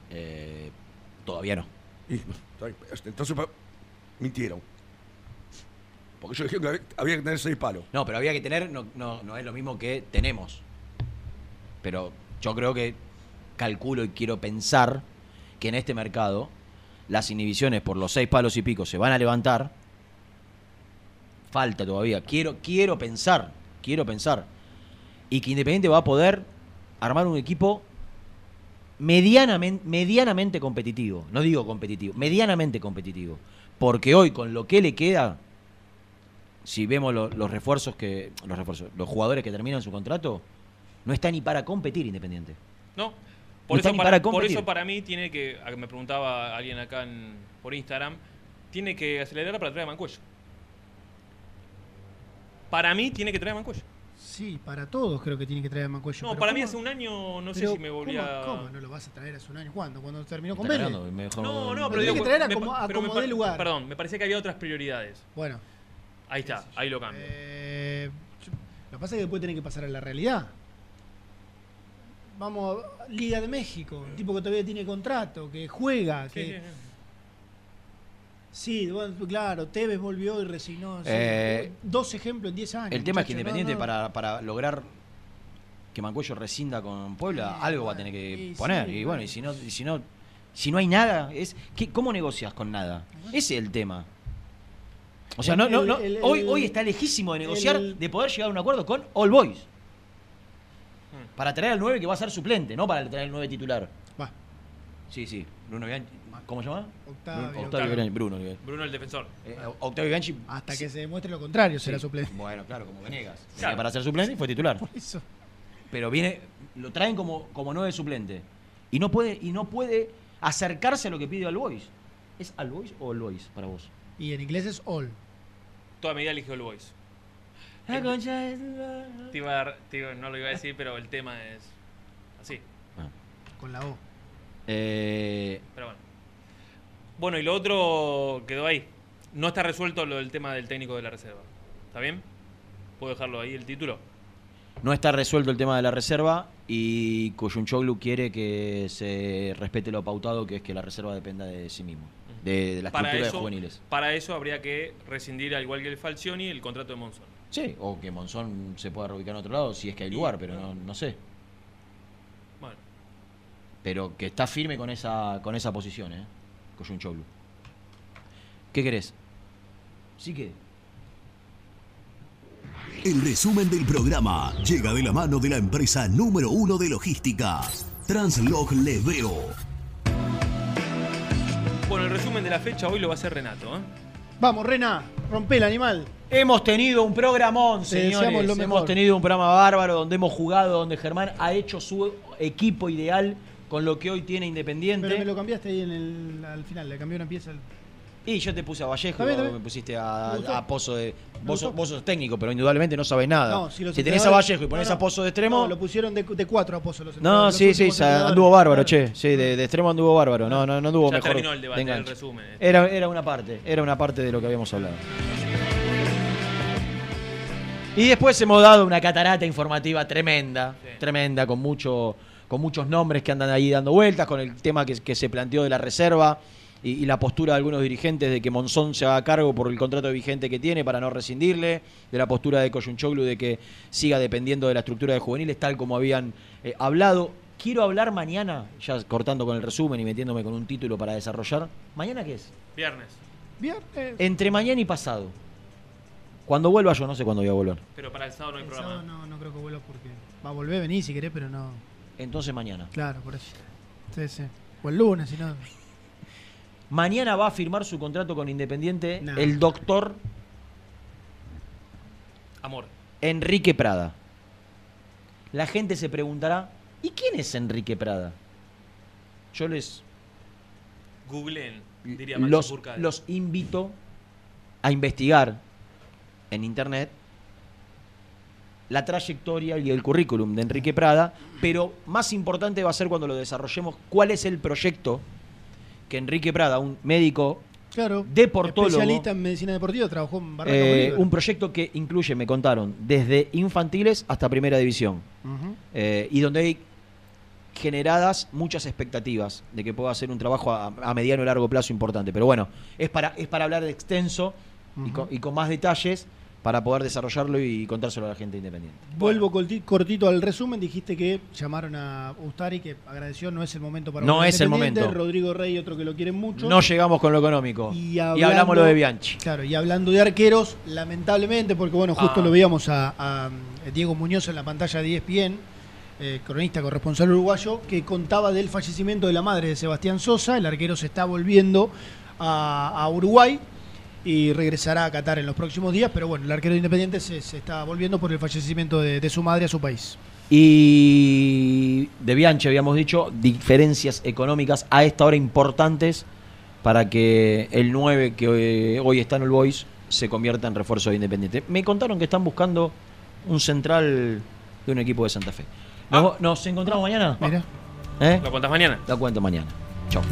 Eh, todavía no.
pues, entonces pa- mintieron. Porque ellos dijeron que había- había que tener seis palos.
No, pero había que tener, no, no, no es lo mismo que tenemos. Pero yo creo que calculo y quiero pensar que en este mercado las inhibiciones por los seis palos y pico se van a levantar. Falta todavía. Quiero, quiero pensar, quiero pensar. Y que Independiente va a poder armar un equipo medianamente, medianamente competitivo. No digo competitivo, medianamente competitivo. Porque hoy con lo que le queda, si vemos lo- los refuerzos que los refuerzos, los jugadores que terminan su contrato, no está ni para competir Independiente.
No.
No
Por,
está
eso
ni
para,
para
por
competir.
eso para mí tiene que, a- me preguntaba alguien acá en- por Instagram, tiene que acelerar para traer a Mancuello. Para mí tiene que traer a Mancuello.
Sí, para todos creo que tiene que traer a Mancuello.
No,
pero
para mí
¿cómo?
hace un año no sé
Pero
si me volví
¿cómo-
a...
¿Cómo no lo vas a traer hace un año? ¿Cuándo? Cuando terminó con
Está
Vélez.
cagando, me dejó-
No, no,
Pero
pero
tiene
digo,
que traer a
me
como-
pa-
a
pero me
como dé
pa-
lugar.
Perdón, me parecía que había otras prioridades.
Bueno.
Ahí está, ahí lo cambio.
Eh, yo- lo que pasa es que después tiene que pasar a la realidad. Vamos, a- Liga de México, un tipo que todavía tiene contrato, que juega,
Sí, sí,
que...
sí.
Sí, bueno, claro, Tevez volvió y resignó. sí.
Eh,
Dos ejemplos en 10 años.
El tema es que
Ah, muchacho, no,
Independiente
no.
Para, para lograr que Mancuello rescinda con Puebla, algo va a tener que
y
poner.
sí,
y
bueno.
bueno, y si no, y si no, si no hay nada, es ¿qué- ¿cómo negocias con nada? Ese es el tema. O sea, no, no, no.
El- el-
hoy,
el-
hoy está lejísimo de negociar,
el-
de poder llegar a un acuerdo con All Boys. Para traer al 9 que va a ser suplente, no para traer el 9 titular.
Va.
Sí, sí. Bruno Bianchi. ¿Cómo se llama?
Octavio.
Bruno- Octavio Bianchi. Bruno. Bianchi.
Bruno el defensor.
Eh,
Ah,
Octavio Bianchi.
Hasta que se demuestre lo contrario, será
Sí.
suplente.
Bueno, claro, como Venegas. Venía
Claro.
Para ser suplente y fue titular.
Por eso.
Pero viene, lo traen como, como nueve suplente. Y no puede, y no puede acercarse a lo que pide All Boys. ¿Es All Boys o All Boys para vos?
Y en inglés es all.
Toda mi vida eligió el Boys.
La concha
Te iba a dar- te iba- no lo iba a decir, pero el tema es así.
Con la O.
Eh,
Pero bueno. Bueno, y lo otro quedó ahí. No está resuelto lo del tema del técnico de la reserva. ¿Está bien? ¿Puedo dejarlo ahí el título?
no está resuelto el tema de la reserva y Coyunchoglu quiere que se respete lo pautado, que es que la reserva dependa de sí mismo, de, de la estructura de juveniles.
Para eso habría que rescindir, al igual que el Falcioni, el contrato de Monzón.
Sí, o que Monzón se pueda reubicar en otro lado, si es que hay lugar, pero no, no sé.
Bueno.
Pero que está firme con esa, con esa posición, ¿eh? Coyunchoglu. ¿Qué querés? Sí que...
El resumen del programa llega de la mano de la empresa número uno de logística, Translog Leveo.
Bueno, el resumen de la fecha hoy lo va a hacer Renato. ¿eh?
Vamos, Rena, rompe el animal.
Hemos tenido un programón,
Te deseamos
señores.
lo
Hemos
mejor.
tenido un programa bárbaro donde hemos jugado, donde Germán ha hecho su equipo ideal con lo que hoy tiene Independiente.
Pero me lo cambiaste ahí en el, al final, le cambié una pieza. al-
Y yo te puse a Vallejo,
Está bien, está bien.
me pusiste a,
Me gustó.
a Pozo de. Vos, sos- vos sos técnico, pero indudablemente no sabés nada.
No,
Ah. si,
los
tenés a
entrenadores-
Vallejo y ponés
No, no.
a Pozo de extremo.
No, lo pusieron de, de cuatro a Pozo. Los
No,
entrenadores, los
sí, sí,
últimos
sa-
entrenadores.
anduvo bárbaro, che. Sí, de, de extremo anduvo bárbaro. No, no, no anduvo
Ya
mejor.
terminó el debate,
de enganche.
el resumen.
Era, era una parte, era una parte de lo que habíamos hablado. Y después hemos dado una catarata informativa tremenda, tremenda, con mucho, con muchos nombres que andan ahí dando vueltas, con el tema que, que se planteó de la reserva, y, y la postura de algunos dirigentes de que Monzón se haga cargo por el contrato vigente que tiene para no rescindirle, de la postura de Coyunchoglu de que siga dependiendo de la estructura de juveniles tal como habían eh, hablado. Quiero hablar mañana, ya cortando con el resumen y metiéndome con un título para desarrollar. ¿Mañana qué es?
Viernes.
Viernes.
Entre mañana y pasado. Cuando vuelva, yo no sé cuándo voy a volver.
Pero para el sábado no hay
El
programa.
sábado no, no creo que vuelva porque va a volver, venir si querés, pero no.
Entonces mañana.
Claro, por eso. Sí, sí. O el lunes, si no.
Mañana va a firmar su contrato con Independiente
No.
el doctor
Amor.
Enrique Prada. La gente se preguntará, ¿y quién es Enrique Prada? Yo les
Googleen, diría Maxi
los,
Furcade.
los invito a investigar en internet la trayectoria y el currículum de Enrique Prada, pero más importante va a ser cuando lo desarrollemos cuál es el proyecto que Enrique Prada, un médico
Claro.
deportólogo,
Especialista en medicina deportiva, trabajó en Barraca
eh,
Bolívar.
un proyecto que incluye, me contaron, desde infantiles hasta primera división,
Ujú.
eh, y donde hay generadas muchas expectativas de que pueda hacer un trabajo a, a mediano y largo plazo importante. Pero bueno, es para, es para hablar de extenso y, con, y con más detalles para poder desarrollarlo y contárselo a la gente independiente.
Vuelvo corti- cortito al resumen. Dijiste que llamaron a Ustari, que agradeció, no es el momento para
No
volver a
es el
Independiente.
momento.
Rodrigo Rey, otro que lo quieren mucho.
No llegamos con lo económico. Y,
hablando-
hablamos lo de Bianchi.
Claro, y hablando de arqueros, lamentablemente, porque bueno, justo
Ah.
lo veíamos a, a eh, Diego Muñoz en la pantalla de E ESPN, eh, cronista corresponsal uruguayo, que contaba del fallecimiento de la madre de Sebastián Sosa. El arquero se está volviendo a, a Uruguay y regresará a Qatar en los próximos días, pero bueno, el arquero de independiente se, se está volviendo por el fallecimiento de, de su madre a su país.
Y de Bianchi habíamos dicho diferencias económicas a esta hora importantes para que el 9 que hoy, hoy está en el Boys se convierta en refuerzo de Independiente. Me contaron que están buscando un central de un equipo de Santa Fe. Nos, nos encontramos mañana.
Mira.
¿Eh?
Ah. ¿Lo contás mañana?
Lo cuento mañana. Chao.